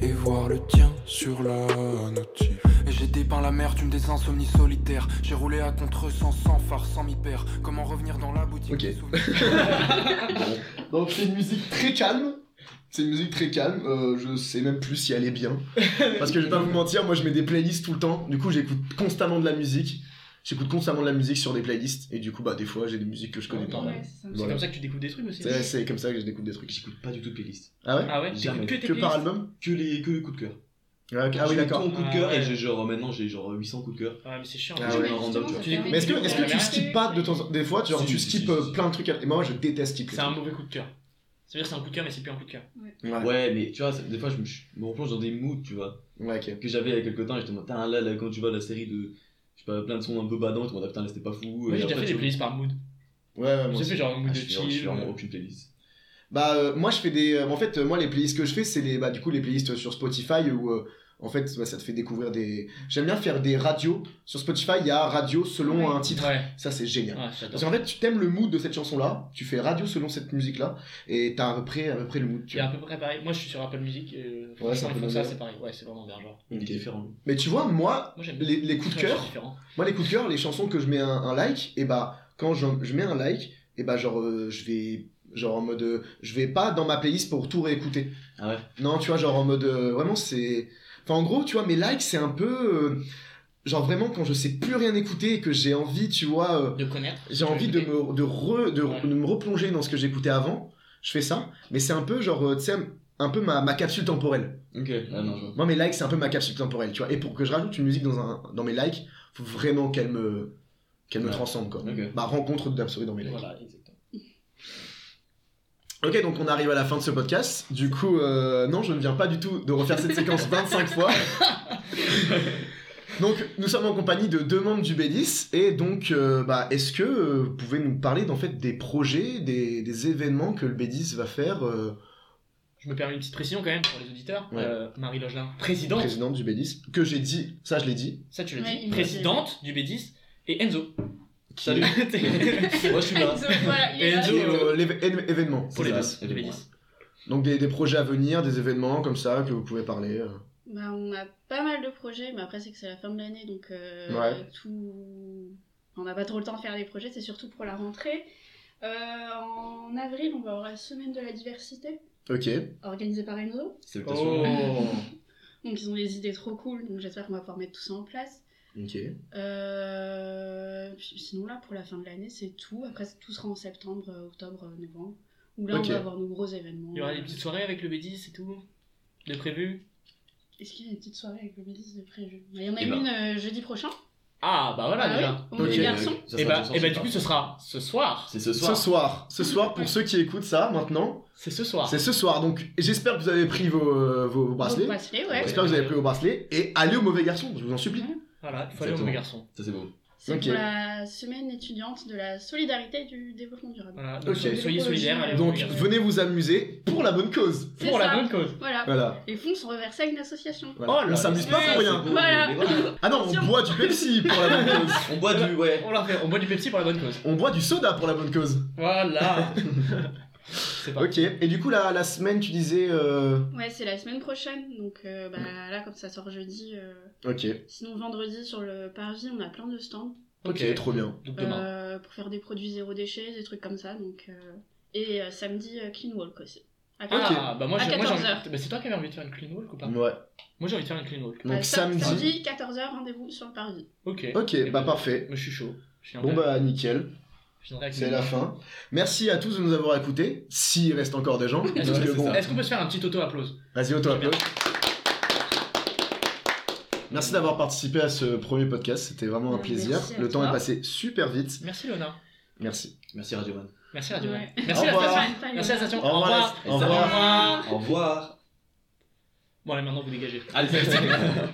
Speaker 5: et voir le tien sur la notif. Et J'ai dépeint la l'amertume des insomnies solitaires. J'ai roulé à contresens sans phare, sans m'y perdre. Comment revenir dans la boutique
Speaker 1: Ok.
Speaker 5: des souvenirs
Speaker 1: Donc, c'est une musique très calme. C'est une musique très calme. euh, je sais même plus si elle est *laughs* bien. Parce que je vais pas vous mentir, moi je mets des playlists tout le temps. Du coup, j'écoute constamment de la musique. J'écoute constamment de la musique sur des playlists. Et du coup, bah, des fois, j'ai des musiques que je connais pas.
Speaker 4: Ouais, c'est ça.
Speaker 2: C'est
Speaker 1: Voilà.
Speaker 2: comme ça que tu découvres des trucs aussi.
Speaker 1: C'est c'est comme ça que je découvre des trucs.
Speaker 3: J'écoute pas du tout de playlist.
Speaker 1: Ah ouais
Speaker 2: Ah ouais, tu
Speaker 3: Jamais.
Speaker 2: écoutes que tes
Speaker 1: Que par
Speaker 2: playlists.
Speaker 1: album
Speaker 3: Que les, que les coups de cœur.
Speaker 1: Ah, ok. Ah oui,
Speaker 3: J'ai
Speaker 1: d'accord.
Speaker 3: Ton coup de
Speaker 2: Ah
Speaker 3: cœur
Speaker 2: ouais.
Speaker 3: et j'ai genre maintenant j'ai genre 800 coups de cœur.
Speaker 2: Ouais, mais c'est chiant.
Speaker 1: Ah
Speaker 3: Je
Speaker 1: ouais.
Speaker 3: me rends
Speaker 4: Justement,
Speaker 3: down, tu vois.
Speaker 4: ça permet
Speaker 1: Mais est-ce que, est-ce que tu
Speaker 2: Ouais.
Speaker 1: skippes pas de temps Des fois, genre,
Speaker 3: Si,
Speaker 1: tu
Speaker 3: si,
Speaker 1: skippes
Speaker 3: si,
Speaker 1: euh,
Speaker 3: si.
Speaker 1: plein de trucs. à- Et moi, je déteste skip. les
Speaker 2: C'est un mauvais coup de cœur. C'est-à-dire c'est un coup de cœur, mais c'est plus un coup de cœur.
Speaker 1: trucs. Ouais.
Speaker 3: Ouais, mais tu vois, ça- des fois je me, je me replonge dans des moods, tu vois,
Speaker 1: Ouais, ok.
Speaker 3: que j'avais il y a quelques temps. et J'étais en mode, Tain, là, là, quand tu vois la série de, je sais pas, plein de sons un peu badants, tu me dis, ah, putain, là, c'était pas fou.
Speaker 2: Moi
Speaker 3: Et
Speaker 2: j'ai déjà fait
Speaker 3: après,
Speaker 2: des
Speaker 3: tu-
Speaker 2: playlists par mood.
Speaker 1: Ouais, ouais, moi
Speaker 2: J'ai fait genre un mood
Speaker 3: Ah,
Speaker 2: de
Speaker 3: je fais- je
Speaker 2: chill.
Speaker 3: fais vraiment aucune playlist.
Speaker 1: Bah euh, moi je fais des euh, en fait euh, moi les playlists que je fais c'est les bah du coup les playlists sur Spotify où euh, En fait, ouais, ça te fait découvrir des. J'aime bien faire des radios. Sur Spotify, il y a radio selon un titre.
Speaker 2: Ouais,
Speaker 1: Ça, c'est génial.
Speaker 2: ouais, j'adore.
Speaker 1: Parce qu'en fait, tu t'aimes le mood de cette chanson-là, tu fais radio selon cette musique-là, et t'as à peu près, à peu près le mood. tu
Speaker 2: C'est à
Speaker 1: vois.
Speaker 2: peu près pareil. Moi, je suis sur Apple Music. euh,
Speaker 1: Ouais, c'est
Speaker 2: franchement,
Speaker 1: un
Speaker 2: ils
Speaker 1: peu
Speaker 2: font ça,
Speaker 1: bien.
Speaker 2: c'est pareil. Ouais, c'est vraiment bien, genre.
Speaker 3: Il est différent.
Speaker 1: Mais tu vois, moi,
Speaker 2: Moi, j'aime bien.
Speaker 1: les, les coups de
Speaker 2: Ouais, c'est
Speaker 1: cœur,
Speaker 2: différent.
Speaker 1: moi, les coups de cœur, les chansons que je mets un, un like, et bah, quand je, je mets un like, et bah, genre, euh, je vais, genre, en mode, euh, je vais pas dans ma playlist pour tout réécouter.
Speaker 3: Ah ouais.
Speaker 1: Non, tu vois, genre, en mode, euh, vraiment, c'est. Enfin, en gros, tu vois, mes likes, c'est un peu. euh, genre, vraiment, quand je sais plus rien écouter et que j'ai envie, tu vois. euh,
Speaker 2: De connaître.
Speaker 1: j'ai envie de me, de, re- de,
Speaker 2: Ouais.
Speaker 1: de me replonger dans ce que j'écoutais avant. Je fais ça, mais c'est un peu genre, euh, tu sais, un peu ma, ma capsule temporelle.
Speaker 3: Ok, ah non, je vois.
Speaker 1: Moi, mes likes, c'est un peu ma capsule temporelle, tu vois. Et pour que je rajoute une musique dans, un, dans mes likes, faut vraiment qu'elle me, qu'elle me
Speaker 3: Ouais.
Speaker 1: transcende, quoi.
Speaker 3: Ok.
Speaker 1: Ma rencontre d'absolu dans mes likes.
Speaker 2: Voilà, exactement.
Speaker 1: Ok, donc on arrive à la fin de ce podcast. Du coup, euh, non, je ne viens pas du tout de refaire cette séquence 25 fois. donc, nous sommes en compagnie de deux membres du B10. Et donc, euh, bah, est-ce que euh, vous pouvez nous parler d'en fait des projets, des, des événements que le B10 va faire, euh,
Speaker 2: Je me permets une petite précision quand même pour les auditeurs.
Speaker 1: Ouais.
Speaker 2: Euh, Marie Logelin, présidente,
Speaker 1: présidente du B10 Que j'ai dit, ça je l'ai dit.
Speaker 2: ça tu l'as
Speaker 4: Ouais,
Speaker 2: dit,
Speaker 4: il me
Speaker 2: présidente du B10 et Enzo.
Speaker 1: Qui-
Speaker 2: *laughs* Salut.
Speaker 3: Moi, je suis là.
Speaker 4: Enzo, voilà, il
Speaker 2: Et
Speaker 4: est là.
Speaker 1: qui
Speaker 2: Enzo,
Speaker 1: est, euh, l'éve- é- événement.
Speaker 2: pour les
Speaker 3: ça,
Speaker 2: boss
Speaker 3: c'est
Speaker 2: du
Speaker 3: le
Speaker 2: B10.
Speaker 1: Donc, des, des projets à venir, des événements comme ça que vous pouvez parler. euh.
Speaker 4: Bah, on a pas mal de projets, mais après, c'est que c'est la fin de l'année, donc euh,
Speaker 1: Ouais.
Speaker 4: tout... on n'a pas trop le temps de faire les projets, c'est surtout pour la rentrée. Euh, en avril, on va avoir la semaine de la diversité,
Speaker 1: Ok.
Speaker 4: organisée par Enzo.
Speaker 3: Salutations.
Speaker 2: Oh.
Speaker 4: Donc, ils ont des idées trop cool, donc j'espère qu'on va pouvoir mettre tout ça en place.
Speaker 1: Ok.
Speaker 4: Euh, puis sinon, là, pour la fin de l'année, c'est tout. Après, tout sera en septembre, euh, octobre, euh, novembre, où là,
Speaker 1: Ok.
Speaker 4: on va avoir nos gros événements.
Speaker 2: Il y aura des petites soirées avec le B10 et tout De prévu
Speaker 4: Est-ce qu'il y a une petite soirée avec le B10 de prévu Il y en a
Speaker 3: Eh ben.
Speaker 4: une euh, jeudi prochain.
Speaker 2: Ah bah voilà
Speaker 4: Ah
Speaker 2: déjà
Speaker 4: oui, on est
Speaker 1: Ok.
Speaker 4: des garçons.
Speaker 3: euh, Ça
Speaker 2: Et
Speaker 3: sera
Speaker 2: bah,
Speaker 3: ce soir,
Speaker 2: et bah du
Speaker 3: je sais
Speaker 2: coup
Speaker 3: pas.
Speaker 2: ce sera ce soir
Speaker 3: C'est ce
Speaker 1: Ce
Speaker 3: soir.
Speaker 1: soir, ce soir pour ceux qui écoutent ça maintenant,
Speaker 2: C'est ce soir
Speaker 1: C'est ce soir, donc j'espère que vous avez pris vos, euh, vos, vos bracelets.
Speaker 4: Donc, bracelet, ouais.
Speaker 3: Ouais.
Speaker 1: J'espère que vous avez pris vos bracelets et allez au mauvais garçon, je vous en supplie.
Speaker 2: Voilà, il faut aller au
Speaker 3: Exactement.
Speaker 2: mauvais garçon
Speaker 3: Ça, c'est beau.
Speaker 4: C'est
Speaker 1: Ok.
Speaker 4: pour la semaine étudiante de la solidarité et du développement durable.
Speaker 2: Voilà, donc
Speaker 1: Ok.
Speaker 2: so- soyez solidaires allez au
Speaker 1: Donc
Speaker 2: mauvais garçon.
Speaker 1: venez vous amuser pour la bonne cause.
Speaker 4: C'est
Speaker 2: Pour la
Speaker 4: ça.
Speaker 2: bonne cause
Speaker 4: Voilà.
Speaker 1: Voilà.
Speaker 4: Les fonds sont reversés à une association.
Speaker 1: voilà.
Speaker 2: Oh
Speaker 1: on
Speaker 2: là
Speaker 1: s'amuse
Speaker 2: là.
Speaker 1: pas pour
Speaker 2: Ouais,
Speaker 1: rien.
Speaker 4: Voilà.
Speaker 3: Mais voilà.
Speaker 1: Ah non, on
Speaker 4: Attention.
Speaker 1: boit du Pepsi pour la bonne *laughs* cause.
Speaker 3: On boit du. Ouais.
Speaker 2: On l'a fait, on boit du Pepsi pour la bonne cause
Speaker 1: On boit du soda pour la bonne cause.
Speaker 2: Voilà *laughs* C'est pas
Speaker 1: Ok, et du coup la, la semaine tu disais... euh,
Speaker 4: Ouais, c'est la semaine prochaine. Donc euh, bah, là, comme ça sort jeudi, euh,
Speaker 1: Ok.
Speaker 4: sinon vendredi sur le Parvis, on a plein de stands
Speaker 1: ok, trop bien.
Speaker 2: Donc demain
Speaker 4: euh, pour faire des produits zéro déchet, des trucs comme ça. Donc, euh, Et euh, samedi, euh, Clean Walk aussi. À quatorze heures.
Speaker 2: Ah bah moi
Speaker 4: À
Speaker 2: j'ai moi, j'ai
Speaker 4: 14 heures.
Speaker 2: envie bah, c'est toi qui avais envie de faire une clean walk ou pas
Speaker 1: Ouais.
Speaker 2: Moi j'ai envie de faire une clean walk
Speaker 1: Donc
Speaker 4: Bah, sa-
Speaker 1: samedi.
Speaker 4: Samedi, 14h, rendez-vous sur le Parvis.
Speaker 2: Ok
Speaker 1: Ok,
Speaker 2: Eh
Speaker 1: bah
Speaker 2: ben,
Speaker 1: parfait.
Speaker 2: Moi je suis chaud Je viendrai-
Speaker 1: Bon bah nickel,
Speaker 2: je viendrai avec
Speaker 1: c'est
Speaker 2: mes-
Speaker 1: la fin. Merci à tous de nous avoir écoutés, s'il reste encore des gens.
Speaker 2: Est-ce
Speaker 3: *laughs*
Speaker 1: parce
Speaker 2: que-
Speaker 1: que
Speaker 3: c'est
Speaker 1: bon,
Speaker 3: ça.
Speaker 2: Est-ce qu'on peut se faire un petit auto-applause
Speaker 1: Vas-y, auto-applause. Merci d'avoir participé à ce premier podcast, c'était vraiment un
Speaker 4: Ouais,
Speaker 1: plaisir.
Speaker 4: merci à
Speaker 1: Le temps
Speaker 2: toi.
Speaker 1: est passé super vite.
Speaker 2: Merci Léonard
Speaker 1: Merci.
Speaker 3: Merci, Radio Man.
Speaker 2: Merci Radio
Speaker 4: Ouais.
Speaker 2: Merci
Speaker 1: Au
Speaker 2: la
Speaker 1: revoir.
Speaker 2: station
Speaker 4: Pas les-
Speaker 2: Merci la station
Speaker 1: Au revoir, la- au revoir.
Speaker 2: Au revoir.
Speaker 3: Au revoir.
Speaker 2: Bon, allez, maintenant vous dégagez.
Speaker 3: Allez, salut.